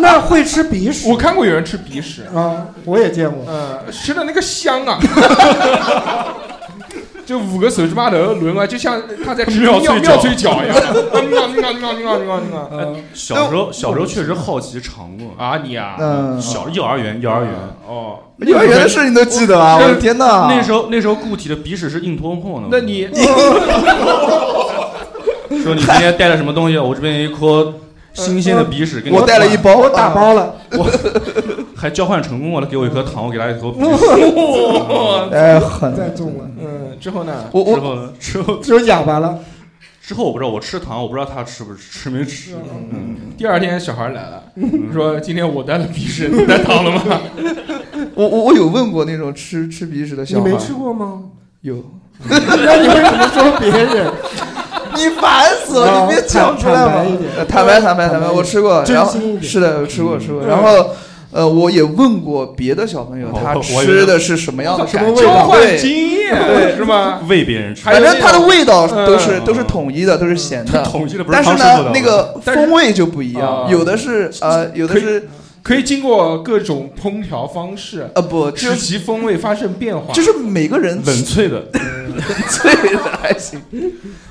[SPEAKER 2] 那会吃鼻屎
[SPEAKER 1] 我看过有人吃鼻屎，
[SPEAKER 2] 啊，我也见过。
[SPEAKER 1] 嗯，吃的那个香啊， [LAUGHS] 就五个手指码头轮过来，就像他
[SPEAKER 4] [LAUGHS]
[SPEAKER 1] 在吃
[SPEAKER 4] 妙
[SPEAKER 1] 妙
[SPEAKER 4] 脆
[SPEAKER 1] 妙
[SPEAKER 4] 角
[SPEAKER 1] 脆角一样。 [LAUGHS] 嗯
[SPEAKER 4] 小时候小时候确实好奇尝过
[SPEAKER 1] 啊，你啊
[SPEAKER 3] 嗯
[SPEAKER 4] 小幼儿园幼儿园
[SPEAKER 1] 哦，
[SPEAKER 3] 幼儿园的事你都记得啊
[SPEAKER 4] 那
[SPEAKER 3] 我的天哪
[SPEAKER 4] 那时候那时候固体的鼻屎是硬通货呢。
[SPEAKER 1] 那你嗯 [LAUGHS]
[SPEAKER 4] 说你今天
[SPEAKER 3] [LAUGHS]
[SPEAKER 4] 带了什么东西？我这边有一颗新鲜的鼻屎给你，
[SPEAKER 3] 我带了一包，
[SPEAKER 2] 我打包了，
[SPEAKER 4] 还交换成功了，给我一颗糖，我给他一
[SPEAKER 3] [LAUGHS]
[SPEAKER 4] 口鼻
[SPEAKER 3] 哎，狠！
[SPEAKER 2] 再中了，
[SPEAKER 1] 嗯，之后呢？
[SPEAKER 3] 我
[SPEAKER 4] 之
[SPEAKER 3] 我
[SPEAKER 4] 后呢？之后
[SPEAKER 2] 只有哑巴了。
[SPEAKER 4] 之后我不知道，我吃糖，我不知道他吃不吃吃没吃。
[SPEAKER 3] 嗯
[SPEAKER 1] 嗯第二天小孩来了，说今天我带了鼻屎，你带糖了吗？
[SPEAKER 3] [LAUGHS] 我我我有问过那种吃吃鼻屎的
[SPEAKER 2] 你
[SPEAKER 3] 小孩
[SPEAKER 2] 没，吃过吗？
[SPEAKER 3] 有。
[SPEAKER 2] [LAUGHS] 那你为什么说别人？
[SPEAKER 3] [LAUGHS] 你烦死了！
[SPEAKER 2] 啊
[SPEAKER 3] 你别讲出来
[SPEAKER 2] 坦白一
[SPEAKER 3] 嘛
[SPEAKER 2] 点！
[SPEAKER 3] 呃坦白坦白坦白，我吃过，
[SPEAKER 2] 真
[SPEAKER 3] 然后
[SPEAKER 2] 心一点嗯
[SPEAKER 3] 是的，吃过吃过。然后，呃，我也问过别的小朋友，
[SPEAKER 4] 哦
[SPEAKER 3] 他
[SPEAKER 4] 我我以为
[SPEAKER 3] 吃的是什么样的感觉？
[SPEAKER 1] 交换
[SPEAKER 3] 对，
[SPEAKER 1] 经验
[SPEAKER 3] 对
[SPEAKER 1] 是吗？
[SPEAKER 4] 喂别人吃，
[SPEAKER 1] 还有
[SPEAKER 3] 反正它的味道都是
[SPEAKER 1] 嗯
[SPEAKER 3] 都是统一的，都是咸的。
[SPEAKER 4] 统计的不
[SPEAKER 3] 但是
[SPEAKER 4] 唐师傅
[SPEAKER 3] 呢
[SPEAKER 4] 的，
[SPEAKER 3] 那个
[SPEAKER 1] 但是
[SPEAKER 3] 风味 [LAUGHS] 就不一样
[SPEAKER 1] 啊，
[SPEAKER 3] 有的是呃，有的是
[SPEAKER 1] 可以经过各种烹调方式，
[SPEAKER 3] 呃不，就
[SPEAKER 1] 使
[SPEAKER 3] 是
[SPEAKER 1] 其风味发生变化。
[SPEAKER 3] 就是每个人
[SPEAKER 4] 冷萃的，
[SPEAKER 3] 脆的还行。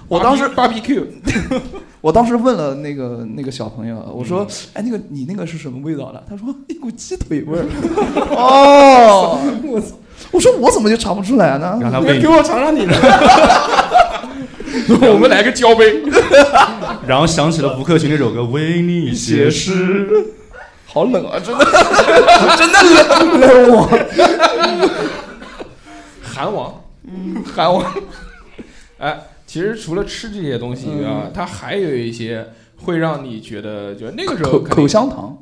[SPEAKER 3] 我当时
[SPEAKER 1] barbecue，
[SPEAKER 3] [LAUGHS] 我当时问了那个那个小朋友，我说：“哎，那个你那个是什么味道的？”他说：“一股鸡腿味儿。”哦，我我说我怎么就尝不出来呢？
[SPEAKER 4] 让他
[SPEAKER 2] 你
[SPEAKER 4] 喂
[SPEAKER 2] 给我尝尝你的。
[SPEAKER 1] [LAUGHS] 我们来个交
[SPEAKER 4] [LAUGHS]
[SPEAKER 1] 杯。
[SPEAKER 4] 然后想起了吴克群那首歌《为你写诗》，
[SPEAKER 3] 好冷啊，真的。 [LAUGHS]
[SPEAKER 1] 韩王，
[SPEAKER 3] 喊我
[SPEAKER 1] 哎，其实除了吃这些东西啊，
[SPEAKER 3] 嗯
[SPEAKER 1] 它还有一些会让你觉得，就那个时候
[SPEAKER 3] 口
[SPEAKER 1] 肯定
[SPEAKER 3] 口香糖。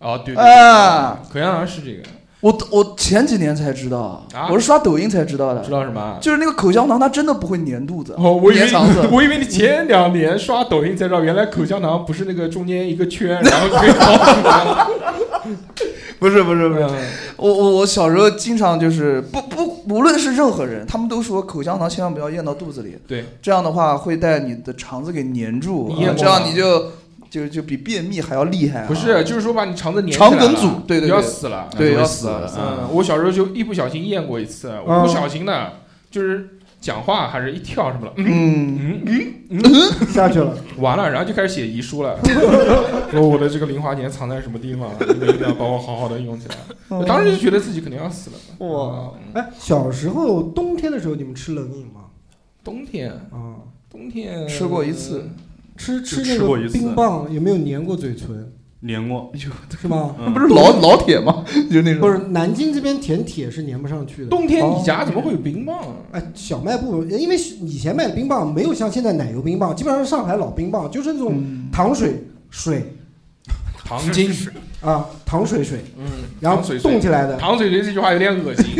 [SPEAKER 1] 哦，对，对
[SPEAKER 3] 啊，
[SPEAKER 1] 对口香糖是这个，
[SPEAKER 3] 我我前几年才知道，
[SPEAKER 1] 啊
[SPEAKER 3] 我是刷抖音才知道的。
[SPEAKER 1] 知道什么？
[SPEAKER 3] 就是那个口香糖，它真的不会粘肚子，
[SPEAKER 1] 哦，我以为。
[SPEAKER 3] 粘肠子
[SPEAKER 1] 我以为你前两年刷抖音才知道，原来口香糖不是那个中间一个圈，然后可以包出来。
[SPEAKER 3] [LAUGHS] 不是不是不是，
[SPEAKER 1] 嗯
[SPEAKER 3] 我我我小时候经常就是不不，无论是任何人，他们都说口香糖千万不要咽到肚子里，
[SPEAKER 1] 对，
[SPEAKER 3] 这样的话会带你的肠子给粘住，
[SPEAKER 1] 你咽
[SPEAKER 3] 啊
[SPEAKER 1] 过
[SPEAKER 3] 这样
[SPEAKER 1] 吗
[SPEAKER 3] 你就就就比便秘还要厉害啊。
[SPEAKER 1] 不是，就是说把你肠子粘起来
[SPEAKER 3] 肠
[SPEAKER 1] 了
[SPEAKER 3] 梗阻，对对对，
[SPEAKER 1] 要死了，
[SPEAKER 3] 对
[SPEAKER 1] 要
[SPEAKER 3] 要
[SPEAKER 1] 死
[SPEAKER 3] 了。啊
[SPEAKER 1] 嗯，我小时候就一不小心咽过一次，我不小心的，就是讲话还是一跳什么了，嗯嗯嗯嗯，
[SPEAKER 2] 下去了，
[SPEAKER 1] 完了，然后就开始写遗书了，说我的这个零花钱藏在什么地方了，你们一定要把我好好的用起来。 [LAUGHS] 我当时就觉得自己肯定要死了。
[SPEAKER 2] 哇！哎，小时候冬天的时候，你们吃冷饮吗？
[SPEAKER 1] 冬天
[SPEAKER 2] 啊，
[SPEAKER 1] 冬天
[SPEAKER 3] 吃过一次，
[SPEAKER 2] 吃
[SPEAKER 4] 就
[SPEAKER 2] 吃
[SPEAKER 4] 吃
[SPEAKER 2] 那
[SPEAKER 4] 过一
[SPEAKER 2] 个
[SPEAKER 4] 次
[SPEAKER 2] 冰棒，有没有粘过嘴唇？哎
[SPEAKER 4] 粘过，
[SPEAKER 2] 是吗？
[SPEAKER 4] 嗯那不是老老铁吗 [LAUGHS]
[SPEAKER 3] 就那种
[SPEAKER 2] 不是南京这边甜铁是粘不上去的。
[SPEAKER 1] 冬天
[SPEAKER 4] 哦
[SPEAKER 1] 你家怎么会有冰棒？啊
[SPEAKER 2] 哎，小卖部，因为以前卖的冰棒没有像现在奶油冰棒，基本上是上海老冰棒，就是那种糖水水
[SPEAKER 1] 嗯糖精
[SPEAKER 2] 啊，糖水水，
[SPEAKER 1] 嗯，
[SPEAKER 2] 然后
[SPEAKER 1] 糖水水
[SPEAKER 2] 冻起
[SPEAKER 4] [LAUGHS]
[SPEAKER 2] 来的，
[SPEAKER 1] 糖水水这句话有点恶心。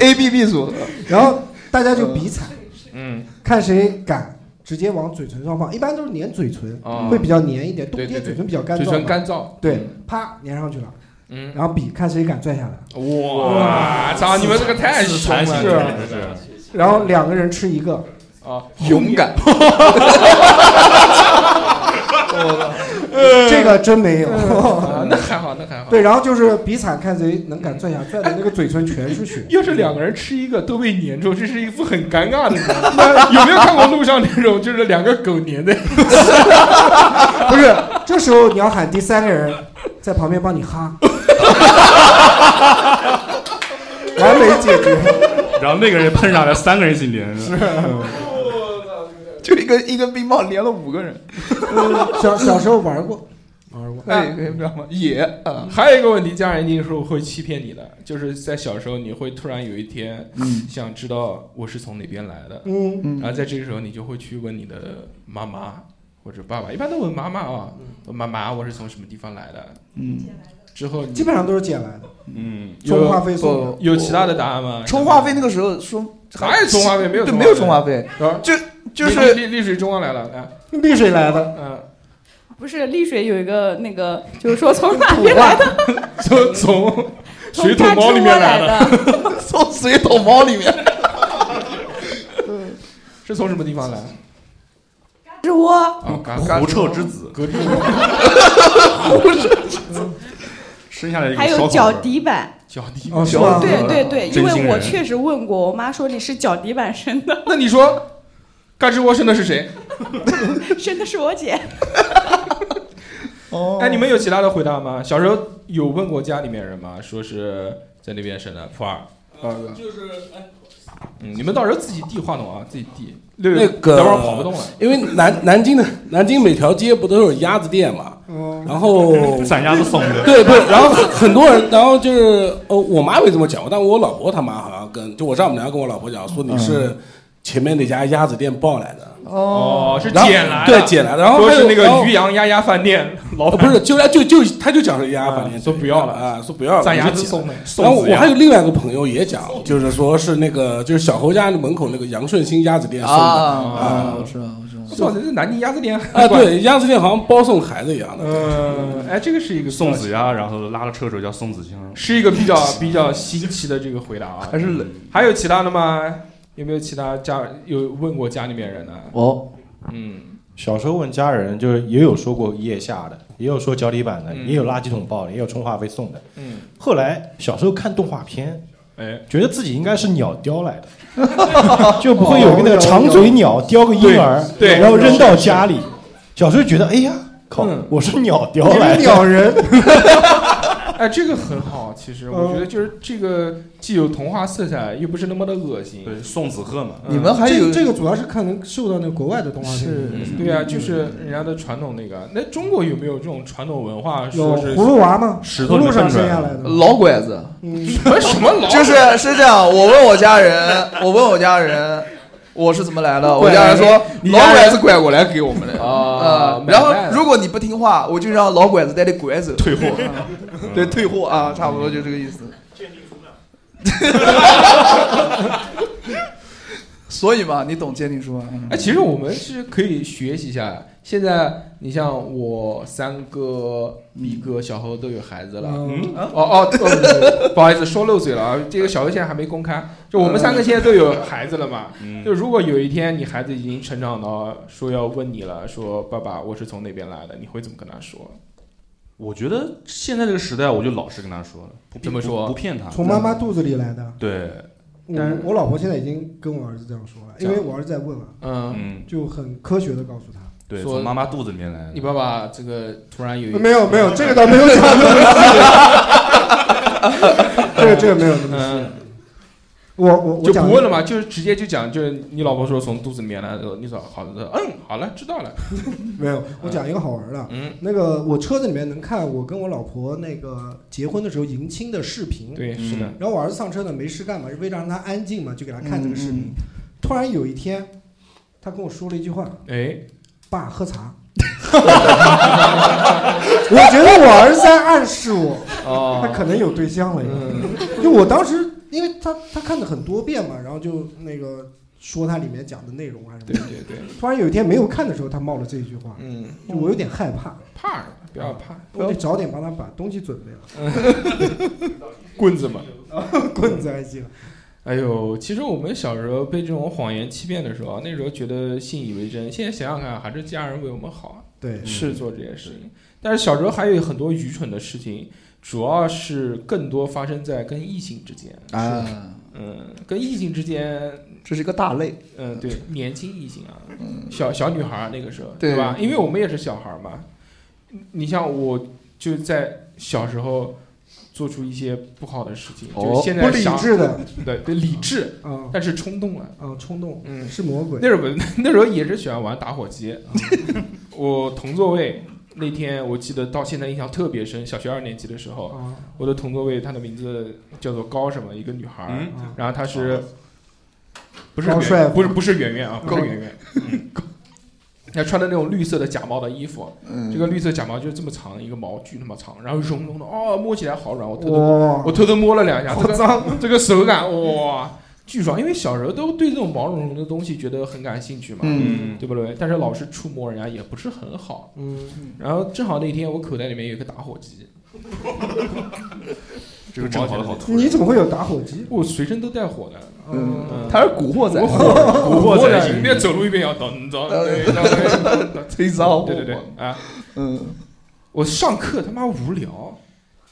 [SPEAKER 3] A B B 组，
[SPEAKER 2] 然后大家就比惨，
[SPEAKER 1] 嗯，
[SPEAKER 2] 看谁敢直接往嘴唇上放，一般都是粘嘴唇
[SPEAKER 1] 啊，
[SPEAKER 2] 会比较粘一点，冬
[SPEAKER 1] 对对
[SPEAKER 2] 天
[SPEAKER 1] 对
[SPEAKER 2] 嘴唇比较干燥嘛，
[SPEAKER 1] 嘴唇干燥
[SPEAKER 2] 对，啪粘上去了，
[SPEAKER 1] 嗯
[SPEAKER 2] 然后比看谁敢拽下来，
[SPEAKER 1] 哇操！你们这个太凶了，
[SPEAKER 2] 是啊然后两个人吃一个，
[SPEAKER 1] 啊，
[SPEAKER 3] 勇敢。
[SPEAKER 2] [LAUGHS] [LAUGHS] 这个真没
[SPEAKER 1] [LAUGHS]
[SPEAKER 2] 有
[SPEAKER 1] 啊，那还好，那还好。
[SPEAKER 2] [LAUGHS] 对，然后就是比惨看谁能敢拽下，拽的那个嘴唇
[SPEAKER 1] [LAUGHS]
[SPEAKER 2] 全是血。
[SPEAKER 1] 要是两个人吃一个都被粘住，这是一副很尴尬的。那有没有看过路上那种就是两个狗粘在？
[SPEAKER 2] [LAUGHS] 不是，这时候你要喊第三个人在旁边帮你哈，完美解决。
[SPEAKER 4] 然后那个人喷上来，三个人一起连。嗯是
[SPEAKER 3] 就一个一个冰棒连了五
[SPEAKER 1] [LAUGHS]
[SPEAKER 3] 个人。
[SPEAKER 2] 小小时候玩
[SPEAKER 3] [LAUGHS]
[SPEAKER 2] 过，玩过。
[SPEAKER 3] 可以可以不要哎吗？也啊，
[SPEAKER 1] 还有一个问题，家人一定是会欺骗你的，就是在小时候你会突然有一天
[SPEAKER 3] 嗯
[SPEAKER 1] 想知道我是从哪边来的，
[SPEAKER 2] 嗯嗯
[SPEAKER 1] 然后在这个时候你就会去问你的妈妈或者爸爸，一般都问妈妈啊，妈妈我是从什么地方来的，
[SPEAKER 3] 嗯，
[SPEAKER 1] 之后你
[SPEAKER 2] 基本上都是捡来的。
[SPEAKER 1] 嗯，
[SPEAKER 2] 充
[SPEAKER 1] 有
[SPEAKER 2] 话费送的
[SPEAKER 1] 有其他的答案吗？
[SPEAKER 3] 充话费那个时候说
[SPEAKER 1] 哪有充话费？没有，
[SPEAKER 3] 对没有充话费，
[SPEAKER 1] 就
[SPEAKER 3] 就是
[SPEAKER 1] 丽丽水中央来了，来，
[SPEAKER 2] 丽水来的，
[SPEAKER 1] 嗯，
[SPEAKER 11] 不是丽水有一个那个，就是说从哪里来的？
[SPEAKER 1] 从从
[SPEAKER 11] 从
[SPEAKER 1] 水桶猫里面来
[SPEAKER 11] 甘蔗窝 [LAUGHS]
[SPEAKER 1] 的，
[SPEAKER 3] 从水桶猫里面，
[SPEAKER 1] [LAUGHS] 是从什么地方来？
[SPEAKER 11] 是窝。
[SPEAKER 1] [LAUGHS] 啊，甘
[SPEAKER 4] 狐臭之子，
[SPEAKER 1] 隔壁
[SPEAKER 4] 生下来
[SPEAKER 11] 还有脚底板，
[SPEAKER 1] 脚底
[SPEAKER 3] 哦
[SPEAKER 4] 板，
[SPEAKER 11] 对对对，因
[SPEAKER 1] 真心
[SPEAKER 11] 为我
[SPEAKER 1] 人
[SPEAKER 11] 确实问过我妈，说你是脚底板生的，
[SPEAKER 1] 那你说，嘎吱窝生的是谁？ [LAUGHS]
[SPEAKER 11] 生的是我姐。
[SPEAKER 3] 哦
[SPEAKER 1] 哎，你们有其他的回答吗？小时候有问过家里面人吗？说是在那边生的，普洱。
[SPEAKER 7] 就是哎，
[SPEAKER 1] 嗯，你们到时候自己递话筒啊，自己递。六六
[SPEAKER 7] 那个
[SPEAKER 1] 等会儿跑不动了。
[SPEAKER 7] 因为南南京的南京每条街不都有鸭子店嘛，然后
[SPEAKER 4] 散鸭子送的
[SPEAKER 7] 对不？然后很很多人，然后就是哦，我妈没这么讲过，但我老婆她妈好像跟就我丈母娘跟我老婆讲说你是前面那家鸭子店抱来的，
[SPEAKER 1] 哦，是
[SPEAKER 7] 然后
[SPEAKER 1] 捡来的，
[SPEAKER 7] 对捡来的，然后
[SPEAKER 1] 说
[SPEAKER 7] 还
[SPEAKER 1] 是
[SPEAKER 7] 有
[SPEAKER 1] 那
[SPEAKER 7] 然后
[SPEAKER 1] 个渔阳鸭鸭饭店 [LAUGHS] 老
[SPEAKER 7] 呃
[SPEAKER 1] 板
[SPEAKER 7] 不是，就就就他就讲是鸭，反正
[SPEAKER 1] 说不要了
[SPEAKER 7] 啊，说不要了，
[SPEAKER 1] 咱鸭
[SPEAKER 7] 就
[SPEAKER 1] 子
[SPEAKER 7] 讲
[SPEAKER 1] 送的，
[SPEAKER 7] 然后
[SPEAKER 1] 送子
[SPEAKER 7] 我
[SPEAKER 1] 鸭
[SPEAKER 7] 还有另外一个朋友也讲，就是说是那个就是小侯家门口那个杨顺兴鸭子店送的
[SPEAKER 3] 啊，我知道我知道，
[SPEAKER 1] 我操，这是南京鸭子店
[SPEAKER 7] 啊，对，鸭子店好像包送孩子一样的。
[SPEAKER 1] 嗯，哎，这个是一个
[SPEAKER 4] 送子鸭，然后拉了车手叫送子香，
[SPEAKER 1] 是一个比较 [LAUGHS] 比较新奇的这个回答啊。
[SPEAKER 4] 还是冷
[SPEAKER 1] 还有其他的吗？有没有其他家有问过家里面人呢？
[SPEAKER 5] 哦，
[SPEAKER 1] 嗯，
[SPEAKER 5] 小时候问家人，就是也有说过腋下的，也有说脚底板的，
[SPEAKER 1] 嗯
[SPEAKER 5] 也有垃圾桶抱的，也有充话费送的。
[SPEAKER 1] 嗯，
[SPEAKER 5] 后来小时候看动画片，
[SPEAKER 1] 哎，
[SPEAKER 5] 觉得自己应该是鸟叼来
[SPEAKER 1] [LAUGHS]
[SPEAKER 5] 的，就不会有一个那个长嘴鸟叼个婴儿，
[SPEAKER 1] 对对
[SPEAKER 5] 然后扔到家里。小时候觉得，哎呀，靠，
[SPEAKER 1] 嗯
[SPEAKER 5] 我是鸟叼来的，
[SPEAKER 1] 你是鸟人。哎，这个很好，其
[SPEAKER 4] 嗯
[SPEAKER 1] 实我觉得就是这个既有童话色彩，又不是那么的恶心。对，
[SPEAKER 4] 送子鹤嘛
[SPEAKER 1] 嗯
[SPEAKER 2] 这这个主要是看能受到那国外的动画片的影响，
[SPEAKER 1] 对啊，就是人家的传统那个。那中国有没有这种传统文化？
[SPEAKER 2] 有
[SPEAKER 1] 说是
[SPEAKER 2] 葫芦娃吗石头里面葫芦上生下来的
[SPEAKER 3] 老拐子，
[SPEAKER 2] 嗯
[SPEAKER 1] [LAUGHS] 哎什么什么老
[SPEAKER 3] 就是是这样，我问我家人，我问我家人，我是怎么来的？我
[SPEAKER 12] 拐
[SPEAKER 3] 家人说
[SPEAKER 12] 你
[SPEAKER 3] 老
[SPEAKER 12] 家人
[SPEAKER 3] 拐子拐过来给我们的啊
[SPEAKER 12] 买
[SPEAKER 3] 然后
[SPEAKER 12] 卖的
[SPEAKER 3] 如果你不听话，我就让老拐子带着拐走，退货， [LAUGHS]
[SPEAKER 1] 嗯
[SPEAKER 3] 对，退货啊，差不多就这个意思。 [LAUGHS] 所以嘛，你懂鉴定书啊？
[SPEAKER 1] 哎，其实我们是可以学习一下。现在你像我三哥、B
[SPEAKER 2] 嗯
[SPEAKER 1] 哥、小猴都有孩子了，
[SPEAKER 3] 嗯
[SPEAKER 2] 啊
[SPEAKER 1] 哦哦哦，不好意思，说漏嘴了啊。这个小猴现在还没公开，就我们
[SPEAKER 2] 嗯
[SPEAKER 1] 三个现在都有孩子了嘛。
[SPEAKER 4] 嗯
[SPEAKER 1] 就如果有一天你孩子已经成长到说要问你了，说爸爸我是从哪边来的，你会怎么跟他说？
[SPEAKER 4] 我觉得现在这个时代，我就老实跟他说了，不
[SPEAKER 1] 怎么说
[SPEAKER 4] 不骗他，
[SPEAKER 2] 从妈妈肚子里来的。
[SPEAKER 4] 对，
[SPEAKER 2] 我
[SPEAKER 4] 但是
[SPEAKER 2] 我老婆现在已经跟我儿子这样说了，因为我儿子在问了，
[SPEAKER 1] 啊嗯
[SPEAKER 2] 就很科学的告诉他，
[SPEAKER 4] 对，
[SPEAKER 1] 说
[SPEAKER 4] 从妈妈肚子里面来的
[SPEAKER 1] 你。爸爸这个突然有一
[SPEAKER 2] 没有没有这个倒没有讲那
[SPEAKER 1] [LAUGHS]
[SPEAKER 2] 么细这个这个没有那么细
[SPEAKER 1] 嗯
[SPEAKER 2] 我我我
[SPEAKER 1] 就
[SPEAKER 2] 讲
[SPEAKER 1] 不问了嘛，就是直接就讲，就是你老婆说从肚子里面来，呃你说好的，嗯，好了，知道了。
[SPEAKER 2] [LAUGHS] 没有，我讲一个好玩的。
[SPEAKER 1] 嗯，
[SPEAKER 2] 那个我车子里面能看我跟我老婆那个结婚的时候迎亲的视频。
[SPEAKER 1] 对是的嗯
[SPEAKER 2] 然后我儿子上车呢，没事干嘛，为了让他安静嘛，就给他看这个视
[SPEAKER 3] 嗯
[SPEAKER 2] 频。突然有一天，他跟我说了一句话
[SPEAKER 1] 哎，：“
[SPEAKER 2] 爸，喝茶。” [LAUGHS] 我觉得我儿子在暗示我，
[SPEAKER 1] 哦嗯
[SPEAKER 2] 他可能有对象了呀。 [LAUGHS] 就我当时，因为他他看了很多遍嘛，然后就那个说他里面讲的内容啊什么的。
[SPEAKER 1] 对对对，
[SPEAKER 2] 突然有一天没有看的时候，他冒了这一句话，
[SPEAKER 1] 嗯，
[SPEAKER 2] 就我有点害怕，
[SPEAKER 1] 怕什么？不要怕，不
[SPEAKER 2] 我
[SPEAKER 1] 要
[SPEAKER 2] 得早点帮他把东西准备
[SPEAKER 1] 嗯
[SPEAKER 2] 了。
[SPEAKER 1] 棍子嘛，
[SPEAKER 3] [LAUGHS]
[SPEAKER 2] 棍子还行。
[SPEAKER 1] 哎呦，其实我们小时候被这种谎言欺骗的时候啊，那时候觉得信以为真，现在想想看，还是家人为我们好啊。
[SPEAKER 2] 对
[SPEAKER 1] 是做这件事情。但是小时候还有很多愚蠢的事情，主要是更多发生在跟异性之间
[SPEAKER 3] 啊
[SPEAKER 1] 是嗯，跟异性之间，
[SPEAKER 3] 这是一个大类。嗯
[SPEAKER 1] 嗯，对，年轻异性啊，小小女孩儿那个时候，
[SPEAKER 3] 对
[SPEAKER 1] 吧？因为我们也是小孩儿嘛。你你像我，就在小时候做出一些不好的事情，
[SPEAKER 2] 哦
[SPEAKER 1] 就是现在
[SPEAKER 2] 不理
[SPEAKER 1] 想
[SPEAKER 2] 智的，
[SPEAKER 1] [LAUGHS] 对对，理智，
[SPEAKER 2] 啊
[SPEAKER 1] 但是冲动了，
[SPEAKER 2] 啊，冲动，
[SPEAKER 1] 嗯，
[SPEAKER 2] 是魔鬼。
[SPEAKER 1] 那时候不 [LAUGHS] 那时候也是喜欢玩打火机， [LAUGHS] 我同座位那天我记得到现在印象特别深，小学二年级的时候，
[SPEAKER 2] 啊
[SPEAKER 1] 我的同座位她的名字叫做高什么，一个女孩儿，
[SPEAKER 4] 嗯
[SPEAKER 1] 然后她是。不是
[SPEAKER 2] 高
[SPEAKER 1] 圆
[SPEAKER 2] 帅
[SPEAKER 1] 不是不是圆圆啊，不
[SPEAKER 2] 高
[SPEAKER 1] 是圆圆，嗯她穿的那种绿色的假毛的衣服，
[SPEAKER 3] 嗯
[SPEAKER 1] 这个绿色假毛就是这么长的一个毛，巨他妈长，然后绒绒的，哦，摸起来好软，我偷偷、
[SPEAKER 2] 哇
[SPEAKER 1] 我偷偷摸了两下，
[SPEAKER 2] 好
[SPEAKER 1] 这个
[SPEAKER 2] 脏
[SPEAKER 1] 这个手感哇，巨爽！因为小时候都对这种毛茸茸的东西觉得很感兴趣嘛，
[SPEAKER 3] 嗯
[SPEAKER 1] 对不对？但是老是触摸人家也不是很好，
[SPEAKER 2] 嗯。
[SPEAKER 1] 然后正好那天我口袋里面有一个打火机，
[SPEAKER 4] 这个正好好突
[SPEAKER 2] 你怎么会有打火机？
[SPEAKER 1] 我随身都带火的，
[SPEAKER 3] 嗯他是古惑仔
[SPEAKER 1] 我火
[SPEAKER 3] [LAUGHS] 古惑
[SPEAKER 1] 古惑
[SPEAKER 3] 仔
[SPEAKER 1] 仔，
[SPEAKER 3] 型呃
[SPEAKER 1] 一边走路一边要噔噔噔噔，
[SPEAKER 3] [LAUGHS] 吹箫
[SPEAKER 1] 对对对啊，
[SPEAKER 3] 嗯，
[SPEAKER 1] 我上课他妈无聊。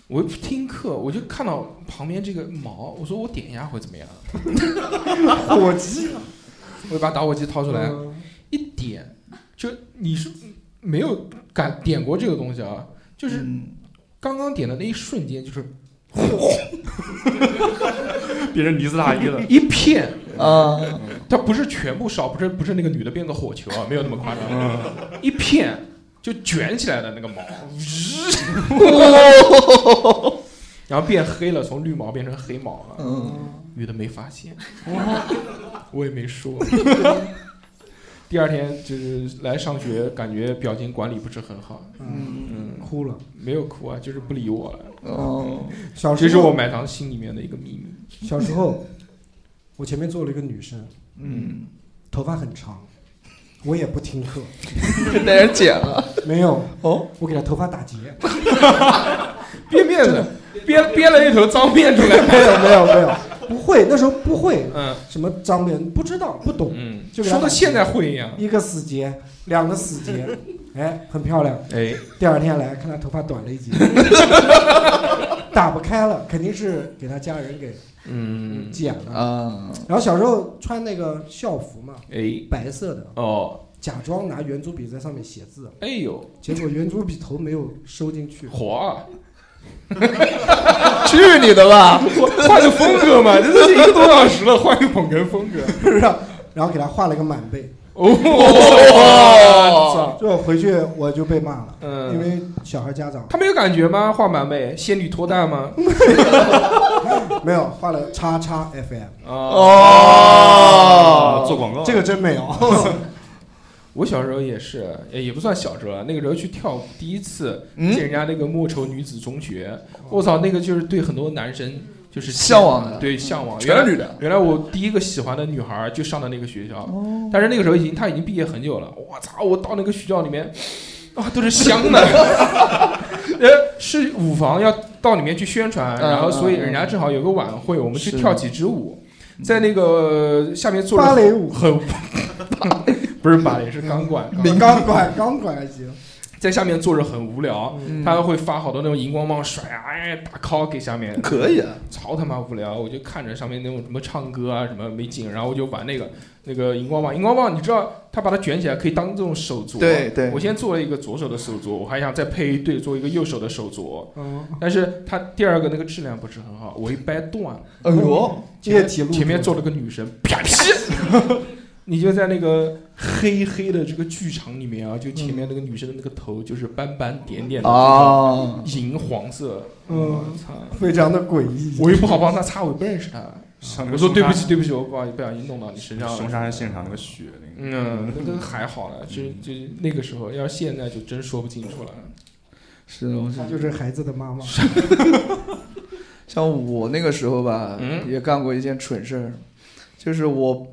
[SPEAKER 1] 我一听课，我就看到旁边这个毛，我说我点一下会怎么样？
[SPEAKER 2] [LAUGHS] 火机，啊嗯
[SPEAKER 1] 我就把打火机掏出来，一点，就你是没有敢点过这个东西啊，就是
[SPEAKER 4] 嗯
[SPEAKER 1] 刚刚点的那一瞬间，就是，
[SPEAKER 4] [LAUGHS] 变成尼斯大衣了
[SPEAKER 1] [LAUGHS] 一片
[SPEAKER 3] 啊，，
[SPEAKER 1] 它不是全部烧，不是不是那个女的变个火球啊，没有那么夸张，
[SPEAKER 4] 嗯
[SPEAKER 1] 一片就卷起来的那个毛，然后变黑了，从绿毛变成黑毛了，女的没发现，我也没说。第二天就是来上学，感觉表情管理不是很好，
[SPEAKER 2] 嗯，哭了，
[SPEAKER 1] 没有哭啊，就是不理我了。
[SPEAKER 2] 哦
[SPEAKER 1] 嗯
[SPEAKER 2] 小时
[SPEAKER 1] 这是
[SPEAKER 2] 候
[SPEAKER 1] 我埋藏心里面的一个秘密。
[SPEAKER 2] 小时候，我前面坐了一个女生，
[SPEAKER 1] 嗯，
[SPEAKER 2] 头发很长，我也不听
[SPEAKER 1] [LAUGHS]
[SPEAKER 2] 课
[SPEAKER 3] 带人剪了
[SPEAKER 2] 没有？
[SPEAKER 3] 哦，
[SPEAKER 2] 我给她头发打
[SPEAKER 1] [LAUGHS]
[SPEAKER 2] 结，
[SPEAKER 1] 编辫子，编编了一头脏辫出来。
[SPEAKER 2] [LAUGHS] 没有没有没有，不会，那时候不会，
[SPEAKER 1] 嗯，
[SPEAKER 2] 什么脏辫不知道不懂，
[SPEAKER 1] 嗯
[SPEAKER 2] 就
[SPEAKER 1] 说得现在会一样，
[SPEAKER 2] 一个死结，两个
[SPEAKER 1] [LAUGHS]
[SPEAKER 2] 死结，哎，很漂亮，
[SPEAKER 1] 哎，
[SPEAKER 2] 第二天来看她头发短
[SPEAKER 1] [LAUGHS]
[SPEAKER 2] 了一截，打不开了，肯定是给她家人给
[SPEAKER 1] 嗯
[SPEAKER 2] 剪了
[SPEAKER 3] 啊
[SPEAKER 2] 然后小时候穿那个校服嘛，
[SPEAKER 1] 哎
[SPEAKER 2] 白色的，
[SPEAKER 1] 哦，
[SPEAKER 2] 假装拿圆珠笔在上面写字，
[SPEAKER 1] 哎呦，
[SPEAKER 2] 结果圆珠笔头没有收进去，
[SPEAKER 1] 火啊！
[SPEAKER 3] [LAUGHS] 去你的吧！
[SPEAKER 1] 换个风格
[SPEAKER 2] [LAUGHS]
[SPEAKER 1] 嘛，这都是一个多小时了，换个捧哏风格，
[SPEAKER 2] 是吧？然后给他画了个满背，
[SPEAKER 1] 哦
[SPEAKER 2] 就回去我就被骂了，
[SPEAKER 1] 嗯
[SPEAKER 2] 因为小孩家长
[SPEAKER 1] 他没有感觉吗？画满背，仙女脱单
[SPEAKER 2] [LAUGHS]
[SPEAKER 1] 吗？
[SPEAKER 2] 没有画了叉叉 FM，
[SPEAKER 1] 哦
[SPEAKER 2] 哦
[SPEAKER 4] 做广告
[SPEAKER 2] 这个真没有。
[SPEAKER 1] [LAUGHS] 我小时候也是，也也不算小时候啊，那个时候去跳舞，第一次
[SPEAKER 3] 嗯
[SPEAKER 1] 见人家那个莫愁女子中学，我操，那个就是对很多男生就是
[SPEAKER 3] 向往的
[SPEAKER 1] 对
[SPEAKER 3] 嗯
[SPEAKER 1] 向往，
[SPEAKER 3] 全
[SPEAKER 1] 原来
[SPEAKER 3] 是女的
[SPEAKER 1] 原来我第一个喜欢的女孩就上的那个学校，
[SPEAKER 3] 哦
[SPEAKER 1] 但是那个时候已经她已经毕业很久了，我操，我到那个学校里面。啊，都是香的，
[SPEAKER 2] [LAUGHS]
[SPEAKER 1] 呃，是舞房要到里面去宣传，
[SPEAKER 3] 嗯
[SPEAKER 1] 然后所以
[SPEAKER 3] 嗯嗯
[SPEAKER 1] 人家正好有个晚会，我们去
[SPEAKER 3] 是
[SPEAKER 1] 跳几支舞，在那个呃下面坐着
[SPEAKER 2] 芭蕾舞
[SPEAKER 1] 很 [LAUGHS] 不是芭蕾是钢管，
[SPEAKER 2] [LAUGHS] 钢管钢管还行。
[SPEAKER 1] 在下面坐着很无聊，
[SPEAKER 3] 嗯
[SPEAKER 1] 他会发好多那种荧光棒甩啊，哎打 call 给下面，
[SPEAKER 3] 可以啊，
[SPEAKER 1] 超他妈无聊，我就看着上面那种什么唱歌啊什么没劲，然后我就玩那个那个荧光棒，荧光棒你知道，他把它卷起来可以当这种手镯，
[SPEAKER 3] 对对
[SPEAKER 1] 我先做了一个左手的手镯，我还想再配一对做一个右手的手镯，
[SPEAKER 2] 嗯
[SPEAKER 1] 但是它第二个那个质量不是很好，我一掰断了，
[SPEAKER 2] 哎呦
[SPEAKER 1] 前面
[SPEAKER 2] 液体露出
[SPEAKER 1] 前面坐了个女生，啪啪，你就在那个黑黑的这个剧场里面啊，就前面那个女生的那个头就是斑斑点点的
[SPEAKER 3] 哦
[SPEAKER 1] 银黄色，
[SPEAKER 2] 嗯
[SPEAKER 1] 我操，
[SPEAKER 2] 非常的诡异
[SPEAKER 1] 我又不好帮她擦，我又不认识她。
[SPEAKER 4] 上
[SPEAKER 1] 我说对不起，对不起，我不好意思，不小心弄到你身上了。
[SPEAKER 4] 熊山现场那个血，那个
[SPEAKER 1] 嗯，那个还好了，就就那个时候，要是现在就真说不清楚了。
[SPEAKER 3] 是
[SPEAKER 1] 嗯
[SPEAKER 3] 的，我
[SPEAKER 2] 她就是孩子的妈妈。
[SPEAKER 3] 像我那个时候吧，
[SPEAKER 1] 嗯
[SPEAKER 3] 也干过一件蠢事儿，就是我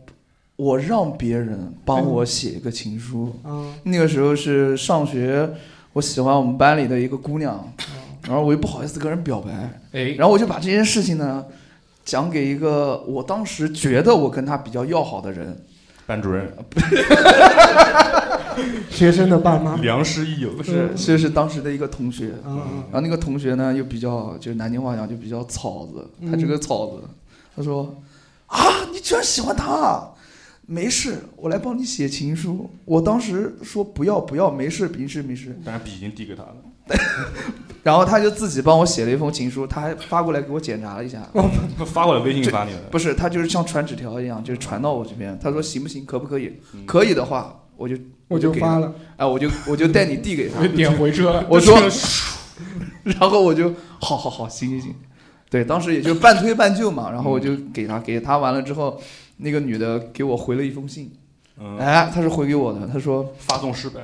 [SPEAKER 3] 我让别人帮我写一个情书。
[SPEAKER 2] 嗯
[SPEAKER 3] [LAUGHS] 那个时候是上学，我喜欢我们班里的一个姑娘，
[SPEAKER 2] 嗯
[SPEAKER 3] 然后我又不好意思跟人表白，
[SPEAKER 1] 哎
[SPEAKER 3] 然后我就把这件事情呢讲给一个我当时觉得我跟她比较要好的人，
[SPEAKER 4] 班主任，
[SPEAKER 2] [LAUGHS] 学生的爸妈。
[SPEAKER 4] 良师益友
[SPEAKER 3] 是是是当时的一个同学，
[SPEAKER 2] 嗯嗯
[SPEAKER 3] 然后那个同学呢又比较就是南京话讲就比较草子，他这个草子，他说啊你居然喜欢他啊，没事，我来帮你写情书。我当时说不要不要，没事没事没事，
[SPEAKER 4] 但是笔已经递给他了。
[SPEAKER 3] 然后他就自己帮我写了一封情书，他还发过来给我检查了一下，
[SPEAKER 4] [LAUGHS] 发过来微信发你的
[SPEAKER 3] 不是，他就是像传纸条一样，就是传到我这边。他说行不行，可不可以？
[SPEAKER 4] 嗯
[SPEAKER 3] 可以的话，我就
[SPEAKER 2] 我
[SPEAKER 3] 就
[SPEAKER 2] 就
[SPEAKER 3] 给
[SPEAKER 2] 发
[SPEAKER 3] 他
[SPEAKER 2] 了，
[SPEAKER 3] 哎，我就我就带你递给他
[SPEAKER 1] 我，就点回车了
[SPEAKER 3] 我说
[SPEAKER 1] 车，
[SPEAKER 3] 然后我就好好好，行行行，对，当时也就半推半就
[SPEAKER 4] 嗯
[SPEAKER 3] 嘛，然后我就给他给他完了之后，那个女的给我回了一封信。
[SPEAKER 4] 嗯
[SPEAKER 3] 哎，她是回给我的，她说
[SPEAKER 4] 发送失败，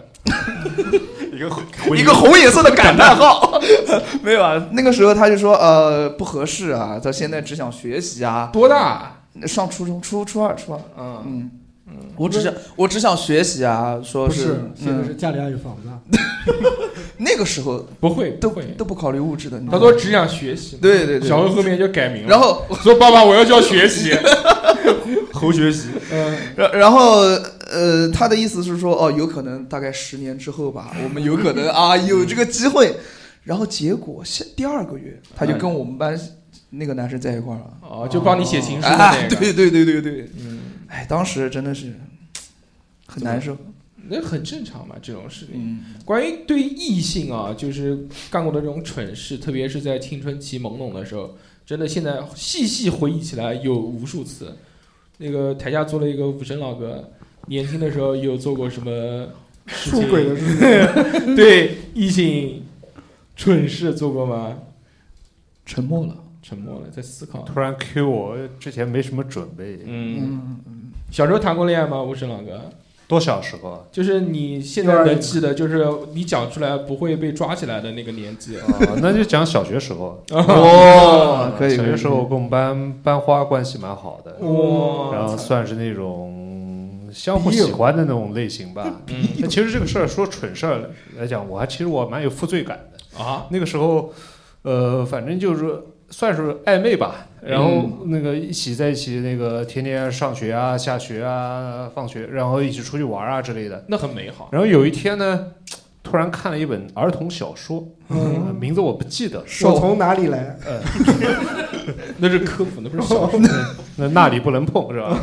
[SPEAKER 3] [LAUGHS]
[SPEAKER 4] 一个
[SPEAKER 3] 一个红颜色的感叹号， [LAUGHS] 没有啊。那个时候她就说呃不合适啊，她现在只想学习啊。
[SPEAKER 1] 多大？
[SPEAKER 3] 上初中，初初二，初二。
[SPEAKER 1] 嗯
[SPEAKER 3] 嗯我只想我只想学习啊，说
[SPEAKER 2] 不
[SPEAKER 3] 是
[SPEAKER 2] 是，现在
[SPEAKER 3] 嗯
[SPEAKER 2] 是家里还有房子啊。
[SPEAKER 3] [LAUGHS] 那个时候
[SPEAKER 1] 不会
[SPEAKER 3] 都都不考虑物质的。
[SPEAKER 1] 他说只想学习，
[SPEAKER 3] 对对对
[SPEAKER 1] 小欧后面就改名了，
[SPEAKER 3] 然后
[SPEAKER 1] 说爸爸我要叫学
[SPEAKER 3] [LAUGHS]
[SPEAKER 1] 习，
[SPEAKER 4] 侯
[SPEAKER 2] [LAUGHS]
[SPEAKER 4] 学习，
[SPEAKER 1] 嗯，
[SPEAKER 3] 然然后呃，他的意思是说，哦，有可能大概十年之后吧，我们有可能啊有这个机会。
[SPEAKER 1] 嗯
[SPEAKER 3] [LAUGHS] 然后结果下第二个月，他就跟我们班那个男生在一块儿了。
[SPEAKER 1] 哦，就帮你写情书的
[SPEAKER 3] 哎
[SPEAKER 1] 那，个，
[SPEAKER 3] 对对对对对，
[SPEAKER 1] 嗯，
[SPEAKER 3] 哎，当时真的是很难受。
[SPEAKER 1] 那很正常嘛，这种事情。
[SPEAKER 3] 嗯，
[SPEAKER 1] 关于对于异性啊，就是干过的这种蠢事，特别是在青春期懵懂的时候，真的现在细细回忆起来有无数次。那个台下坐了一个武神老哥，年轻的时候有做过什么事情
[SPEAKER 2] 出轨的事
[SPEAKER 1] 对异 [LAUGHS] 性蠢事做过吗？
[SPEAKER 3] 沉默了，
[SPEAKER 1] 沉默了，在思考。
[SPEAKER 12] 突然 Q 我，之前没什么准备。
[SPEAKER 1] 嗯，
[SPEAKER 3] 嗯，
[SPEAKER 1] 小时候谈过恋爱吗？武神老哥，
[SPEAKER 12] 多小时候啊？
[SPEAKER 1] 就是你现在能记得，就是你讲出来不会被抓起来的那个年纪。
[SPEAKER 12] 哦 [LAUGHS] 那就讲小学时候。
[SPEAKER 3] 哦，可以，
[SPEAKER 12] 小
[SPEAKER 3] 可以
[SPEAKER 12] 学时候我跟我们班班花关系蛮好的，
[SPEAKER 1] 哇
[SPEAKER 12] 然后算是那种相互喜欢的那种类型吧。
[SPEAKER 1] 哎
[SPEAKER 12] 那其实这个事儿说蠢事儿来讲，我还其实我蛮有负罪感的。
[SPEAKER 1] 啊，
[SPEAKER 12] 那个时候，呃，反正就是算是暧昧吧，
[SPEAKER 1] 嗯
[SPEAKER 12] 然后那个一起在一起，那个天天上学啊、下学啊、放学，然后一起出去玩啊之类的。
[SPEAKER 1] 那很美好。
[SPEAKER 12] 然后有一天呢，突然看了一本儿童小说，呃名字我不记得了。呃
[SPEAKER 2] 我从哪里来？
[SPEAKER 12] [LAUGHS]
[SPEAKER 1] 呃 [LAUGHS]
[SPEAKER 2] 哦
[SPEAKER 1] 那是科普，那不是小说， [LAUGHS]
[SPEAKER 12] 那那里不能碰
[SPEAKER 2] [LAUGHS]
[SPEAKER 12] 是吧？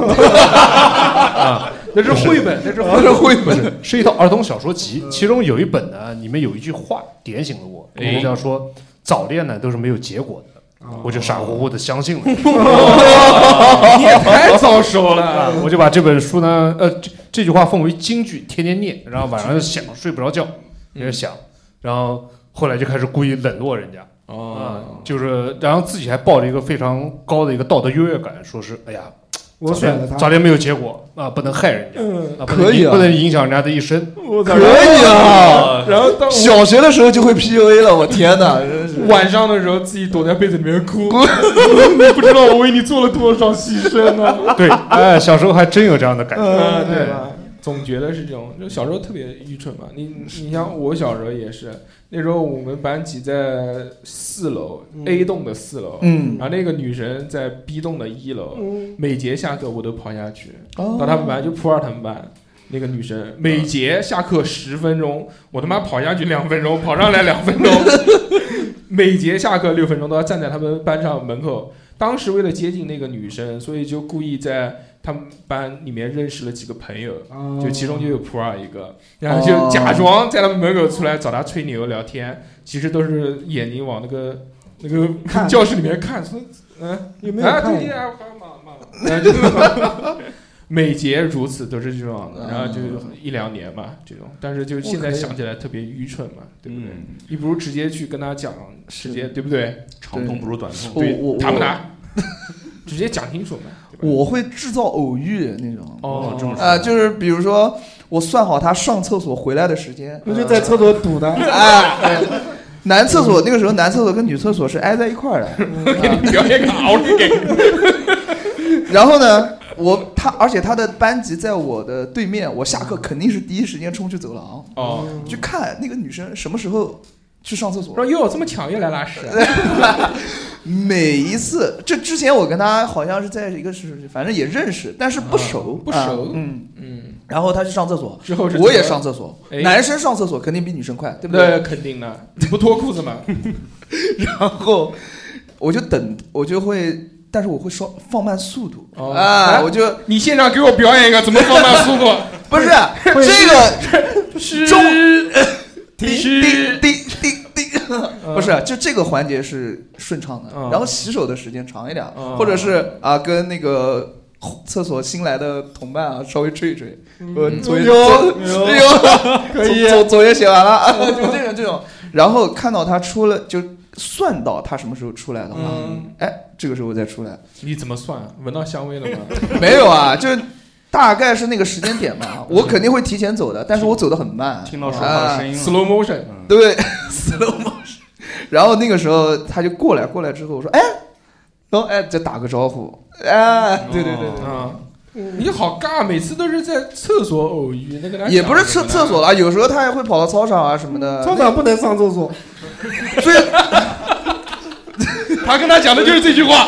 [SPEAKER 12] 啊，那是绘本，那是
[SPEAKER 3] 那是绘
[SPEAKER 12] 不是 [LAUGHS] 是一套儿童小说集，其中有一本呢，里面有一句话点醒了我，
[SPEAKER 1] 哎
[SPEAKER 12] 我想说早恋呢都是没有结果的，我就傻乎乎的相
[SPEAKER 1] [LAUGHS]
[SPEAKER 12] 信了，
[SPEAKER 1] 哦你也太早熟
[SPEAKER 12] 啊
[SPEAKER 1] 了。
[SPEAKER 12] [LAUGHS] 我就把这本书呢，呃，这这句话奉为金句，天天念，然后晚上就想睡不着觉，
[SPEAKER 1] 嗯
[SPEAKER 12] 也想，然后后来就开始故意冷落人家。啊，
[SPEAKER 1] 哦，
[SPEAKER 12] 就是，然后自己还抱着一个非常高的一个道德优越感，说是，哎呀，
[SPEAKER 2] 我
[SPEAKER 12] 早恋
[SPEAKER 2] 甩了他
[SPEAKER 12] 早恋没有结果啊，不能害人家
[SPEAKER 2] 嗯
[SPEAKER 12] 啊，不能
[SPEAKER 2] 可以啊
[SPEAKER 12] 不能影响人家的一生。
[SPEAKER 1] 可
[SPEAKER 3] 以啊
[SPEAKER 1] 然后到
[SPEAKER 3] 小学的时候就会 PUA 了，我天
[SPEAKER 2] [LAUGHS]
[SPEAKER 3] 哪！
[SPEAKER 1] 晚上的时候自己躲在被子里面哭， [LAUGHS] 你不知道我为你做了多少牺牲呢。
[SPEAKER 12] [LAUGHS] 对，哎，小时候还真有这样的感觉。
[SPEAKER 1] 嗯，对吧？总觉得是这种，就小时候特别愚蠢嘛。你你像我小时候也是，那时候我们班级在四楼、A 栋的四楼，
[SPEAKER 3] 嗯
[SPEAKER 1] 然后那个女神在 B 栋的一楼，
[SPEAKER 3] 嗯
[SPEAKER 1] 每节下课我都跑下去，
[SPEAKER 3] 哦嗯
[SPEAKER 1] 到他们班就普洱他们班。那个女生每节下课十分钟，我他妈跑下去两分钟，跑上来两分钟，每节下课六分钟都要站在他们班上门口。当时为了接近那个女生，所以就故意在他们班里面认识了几个朋友，
[SPEAKER 2] 哦
[SPEAKER 1] 就其中就有普洱一个，然后就假装在他们门口出来找他吹牛聊天，其实都是眼睛往那个那个
[SPEAKER 2] 看
[SPEAKER 1] [LAUGHS] 教室里面看，说嗯
[SPEAKER 2] 有没有
[SPEAKER 1] 啊
[SPEAKER 2] 看哎
[SPEAKER 1] 最近啊然后就 [LAUGHS]
[SPEAKER 2] [LAUGHS]
[SPEAKER 1] 每节如此都是这种的，然后就一两年嘛，这种，但是就现在想起来特别愚蠢嘛，对不对？
[SPEAKER 3] 嗯
[SPEAKER 1] 你不如直接去跟他讲，直接对不对？
[SPEAKER 4] 长痛不如短痛
[SPEAKER 1] 对
[SPEAKER 4] 我我，
[SPEAKER 1] 谈不
[SPEAKER 4] 我
[SPEAKER 1] 谈？直接讲清楚嘛。 [LAUGHS]
[SPEAKER 3] 我会制造偶遇那种。
[SPEAKER 1] 哦这么说
[SPEAKER 3] 啊，就是比如说我算好他上厕所回来的时间，
[SPEAKER 2] 那就在厕所堵呢。
[SPEAKER 3] 哎，男厕所那个时候男厕所跟女厕所是挨在一块儿的，
[SPEAKER 1] 给你表演个奥利给。
[SPEAKER 3] [LAUGHS] 然后呢，我他而且他的班级在我的对面，我下课肯定是第一时间冲去走廊，
[SPEAKER 1] 哦，
[SPEAKER 3] 去看那个女生什么时候去上厕所。
[SPEAKER 1] 说哟，这么巧又来拉屎。
[SPEAKER 3] [LAUGHS] 每一次，这之前我跟他好像是在一个是，反正也认识，但是不熟，
[SPEAKER 1] 不熟
[SPEAKER 3] 啊嗯
[SPEAKER 1] 嗯。
[SPEAKER 3] 然后他去上厕所，
[SPEAKER 1] 之后是
[SPEAKER 3] 我也上厕所，
[SPEAKER 1] 哎
[SPEAKER 3] 男生上厕所肯定比女生快，对不
[SPEAKER 1] 那肯定的，你不脱裤子吗？
[SPEAKER 3] [LAUGHS] 然后我就等，我就会，但是我会稍放慢速度、
[SPEAKER 1] 哦
[SPEAKER 3] 啊，
[SPEAKER 1] 哎
[SPEAKER 3] 我就
[SPEAKER 1] 你现场给我表演一个怎么放慢速度？
[SPEAKER 3] [LAUGHS] 不是
[SPEAKER 1] 会
[SPEAKER 3] 这个中 [LAUGHS] 滴滴滴滴滴，
[SPEAKER 1] 嗯
[SPEAKER 3] [LAUGHS] 不是，就这个环节是顺畅的，
[SPEAKER 1] 嗯
[SPEAKER 3] 然后洗手的时间长一点，
[SPEAKER 1] 嗯
[SPEAKER 3] 或者是啊跟那个。厕所新来的同伴啊，稍微吹一吹。
[SPEAKER 1] 嗯
[SPEAKER 3] 我昨天，
[SPEAKER 2] 哟
[SPEAKER 3] 昨
[SPEAKER 2] 哟
[SPEAKER 3] 哟
[SPEAKER 2] 可以
[SPEAKER 3] 昨昨昨天写完了，啊
[SPEAKER 1] [LAUGHS]
[SPEAKER 3] 就这种这种。然后看到他出了，就算到他什么时候出来的话，哎，这个时候我再出来，
[SPEAKER 1] 嗯你怎么算？啊闻到香味了吗？
[SPEAKER 3] [LAUGHS] 没有啊，就是大概是那个时间点
[SPEAKER 4] [LAUGHS]
[SPEAKER 3] 嘛，我肯定会提前走的，但是我走的很慢，
[SPEAKER 4] 听到说话的声音了嗯
[SPEAKER 3] 啊
[SPEAKER 1] Slow motion
[SPEAKER 3] 对 [LAUGHS] ，slow motion。然后那个时候他就过来，过来之后我说，哎，然后哎就打个招呼，哎，对对对对，
[SPEAKER 4] 哦
[SPEAKER 1] 啊，你好尬，每次都是在厕所偶遇，那个男
[SPEAKER 3] 也不是厕厕所了，有时候他还会跑到操场啊什么的，
[SPEAKER 2] 操场不能上厕所，
[SPEAKER 1] 他跟他讲的就是这句话。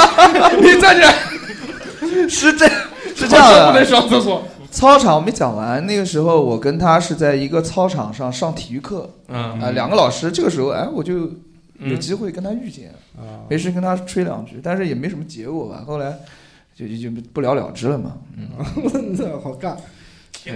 [SPEAKER 1] [LAUGHS] 你站起来，
[SPEAKER 3] 哦是这是这样的，
[SPEAKER 1] 不能上厕所。
[SPEAKER 3] 操场我没讲完，那个时候我跟他是在一个操场上上体育课，
[SPEAKER 1] 嗯
[SPEAKER 3] 啊，两个老师，这个时候哎，我就有机会跟他遇见，没事跟他吹两句，但是也没什么结果吧。后来就就就不了了之了嘛。
[SPEAKER 2] 这好尬。
[SPEAKER 1] [LAUGHS]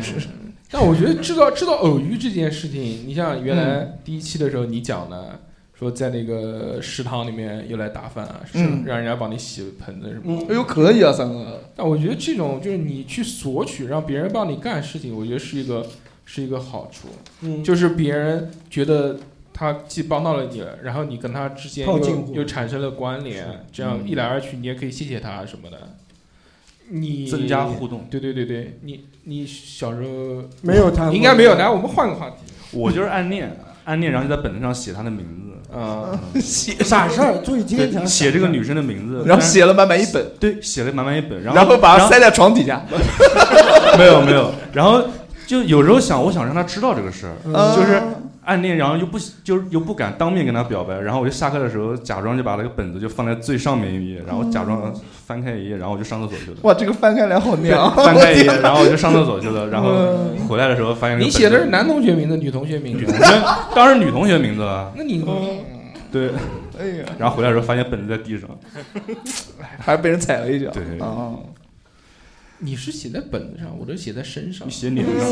[SPEAKER 1] 但我觉得制造制造偶遇这件事情，你像原来
[SPEAKER 3] 嗯
[SPEAKER 1] 第一期的时候你讲的，说在那个食堂里面又来打饭啊，是
[SPEAKER 3] 嗯
[SPEAKER 1] 让人家帮你洗盆子什么的。
[SPEAKER 3] 哎呦，可以啊，三哥，
[SPEAKER 1] 但我觉得这种就是你去索取，让别人帮你干事情，我觉得是一个是一个好处。
[SPEAKER 2] 嗯
[SPEAKER 1] 就是别人觉得他既帮到了你了，然后你跟他之间
[SPEAKER 2] 套近
[SPEAKER 1] 又
[SPEAKER 2] 乎
[SPEAKER 1] 又产生了关联，这
[SPEAKER 3] 嗯
[SPEAKER 1] 样一来二去，你也可以谢谢他什么的。你
[SPEAKER 4] 增加互动
[SPEAKER 1] 对对对对，你你小时候
[SPEAKER 2] 没有谈过
[SPEAKER 1] 应该没有。来，我们换个话题。
[SPEAKER 4] 我就是
[SPEAKER 2] [LAUGHS]
[SPEAKER 4] 暗恋，暗恋，然后就在本子上写她的名字
[SPEAKER 1] 啊，
[SPEAKER 3] 写
[SPEAKER 2] 傻事儿注意听一听
[SPEAKER 4] 对写这个女生的名字，
[SPEAKER 3] 然后写了满满一本，
[SPEAKER 4] 对，写了满满一本，后
[SPEAKER 3] 然
[SPEAKER 4] 然
[SPEAKER 3] 后把它塞在床底下。
[SPEAKER 4] [LAUGHS] 没有没有，然后就有时候想，我想让她知道这个事儿，
[SPEAKER 3] 嗯
[SPEAKER 4] 就是暗恋，然后又不就是又不敢当面跟她表白，然后我就下课的时候假装就把那个本子就放在最上面一页，然后假装翻开一页，然后我就上厕所去了。
[SPEAKER 3] 哇，这个翻开来好啊 [LAUGHS]
[SPEAKER 4] 对
[SPEAKER 3] 娘！
[SPEAKER 4] 翻开一页，
[SPEAKER 3] 我天
[SPEAKER 4] 然后我就上厕所去了，然后
[SPEAKER 1] 嗯
[SPEAKER 4] 回来的时候发现那
[SPEAKER 1] 你
[SPEAKER 4] 个本子
[SPEAKER 1] 写的是男同学名字，女同学名字？
[SPEAKER 4] 当然是女同学名字了，
[SPEAKER 1] 那你
[SPEAKER 3] 嗯
[SPEAKER 4] 对，
[SPEAKER 3] 哎呀
[SPEAKER 4] 然后回来的时候发现本子在地上，
[SPEAKER 3] 还是被人踩了一脚。
[SPEAKER 4] 对
[SPEAKER 3] 啊，
[SPEAKER 1] 你是写在本子上，我都写在身上。
[SPEAKER 4] 你写脸上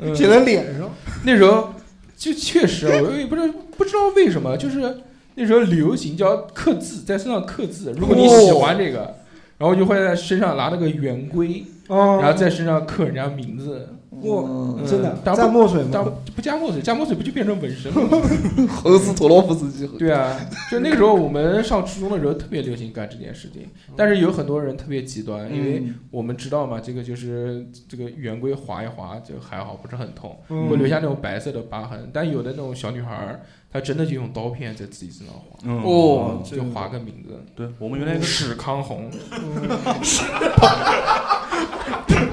[SPEAKER 1] 嗯
[SPEAKER 2] 写在脸上。
[SPEAKER 1] 那时候就确实，啊我也不知道不知道为什么，就是那时候流行叫刻字，在身上刻字。如果你喜欢这个，然后就会在身上拿那个圆规，然后在身上刻人家名字。
[SPEAKER 2] 哦哇
[SPEAKER 1] 嗯
[SPEAKER 2] 真的
[SPEAKER 1] 当然
[SPEAKER 2] 蘸
[SPEAKER 1] 不
[SPEAKER 2] 墨水吗
[SPEAKER 1] 当然不加墨水，加墨水不就变成纹身吗？
[SPEAKER 3] 俄斯陀洛夫斯基。
[SPEAKER 1] [LAUGHS] 对啊，就那个时候我们上初中的时候特别流行干这件事情，但是有很多人特别极端，因为
[SPEAKER 2] 嗯
[SPEAKER 1] 我们知道嘛，这个就是这个圆规划一划就还好，不是很痛，
[SPEAKER 4] 嗯
[SPEAKER 1] 会留下那种白色的疤痕。但有的那种小女孩儿，她真的就用刀片在自己身上
[SPEAKER 4] 嗯
[SPEAKER 1] 划，
[SPEAKER 4] 哦
[SPEAKER 1] 就划个名字。
[SPEAKER 4] 对我们原
[SPEAKER 2] 嗯
[SPEAKER 4] 来有个
[SPEAKER 1] 史康红， [LAUGHS]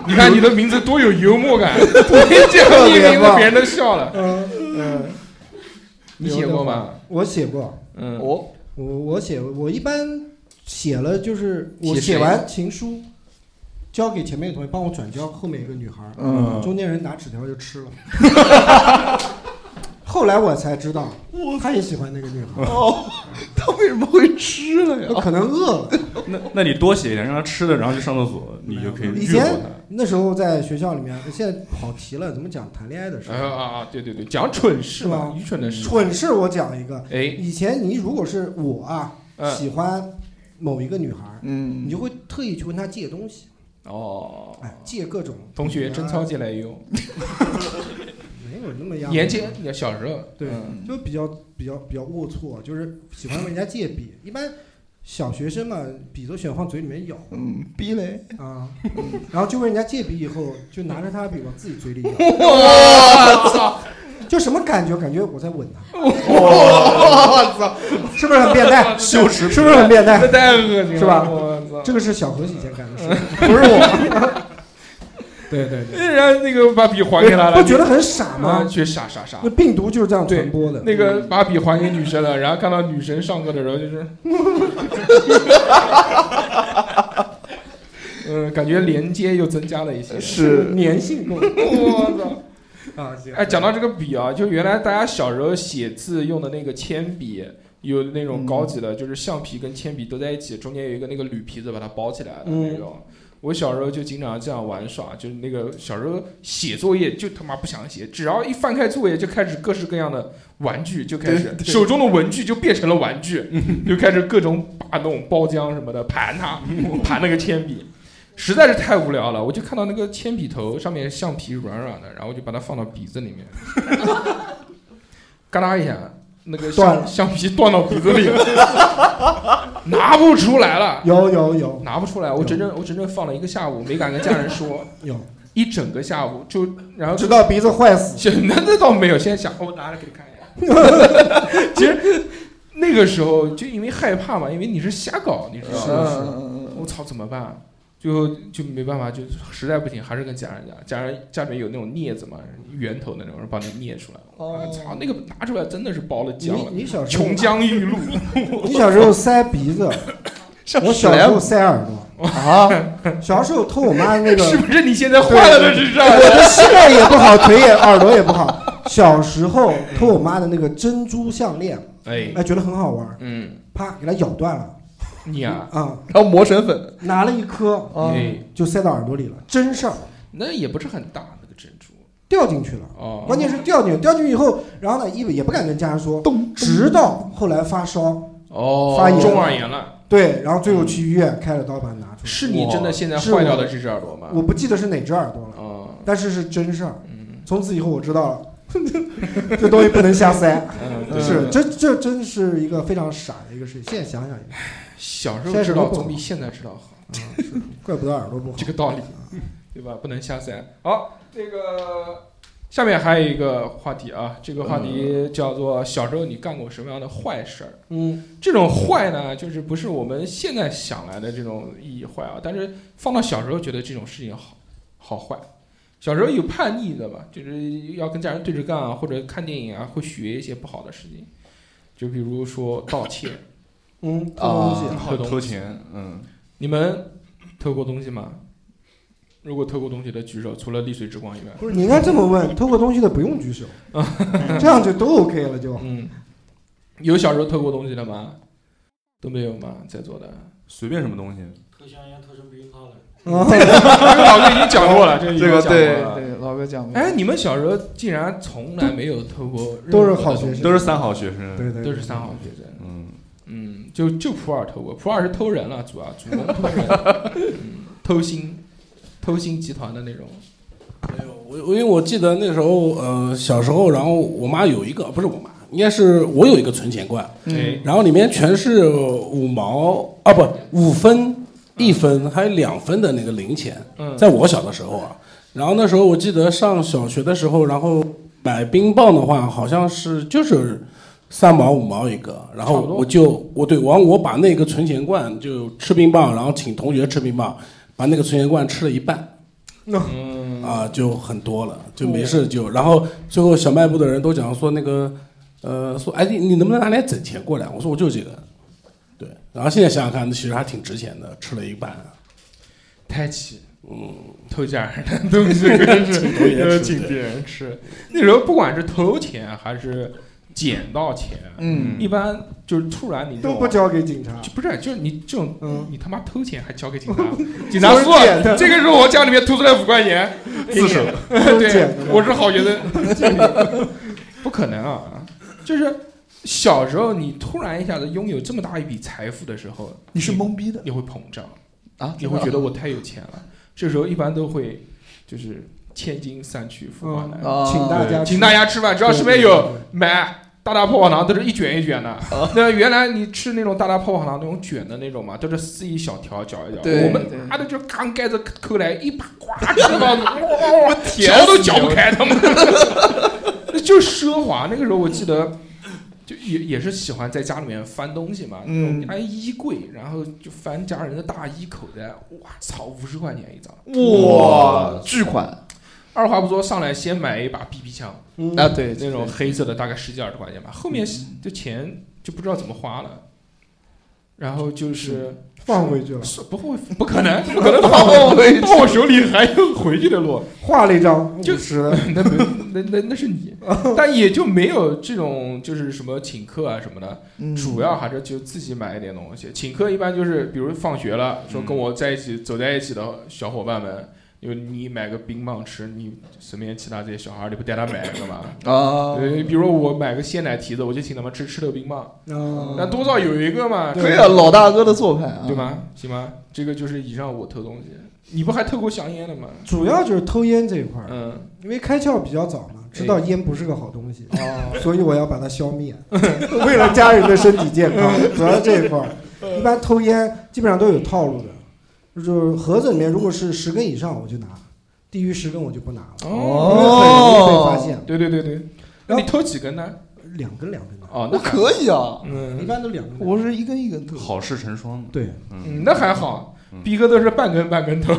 [SPEAKER 1] 你看你的名字多有幽默感，你这样一名字别人都笑了。
[SPEAKER 2] 嗯
[SPEAKER 1] 嗯，你写过吗？
[SPEAKER 2] 我写过。
[SPEAKER 1] 嗯
[SPEAKER 3] 我
[SPEAKER 2] 我我写我一般写了就是
[SPEAKER 1] 写
[SPEAKER 2] 我
[SPEAKER 1] 谁
[SPEAKER 2] 写完情书，交给前面的同学，帮我转交后面一个女孩儿，
[SPEAKER 3] 嗯
[SPEAKER 2] 中间人拿纸条就吃了。 [LAUGHS] 后来我才知道，他也喜欢那个女孩儿。
[SPEAKER 3] 哦，他为什么会吃了呀？
[SPEAKER 2] 可能饿
[SPEAKER 3] [LAUGHS]
[SPEAKER 2] 了。
[SPEAKER 4] 那那你多写一点，让他吃的，然后去上厕所，你就
[SPEAKER 3] 嗯
[SPEAKER 4] 可以
[SPEAKER 2] 以
[SPEAKER 4] 越
[SPEAKER 2] 前
[SPEAKER 4] 过
[SPEAKER 2] 那时候在学校里面，现在跑题了，怎么讲谈恋爱的事
[SPEAKER 1] 啊？啊啊！对对对，讲蠢事
[SPEAKER 2] 是吧
[SPEAKER 1] 嘛，？愚蠢的事。
[SPEAKER 2] 蠢事嗯我讲一个。
[SPEAKER 1] 哎
[SPEAKER 2] 以前你如果是我啊，
[SPEAKER 1] 嗯
[SPEAKER 2] 喜欢某一个女孩，
[SPEAKER 3] 嗯，
[SPEAKER 2] 你就会特意去问她借东西，
[SPEAKER 1] 哦，
[SPEAKER 2] 哎，借各种
[SPEAKER 1] 同学
[SPEAKER 2] 真
[SPEAKER 1] 贞操借来用。
[SPEAKER 2] [LAUGHS] 没有那么样。
[SPEAKER 1] 年轻，小时候
[SPEAKER 2] 对，
[SPEAKER 3] 嗯
[SPEAKER 2] 就比较比较比较龌龊，啊就是喜欢问人家借笔。一般小学生嘛，笔都喜欢放嘴里面咬，
[SPEAKER 3] 嗯，逼嘞
[SPEAKER 2] 啊，然后就问人家借笔，以后就拿着他的笔往自己嘴里咬。
[SPEAKER 3] 我操！ [LAUGHS]
[SPEAKER 2] 就什么感觉？感觉我在吻他。
[SPEAKER 3] 我操！
[SPEAKER 2] [LAUGHS] 是不是很变态？
[SPEAKER 3] 羞耻
[SPEAKER 2] 是不是很变态？
[SPEAKER 1] 这太恶心了
[SPEAKER 2] 是吧
[SPEAKER 1] 我操？
[SPEAKER 2] 这个是小何以前干的事，
[SPEAKER 1] 嗯
[SPEAKER 2] 不是我。对对对，
[SPEAKER 1] 人家那个把笔还给他了，
[SPEAKER 2] 不觉得很傻吗
[SPEAKER 1] 嗯觉得傻傻傻
[SPEAKER 2] 那。病毒就是这样传播的。
[SPEAKER 1] 那个把笔还给女生了，然后看到女生上课的时候，就是，嗯，感觉连接又增加了一些，
[SPEAKER 2] 是粘性够了
[SPEAKER 1] 我操！
[SPEAKER 2] 啊行
[SPEAKER 1] 哎，讲到这个笔啊，就原来大家小时候写字用的那个铅笔，有那种高级
[SPEAKER 4] 嗯
[SPEAKER 1] 的，就是橡皮跟铅笔都在一起，中间有一个那个铝皮子把它包起来的
[SPEAKER 4] 嗯
[SPEAKER 1] 那种。我小时候就经常这样玩耍，就是那个小时候写作业就他妈不想写，只要一翻开作业就开始各式各样的玩具就开始
[SPEAKER 4] 对，对
[SPEAKER 1] 手中的文具就变成了玩具，
[SPEAKER 2] 嗯
[SPEAKER 1] 就开始各种把弄包浆什么的盘它，
[SPEAKER 2] 嗯
[SPEAKER 1] 盘那个铅笔。实在是太无聊了，我就看到那个铅笔头上面橡皮软软的，然后我就把它放到鼻子里
[SPEAKER 2] [LAUGHS]
[SPEAKER 1] 面，嘎啦一下，那个
[SPEAKER 2] 断
[SPEAKER 1] 橡
[SPEAKER 2] 了
[SPEAKER 1] 橡皮断到鼻子里了，拿不出来了。
[SPEAKER 2] 有有有，。
[SPEAKER 1] 拿不出来，我整整我整整放了一个下午，没敢跟家人说
[SPEAKER 2] 有
[SPEAKER 1] 一整个下午就，然后
[SPEAKER 2] 直到鼻子坏死。
[SPEAKER 1] 现在那倒没有，现在想，哦我拿来给你看一眼。 [LAUGHS] 其实那个时候就因为害怕嘛，因为你是瞎搞，你知
[SPEAKER 2] 嗯
[SPEAKER 1] 道吗？
[SPEAKER 3] 是是
[SPEAKER 1] 我操，怎么办？就就没办法，就实在不行还是跟家人讲，家人家里面有那种镊子嘛，圆头那种，帮你镊出来。我操，那个拿出来真的是包了浆了，
[SPEAKER 2] 你你小时候
[SPEAKER 1] 琼浆玉露。
[SPEAKER 2] [LAUGHS] 你小时候
[SPEAKER 1] [LAUGHS]
[SPEAKER 2] 塞鼻子，
[SPEAKER 1] 像
[SPEAKER 2] 我小时候塞耳朵啊。小时候偷我妈那个，
[SPEAKER 1] [LAUGHS] 是不是你现在坏了的智障
[SPEAKER 2] 对对对我的膝盖也不好，腿也耳朵也不好。小时候偷我妈的那个珍珠项链，
[SPEAKER 1] 哎
[SPEAKER 2] 哎，觉得很好玩儿，
[SPEAKER 1] 嗯，
[SPEAKER 2] 啪给它咬断了。
[SPEAKER 1] [LAUGHS] 你啊，
[SPEAKER 2] 啊，
[SPEAKER 3] 然后磨成粉，
[SPEAKER 2] 拿了一颗，
[SPEAKER 1] 哎
[SPEAKER 2] 就塞到耳朵里了，真事儿，
[SPEAKER 1] 那也不是很大那个珍珠
[SPEAKER 2] 掉进去了。
[SPEAKER 1] 哦。
[SPEAKER 2] 关键是掉进去，掉进去以后，然后呢，也也不敢跟家人说，直到后来发烧，
[SPEAKER 1] 哦，
[SPEAKER 2] 发炎
[SPEAKER 1] 中耳炎了。
[SPEAKER 2] 对，然后最后去医院开了刀把它拿出来。
[SPEAKER 1] 是你真的现在
[SPEAKER 2] 是我
[SPEAKER 1] 坏掉的这只耳朵吗哦
[SPEAKER 2] 我不记得是哪只耳朵了，但是是真事儿。
[SPEAKER 1] 嗯
[SPEAKER 2] 从此以后我知道了， [LAUGHS] 这东西不能瞎塞。
[SPEAKER 1] 嗯对
[SPEAKER 2] 是
[SPEAKER 1] 对
[SPEAKER 2] 这这真是一个非常傻的一个事情。现在想想也，
[SPEAKER 1] 小时
[SPEAKER 2] 现在
[SPEAKER 1] 候
[SPEAKER 2] 什
[SPEAKER 1] 知
[SPEAKER 2] 么
[SPEAKER 1] 道
[SPEAKER 2] 不好
[SPEAKER 1] 总比现在知道好，嗯
[SPEAKER 2] [LAUGHS] 怪不得耳朵不好。
[SPEAKER 1] 这个道理， [LAUGHS] 对吧？不能瞎塞。好，那个下面还有一个话题啊，这个话题叫做小时候你干过什么样的坏事儿？
[SPEAKER 2] 嗯，
[SPEAKER 1] 这种坏呢，就是不是我们现在想来的这种意义坏啊，但是放到小时候觉得这种事情好好坏。小时候有叛逆的吧，就是要跟家人对着干啊，或者看电影啊，会学一些不好的事情，就比如说盗窃，
[SPEAKER 2] 嗯
[SPEAKER 1] 偷东西
[SPEAKER 4] 啊偷钱，嗯，
[SPEAKER 1] 你们偷过东西吗？如果偷过东西的举手，除了丽水之光以外，
[SPEAKER 2] 不是，你应该这么问：偷过东西的不用
[SPEAKER 1] [LAUGHS]
[SPEAKER 2] 举手，这样就都 OK 了就。
[SPEAKER 1] 嗯，有小时候偷过东西的吗？都没有吗？在座的随便什么东西，
[SPEAKER 8] 偷香烟、偷成避孕套了。
[SPEAKER 1] [LAUGHS] 老哥已经讲过了，这已经
[SPEAKER 3] 这个
[SPEAKER 1] 讲过
[SPEAKER 3] 对
[SPEAKER 1] 了
[SPEAKER 3] 对老哥讲过
[SPEAKER 1] 哎，你们小时候竟然从来没有偷过任何的东西，
[SPEAKER 2] 都是好学生
[SPEAKER 4] 都是三好学生对
[SPEAKER 2] 对
[SPEAKER 1] 都是三好学生。嗯嗯，就 [LAUGHS] 就普洱偷过，普洱是偷人了，主要主要偷人，嗯偷心。偷心集团的那 [LAUGHS] 种。
[SPEAKER 7] 我因为我记得那时候，呃，小时候，然后我妈有一个，不是我妈，应该是我有一个存钱罐，
[SPEAKER 1] 嗯
[SPEAKER 7] 然后里面全是五毛啊，不五分、一分还有两分的那个零钱，
[SPEAKER 1] 嗯
[SPEAKER 7] 在我小的时候啊，然后那时候我记得上小学的时候，然后买冰棒的话，好像是就是三毛五毛一个，然
[SPEAKER 1] 差
[SPEAKER 7] 后
[SPEAKER 1] 不多
[SPEAKER 7] 我就我对，完我把那个存钱罐就吃冰棒，然后请同学吃冰棒，把那个存钱罐吃了一半。
[SPEAKER 1] [LAUGHS] 嗯
[SPEAKER 7] 啊，就很多了，就没事就，然后最后小卖部的人都讲说那个，呃，说哎你你能不能拿点整钱过来？我说我就这个，对，然后现在想想看，其实还挺值钱的，吃了一半，啊
[SPEAKER 1] 太奇，嗯，偷家人的东
[SPEAKER 7] [LAUGHS]
[SPEAKER 1] 西真
[SPEAKER 7] 请同
[SPEAKER 1] 是
[SPEAKER 7] 学吃
[SPEAKER 1] 呃请别
[SPEAKER 7] 对
[SPEAKER 1] 人吃。那时候不管是偷钱还是捡到钱，
[SPEAKER 2] 嗯
[SPEAKER 1] 一般就是突然你这种
[SPEAKER 2] 都不交给警察，
[SPEAKER 1] 就不是就是你这种，你他妈偷钱还交给警察
[SPEAKER 2] [LAUGHS]
[SPEAKER 1] 警察
[SPEAKER 2] 都是捡的
[SPEAKER 1] 说这个是我家里面吐出来五块钱，给你
[SPEAKER 6] 自首
[SPEAKER 2] 都是
[SPEAKER 1] [LAUGHS] 对
[SPEAKER 2] 捡的，
[SPEAKER 1] 我是好学生， [LAUGHS] 不可能啊，就是。小时候，你突然一下子拥有这么大一笔财富的时候，
[SPEAKER 3] 你是懵逼的，
[SPEAKER 1] 你会膨胀
[SPEAKER 3] 啊
[SPEAKER 1] 你
[SPEAKER 3] 真
[SPEAKER 1] 会
[SPEAKER 3] 的
[SPEAKER 1] 觉得我太有钱了。这时候一般都会就是千金散去浮华来
[SPEAKER 3] 嗯啊，请大家
[SPEAKER 1] 对
[SPEAKER 3] 吃
[SPEAKER 1] 请大家吃饭，只要身边有买。大大泡泡糖都是一卷一卷的，
[SPEAKER 3] 啊
[SPEAKER 1] 那原来你吃那种大大泡泡糖那种卷的那种嘛，都是撕一小条嚼一嚼。
[SPEAKER 3] 对
[SPEAKER 1] 我们
[SPEAKER 3] 对
[SPEAKER 1] 妈的就刚盖子抠来一把，呱吃到哇哇哇，嚼都嚼不开，他妈的， [LAUGHS] 那就是奢华。那个时候我记得，就也也是喜欢在家里面翻东西嘛，
[SPEAKER 3] 嗯
[SPEAKER 1] 那种安衣柜，然后就翻家人的大衣口袋，哇操，五十块钱一张，
[SPEAKER 3] 哇巨款！
[SPEAKER 1] 二话不说上来先买一把 BB 枪，
[SPEAKER 3] 嗯啊对嗯
[SPEAKER 1] 那种黑色的，大概十几二十块钱吧。后面就钱就不知道怎么花了，然后就是
[SPEAKER 2] 嗯放回去了，
[SPEAKER 1] 是不会， [LAUGHS] 不可能，不可能放我放我手里还有回去的路，
[SPEAKER 2] 画了一张五十的，
[SPEAKER 1] [LAUGHS] 那没那那那是
[SPEAKER 2] [LAUGHS]
[SPEAKER 1] 你，但也就没有这种就是什么请客啊什么的，
[SPEAKER 3] 嗯
[SPEAKER 1] 主要还是就自己买一点东西。请客一般就是比如放学了，说跟我在一起、走在一起的小伙伴们，有你买个冰棒吃，你身边其他这些小孩儿你不带他买干嘛？
[SPEAKER 2] [LAUGHS]
[SPEAKER 3] 啊
[SPEAKER 1] 对比如我买个鲜奶提子，我就请他们吃吃豆冰棒，
[SPEAKER 2] 啊
[SPEAKER 1] 那多少有一个嘛，
[SPEAKER 3] 对啊，老大哥的做派啊，
[SPEAKER 1] 对
[SPEAKER 2] 嗯
[SPEAKER 1] 吗？行吗？这个就是以上我偷东西，你不还偷过香烟的吗？
[SPEAKER 2] 主要就是偷烟这一块儿，
[SPEAKER 1] 嗯，哎
[SPEAKER 2] 因为开窍比较早嘛，知道烟不是个好东西，
[SPEAKER 1] 哦
[SPEAKER 2] 所以我要把它
[SPEAKER 1] [LAUGHS]
[SPEAKER 2] 消灭，为了家人的身体健康，主要是这一块
[SPEAKER 1] 嗯
[SPEAKER 2] 儿。一般偷烟基本上都有套路的，就是盒子里面如果是十根以上我就拿，低于十根我就不拿了，因为很
[SPEAKER 3] 哦
[SPEAKER 2] 容易被发现。
[SPEAKER 1] 哦对对对对，那你偷几根呢？
[SPEAKER 2] 两根两根的。
[SPEAKER 1] 哦，
[SPEAKER 3] 那可以啊，
[SPEAKER 1] 嗯，
[SPEAKER 2] 一般都两根。
[SPEAKER 3] 我是一根一根偷，
[SPEAKER 4] 好事成双的。
[SPEAKER 2] 对，
[SPEAKER 1] 嗯，那还好，逼哥都是半根半根头。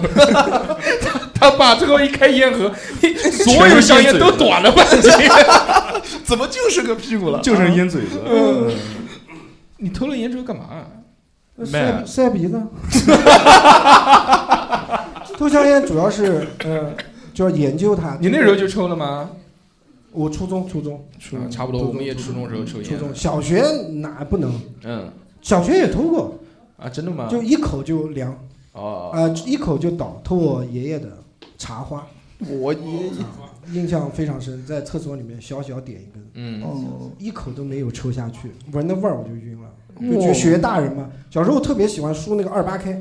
[SPEAKER 1] [LAUGHS] 他把最后一开烟盒，所有香烟都短了半
[SPEAKER 2] [LAUGHS]
[SPEAKER 1] 截，
[SPEAKER 3] 怎么就剩个屁股了？
[SPEAKER 4] 就剩烟嘴子
[SPEAKER 1] 嗯你偷了烟之后干嘛啊？
[SPEAKER 2] 塞塞鼻
[SPEAKER 3] [LAUGHS]
[SPEAKER 2] 子。偷香烟主要是嗯，就要研究它。
[SPEAKER 1] 你那时候就抽了吗？
[SPEAKER 2] 我初中，初中，
[SPEAKER 1] 初中差不多，
[SPEAKER 2] 初中
[SPEAKER 1] 我们也初中时候抽
[SPEAKER 2] 初
[SPEAKER 1] 烟。
[SPEAKER 2] 中小学哪不能？
[SPEAKER 1] 嗯，
[SPEAKER 2] 小学也偷过，
[SPEAKER 1] 啊，真的吗？
[SPEAKER 2] 就一口就凉，
[SPEAKER 1] 哦，
[SPEAKER 2] 啊，一口就倒，偷我爷爷的茶花，啊
[SPEAKER 3] 我爷爷
[SPEAKER 2] 印象非常深，在厕所里面小小点一根，
[SPEAKER 1] 嗯
[SPEAKER 3] 哦
[SPEAKER 2] 一口都没有抽下去，闻那味儿我就晕了。
[SPEAKER 3] 哇
[SPEAKER 2] 就去学大人嘛，小时候特别喜欢梳那个二八开，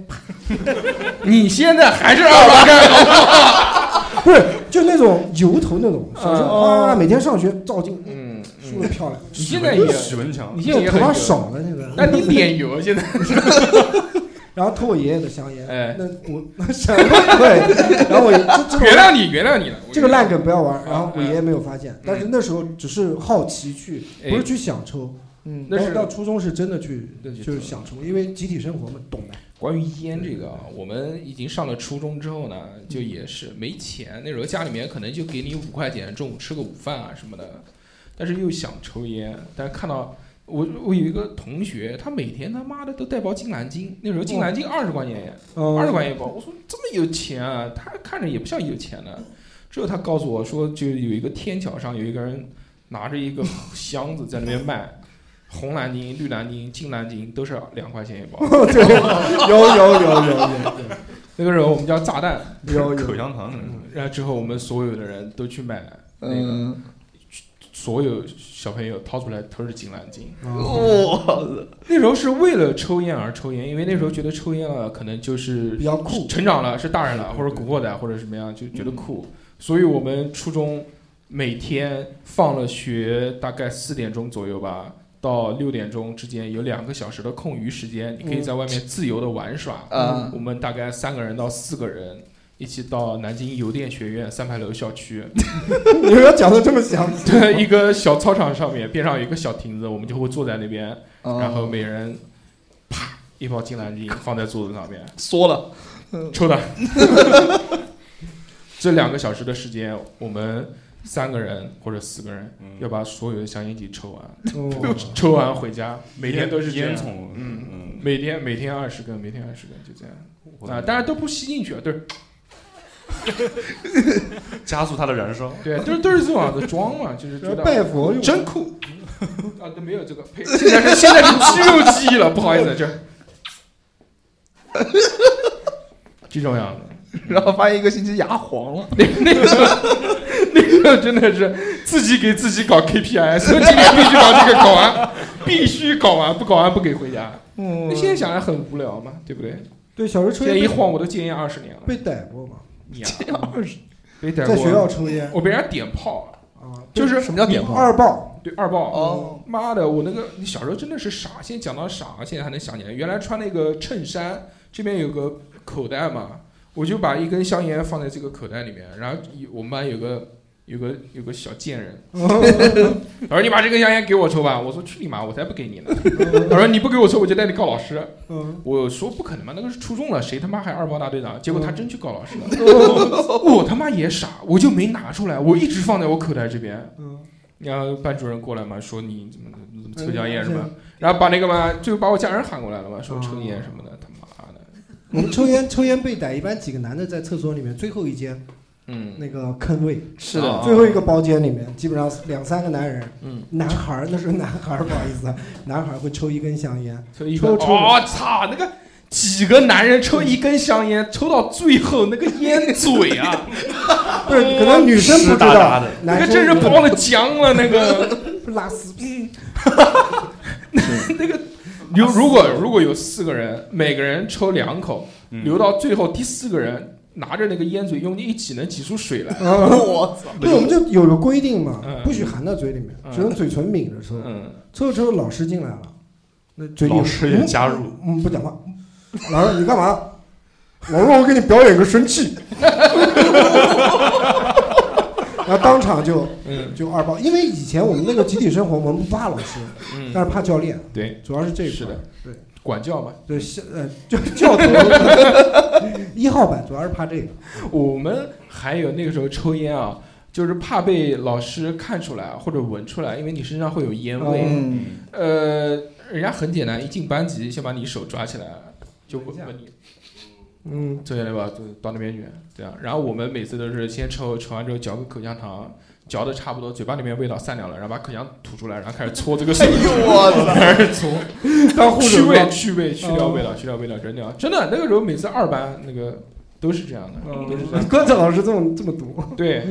[SPEAKER 1] 你现在还是二八开，好不好？
[SPEAKER 2] 不是，就那种油头那种，小时候
[SPEAKER 1] 嗯
[SPEAKER 2] 啊，每天上学照镜，
[SPEAKER 1] 嗯，
[SPEAKER 2] 梳的漂亮。
[SPEAKER 1] 你现在也
[SPEAKER 4] 许文强
[SPEAKER 1] 你现在也
[SPEAKER 2] 头发
[SPEAKER 1] 很油
[SPEAKER 2] 少了现在。
[SPEAKER 1] 那你脸油啊现在？
[SPEAKER 2] [LAUGHS] 然后偷我爷爷的香烟，
[SPEAKER 1] 哎
[SPEAKER 2] 那我那什么鬼？然后我这这
[SPEAKER 1] [LAUGHS]
[SPEAKER 2] 个
[SPEAKER 1] 原谅你，原谅你了。
[SPEAKER 2] 这个烂梗不要
[SPEAKER 1] 啊
[SPEAKER 2] 玩。然后我爷爷没有发现，但是那时候只是好奇去，
[SPEAKER 1] 哎
[SPEAKER 2] 不是去想抽。
[SPEAKER 3] 嗯
[SPEAKER 1] 那
[SPEAKER 2] 但
[SPEAKER 1] 是
[SPEAKER 2] 到初中是真的去
[SPEAKER 1] 那就，
[SPEAKER 2] 就是想抽，因为集体生活嘛，懂的。
[SPEAKER 1] 关于烟这个啊，我们已经上了初中之后呢，就也是没钱，那时候家里面可能就给你五块钱，中午吃个午饭啊什么的，但是又想抽烟，但是看到我我有一个同学，他每天他妈的都带包金兰经，那时候金兰经二十块钱一包，
[SPEAKER 2] 哦
[SPEAKER 1] 二十块钱一包，我说这么有钱啊，他看着也不像有钱的。之后他告诉我说，就有一个天桥上有一个人拿着一个箱子在那边卖。红蓝鲸、绿蓝鲸、金蓝鲸都是两块钱一包。
[SPEAKER 2] [LAUGHS] 对，有有有有有。
[SPEAKER 1] 那个时候我们叫炸弹，
[SPEAKER 2] 有有
[SPEAKER 4] 口香糖，
[SPEAKER 1] 然后之后我们所有的人都去买那个，
[SPEAKER 3] 嗯
[SPEAKER 1] 所有小朋友掏出来都是锦兰精。
[SPEAKER 3] 哇
[SPEAKER 1] 那时候是为了抽烟而抽烟，因为那时候觉得抽烟了可能就是比较酷，成长了是大人了，或者古惑仔或者什么样就觉得酷，所以我们初中每天放了学大概四点钟左右吧。到六点钟之间有两个小时的空余时间，你可以在外面自由的玩耍。
[SPEAKER 3] 嗯
[SPEAKER 1] 我们大概三个人到四个人一起到南京邮电学院三牌楼校区，
[SPEAKER 2] [LAUGHS] 你们要讲的这么详细，
[SPEAKER 1] 对，一个小操场上面，边上有一个小亭子，我们就会坐在那边，
[SPEAKER 3] 哦
[SPEAKER 1] 然后每人啪一包金兰金放在桌子上面，
[SPEAKER 3] 缩了，
[SPEAKER 1] 抽的。 [LAUGHS] 这两个小时的时间，我们三个人或者四个人
[SPEAKER 4] 嗯
[SPEAKER 1] 要把所有的香烟一起抽完
[SPEAKER 4] 哦，
[SPEAKER 1] [LAUGHS] 抽完回家，每天
[SPEAKER 4] 烟
[SPEAKER 1] 都是这样
[SPEAKER 4] 烟囱
[SPEAKER 1] 嗯
[SPEAKER 4] 嗯
[SPEAKER 1] 嗯，每天每天二十根，每天二十根，就这
[SPEAKER 4] 我
[SPEAKER 1] 样啊，当然都不吸进去啊，都是
[SPEAKER 4] 加速它的燃烧。
[SPEAKER 1] 对，都是都是这
[SPEAKER 4] [LAUGHS]
[SPEAKER 1] 样子装嘛，就是觉得
[SPEAKER 2] 拜佛用
[SPEAKER 1] 真酷。啊，都没有这个，呸！现在是现在是肌肉记忆了，不好意思，
[SPEAKER 3] [LAUGHS]
[SPEAKER 1] [LAUGHS] 这这种样
[SPEAKER 3] 子，然后发现一个星期牙黄了，
[SPEAKER 1] 那个那个真的是自己给自己搞 KPI，所以今天必须把这个搞完，必须搞完，不搞完不给回家。
[SPEAKER 2] 嗯
[SPEAKER 1] 那现在想来很无聊嘛，对不对？
[SPEAKER 2] 对，小时候抽
[SPEAKER 1] 现
[SPEAKER 2] 烟
[SPEAKER 1] 在
[SPEAKER 2] 被
[SPEAKER 1] 一晃我都戒烟二十年了，
[SPEAKER 2] 被逮过吗？
[SPEAKER 1] 你啊，被逮
[SPEAKER 2] 在
[SPEAKER 1] 过
[SPEAKER 2] 学校抽烟
[SPEAKER 1] 我被人家点炮
[SPEAKER 2] 啊，
[SPEAKER 1] 就是
[SPEAKER 2] 什么叫点炮
[SPEAKER 1] 你
[SPEAKER 2] 二爆，
[SPEAKER 1] 对二爆。哦，妈的，我那个你小时候真的是傻，现在讲到傻，现在还能想起来，原来穿那个衬衫，这边有个口袋嘛，我就把一根香烟放在这个口袋里面，然后有我们班有个。有个有个小贱人，
[SPEAKER 2] [LAUGHS]
[SPEAKER 1] 他说：“你把这根香烟给我抽吧。”我说：“去你妈，我才不给你呢。”他说：“你不给我抽，我就带你告老师。”
[SPEAKER 2] 嗯
[SPEAKER 1] 我说：“不可能嘛，那个是初中了，谁他妈还二爆大队长？”结果他真去告老师了。
[SPEAKER 2] [LAUGHS]
[SPEAKER 1] 哦
[SPEAKER 2] 嗯
[SPEAKER 1] 我他妈也傻，我就没拿出来，我一直放在我口袋这边。
[SPEAKER 2] 嗯，
[SPEAKER 1] 然后班主任过来嘛，说你怎么怎么抽香烟
[SPEAKER 2] 嗯
[SPEAKER 1] 什么
[SPEAKER 2] 是，
[SPEAKER 1] 然后把那个嘛，就把我家人喊过来了嘛，说抽烟什么的，他妈的。
[SPEAKER 2] 我们抽烟抽烟被逮，一般几个男的在厕所里面最后一间，
[SPEAKER 1] 嗯，
[SPEAKER 2] 那个坑位啊
[SPEAKER 1] 是的
[SPEAKER 2] 最后一个包间里面，基本上两三个男人，
[SPEAKER 1] 嗯，
[SPEAKER 2] 男孩儿那时候男孩儿不好意
[SPEAKER 1] [LAUGHS]
[SPEAKER 2] 思啊，男孩儿会抽一根香烟，
[SPEAKER 1] 抽一根，我、
[SPEAKER 2] 抽抽，
[SPEAKER 1] 哦操，那个几个男人抽一根香烟，抽到最后那个烟嘴啊，
[SPEAKER 2] [LAUGHS]
[SPEAKER 1] 哦
[SPEAKER 2] 不是可能女生不知道
[SPEAKER 1] 湿哒哒的那
[SPEAKER 2] 男
[SPEAKER 1] 个
[SPEAKER 2] 生
[SPEAKER 1] 真是爆了浆了，那个
[SPEAKER 2] 拉丝，嗯，
[SPEAKER 1] 留如果如果有四个人，每个人抽两口，
[SPEAKER 2] 嗯
[SPEAKER 1] 留到最后第四个人拿着那个烟嘴用力一挤，能挤出水 [LAUGHS] 来。
[SPEAKER 2] [LAUGHS] 我
[SPEAKER 1] 操
[SPEAKER 2] 对，我们就有个规定嘛
[SPEAKER 1] 嗯，
[SPEAKER 2] 不许含到嘴里面，
[SPEAKER 1] 嗯
[SPEAKER 2] 只能嘴唇抿着抽。抽着抽着，老师进来了，那嘴里
[SPEAKER 4] 老师也
[SPEAKER 2] 嗯
[SPEAKER 4] 加入
[SPEAKER 2] 嗯，不讲话。老师，你干嘛？ [LAUGHS] 老师，我给你表演个生 [LAUGHS] 气。然后当场就
[SPEAKER 1] 嗯
[SPEAKER 2] 就二爆，因为以前我们那个集体生活，我们不怕老师，
[SPEAKER 1] 嗯
[SPEAKER 2] 但是怕教练。
[SPEAKER 1] 对，
[SPEAKER 2] 主要是这个。
[SPEAKER 1] 是的，
[SPEAKER 2] 对，
[SPEAKER 1] 管教嘛。
[SPEAKER 2] 对，是呃，就教头 [LAUGHS] 一号版主要是怕这个。
[SPEAKER 1] 我们还有那个时候抽烟啊，就是怕被老师看出来或者闻出来，因为你身上会有烟味。
[SPEAKER 3] 嗯
[SPEAKER 1] 呃，人家很简单，一进班级先把你手抓起来，就闻闻你。
[SPEAKER 2] 嗯，
[SPEAKER 1] 坐下来吧，就到那边去，这样。然后我们每次都是先抽，抽完之后嚼个口香糖，嚼的差不多，嘴巴里面味道散掉了，然后把口香吐出来，然后开始搓这个手指。
[SPEAKER 3] 哎呦我操
[SPEAKER 1] [LAUGHS] 开始搓，
[SPEAKER 2] 当护手
[SPEAKER 1] 去味
[SPEAKER 2] 霜
[SPEAKER 1] 去味去
[SPEAKER 3] 嗯
[SPEAKER 1] 掉味道，
[SPEAKER 2] 哦
[SPEAKER 1] 去掉味道，扔掉。真的，那个时候每次二班那个都是这样的，
[SPEAKER 3] 嗯
[SPEAKER 1] 都是这样的。
[SPEAKER 2] 观察老师这么这么毒，
[SPEAKER 1] 对，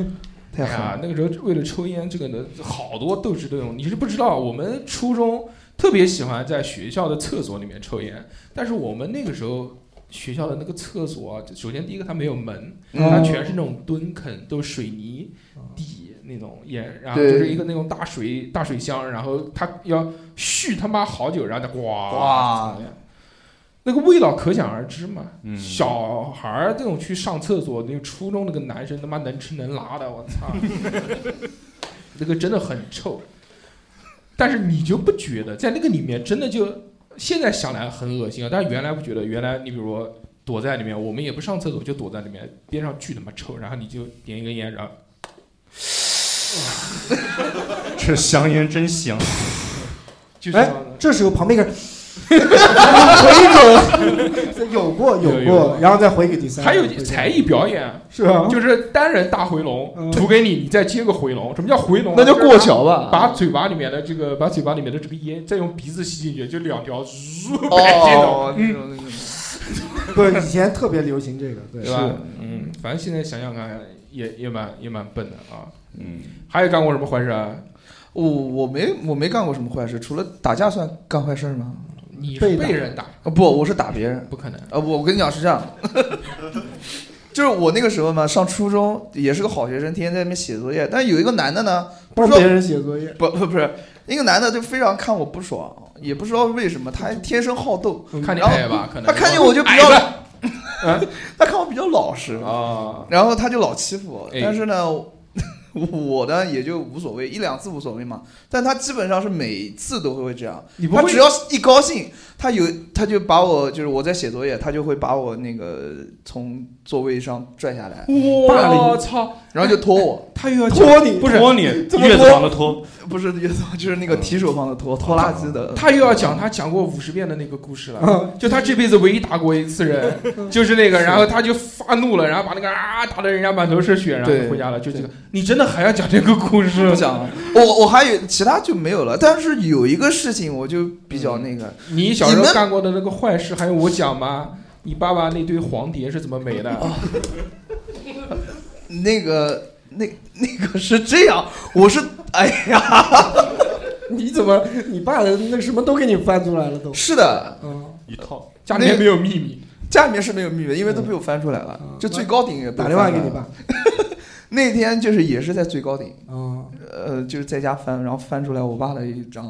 [SPEAKER 2] [LAUGHS] 太狠了
[SPEAKER 1] 哎呀那个时候为了抽烟，这个呢，好多斗智斗勇。你是不知道，我们初中特别喜欢在学校的厕所里面抽烟，但是我们那个时候学校的那个厕所啊，首先第一个它没有门，
[SPEAKER 3] 嗯
[SPEAKER 1] 它全是那种蹲坑，都是水泥底那种烟，然后
[SPEAKER 3] 对
[SPEAKER 1] 就是一个那种大水大水箱，然后它要续他妈好久，然后再呱
[SPEAKER 3] 哇，
[SPEAKER 1] 那个味道可想而知嘛。
[SPEAKER 4] 嗯
[SPEAKER 1] 小孩儿这种去上厕所，那个初中那个男生他妈能吃能拉的，我操， [LAUGHS] 那个真的很臭。但是你就不觉得在那个里面真的就现在想来很恶心啊，但是原来不觉得，原来你比如说躲在里面，我们也不上厕所，就躲在里面，边上巨他妈臭，然后你就点一根烟，然后
[SPEAKER 4] 这香烟
[SPEAKER 1] [LAUGHS]
[SPEAKER 4] 真香。
[SPEAKER 1] 就是
[SPEAKER 2] 哎，这时候旁边
[SPEAKER 1] [LAUGHS]
[SPEAKER 2] 一个人 [LAUGHS] 回一口，有过
[SPEAKER 1] 有
[SPEAKER 2] 有
[SPEAKER 1] 有
[SPEAKER 2] 过，然后再回给第三个。
[SPEAKER 1] 还有
[SPEAKER 2] 回给
[SPEAKER 1] 才艺表演
[SPEAKER 2] 是吧
[SPEAKER 1] 就是单人大回笼，吐给你，你再接个回笼。什么叫回笼啊？
[SPEAKER 3] 那就过
[SPEAKER 1] 就
[SPEAKER 3] 桥
[SPEAKER 1] 是
[SPEAKER 3] 吧
[SPEAKER 1] 把把嘴巴里面的这个，把嘴巴里面的这个烟，再用鼻子吸进去，就两条嗖 [LAUGHS]
[SPEAKER 3] 哦，
[SPEAKER 1] 这种，
[SPEAKER 3] 那种那种
[SPEAKER 2] 不，以前特别流行这个，
[SPEAKER 1] [LAUGHS]
[SPEAKER 2] 对
[SPEAKER 1] 对吧？嗯，反正现在想想看，也也蛮也蛮笨的啊。
[SPEAKER 4] 嗯，
[SPEAKER 1] 还有干过什么坏事啊？
[SPEAKER 3] 我我没我没干过什么坏事，除了打架算干坏事吗？
[SPEAKER 1] 你是被人打，
[SPEAKER 3] 啊，不，我是打别人，
[SPEAKER 1] 不可能啊！
[SPEAKER 3] 我我跟你讲是这样，
[SPEAKER 1] [LAUGHS]
[SPEAKER 3] 就是我那个时候嘛，上初中也是个好学生，天天在那边写作业，但有一个男的呢，不知道
[SPEAKER 2] 帮别人写作业，
[SPEAKER 3] 不不不是，那个男的就非常看我不爽，也不知道为什么，他还天生好斗，
[SPEAKER 1] 嗯看你
[SPEAKER 3] 然后
[SPEAKER 1] 矮吧可能
[SPEAKER 3] 他看见我就比较
[SPEAKER 1] 矮， [LAUGHS]
[SPEAKER 3] 他看我比较老实
[SPEAKER 1] 啊，
[SPEAKER 3] 然后他就老欺负我，
[SPEAKER 1] 哎
[SPEAKER 3] 但是呢。 [LAUGHS] 我呢也就无所谓，一两次无所谓嘛。但他基本上是每次都会这样
[SPEAKER 1] 你，不
[SPEAKER 3] 他
[SPEAKER 1] 会
[SPEAKER 3] 只要一高兴，他有他就把我就是我在写作业，他就会把我那个从座位上拽下来，霸
[SPEAKER 1] 我
[SPEAKER 3] 凌，
[SPEAKER 1] 操！
[SPEAKER 3] 然后就拖我，
[SPEAKER 1] 他又要
[SPEAKER 3] 拖你，
[SPEAKER 1] 不是
[SPEAKER 3] 怎么
[SPEAKER 4] 拖，
[SPEAKER 3] [LAUGHS] 不是月子房，就是那个提手旁的拖，拖拉机的。
[SPEAKER 1] 他又要讲他讲过五十遍的那个故事了，就他这辈子唯一打过一次
[SPEAKER 3] [LAUGHS]
[SPEAKER 1] 人，就是那个，然后他就发怒了，然后把那个啊打的人家满头是血，然后
[SPEAKER 3] 对
[SPEAKER 1] 就回家了，就这个。你真的还要讲这个故事？
[SPEAKER 3] 不讲了，我我还有其他就没有了，但是有一个事情我就比较
[SPEAKER 2] 嗯
[SPEAKER 3] 那个，
[SPEAKER 1] 你小时候
[SPEAKER 3] 们
[SPEAKER 1] 干过的那个坏事还用我讲吗？你爸爸那堆黄碟是怎么没的？
[SPEAKER 3] 那个那那个是这样，我是哎呀，
[SPEAKER 2] [LAUGHS] 你怎么你爸的那什么都给你翻出来了都？
[SPEAKER 3] 是的，
[SPEAKER 9] [LAUGHS]
[SPEAKER 2] 嗯，
[SPEAKER 4] 一套
[SPEAKER 1] 家里面没有秘密，嗯
[SPEAKER 3] 家里面是没有秘密，因为都被我翻出来了，就最高顶也被我
[SPEAKER 2] 打电话
[SPEAKER 3] 翻
[SPEAKER 2] 给
[SPEAKER 3] 出来
[SPEAKER 2] 你
[SPEAKER 3] 了
[SPEAKER 2] 爸。
[SPEAKER 3] [LAUGHS] 那天就是也是在最高顶，
[SPEAKER 2] 嗯，
[SPEAKER 3] 呃，就是在家翻，然后翻出来我爸的一张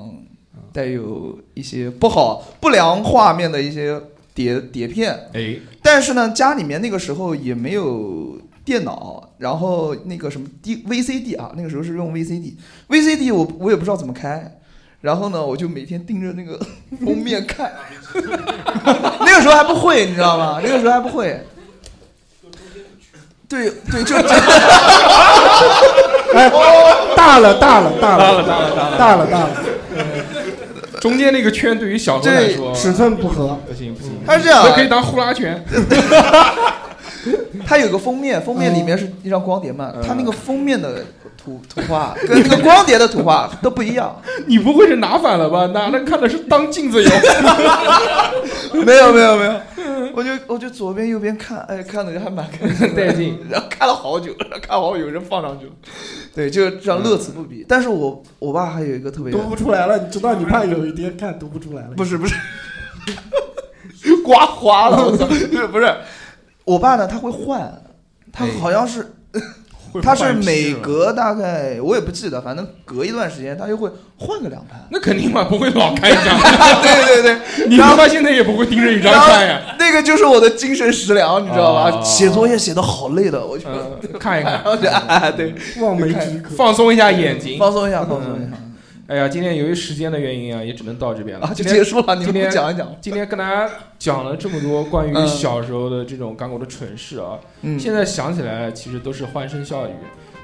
[SPEAKER 3] 带有一些不好不良画面的一些碟碟片，
[SPEAKER 1] 哎，
[SPEAKER 3] 但是呢，家里面那个时候也没有电脑，然后那个什么 D VCD 啊，那个时候是用 VCD，VCD 我我也不知道怎么开，然后呢，我就每天盯着那个 [LAUGHS] 封面看， [LAUGHS] 那个时候还不会，你知道吗？那个时候还不会。 [LAUGHS] 对对，就
[SPEAKER 2] [LAUGHS] 哎，大了大了
[SPEAKER 1] 大了大
[SPEAKER 2] 大了
[SPEAKER 1] 了
[SPEAKER 2] 大了大了，
[SPEAKER 1] 中间那个圈对于小时候来说
[SPEAKER 2] 尺寸不合，
[SPEAKER 1] 不行不行，
[SPEAKER 3] 它是这样的啊
[SPEAKER 1] 可以当呼啦
[SPEAKER 3] [LAUGHS]
[SPEAKER 1] 圈。
[SPEAKER 3] 它有个封面，封面里面是一张光碟嘛，
[SPEAKER 2] 嗯
[SPEAKER 3] 它那个封面的图图画跟那个光碟的图画都不一样。
[SPEAKER 1] 你不会是拿反了吧？拿着看的是当镜子用。
[SPEAKER 3] [LAUGHS] 没有没有没有，我就我就左边右边看，哎，看的还蛮开心的
[SPEAKER 1] 带劲，
[SPEAKER 3] 然后看了好久，然后看好有人放上去了，对，就这样乐此不疲。但是我我爸还有一个特别
[SPEAKER 2] 读不出来了，你知道你爸有一天看读不出来了，
[SPEAKER 3] 不是不是，刮花了，我操！不是，嗯我爸呢，他会换，他好像是， [LAUGHS] 他是
[SPEAKER 1] 哎换批
[SPEAKER 3] 每
[SPEAKER 1] 是吧
[SPEAKER 3] 隔大概我也不记得，反正隔一段时间他就会换个两盘。
[SPEAKER 1] 那肯定嘛，不会老看一
[SPEAKER 3] [LAUGHS]
[SPEAKER 1] 张。
[SPEAKER 3] 对对对，
[SPEAKER 1] 你他妈现在也不会盯着一张看呀。
[SPEAKER 3] 那个就是我的精神食粮，你知道吧？
[SPEAKER 1] 哦
[SPEAKER 3] 写作业写的好累的，我就
[SPEAKER 1] 嗯看一看
[SPEAKER 3] [LAUGHS] 然后就哎，对，
[SPEAKER 2] 望梅
[SPEAKER 3] 止
[SPEAKER 2] 渴
[SPEAKER 1] 放松一下眼睛，
[SPEAKER 3] 放松一下，放松一下。
[SPEAKER 1] 哎呀，今天由于时间的原因啊，也只能到这边了，
[SPEAKER 3] 啊就
[SPEAKER 1] 今天
[SPEAKER 3] 结束了你们
[SPEAKER 1] 今天
[SPEAKER 3] 不讲一讲，
[SPEAKER 1] 今天跟大家讲了这么多关于
[SPEAKER 3] 嗯
[SPEAKER 1] 小时候的这种干过的蠢事啊，
[SPEAKER 3] 嗯
[SPEAKER 1] 现在想起来其实都是欢声笑语。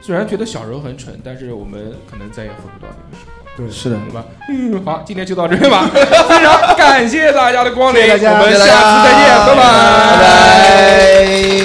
[SPEAKER 1] 虽然觉得小时候很蠢，但是我们可能再也回不到那个时候。
[SPEAKER 2] 对，
[SPEAKER 7] 是的
[SPEAKER 1] 对吧？嗯，好，今天就到这边吧，
[SPEAKER 3] [LAUGHS]
[SPEAKER 1] 非常感谢大家的光临，
[SPEAKER 2] 谢谢大家
[SPEAKER 1] 我们
[SPEAKER 2] 谢谢
[SPEAKER 1] 下
[SPEAKER 2] 大
[SPEAKER 1] 次
[SPEAKER 2] 家
[SPEAKER 1] 再见，拜拜
[SPEAKER 3] 拜拜。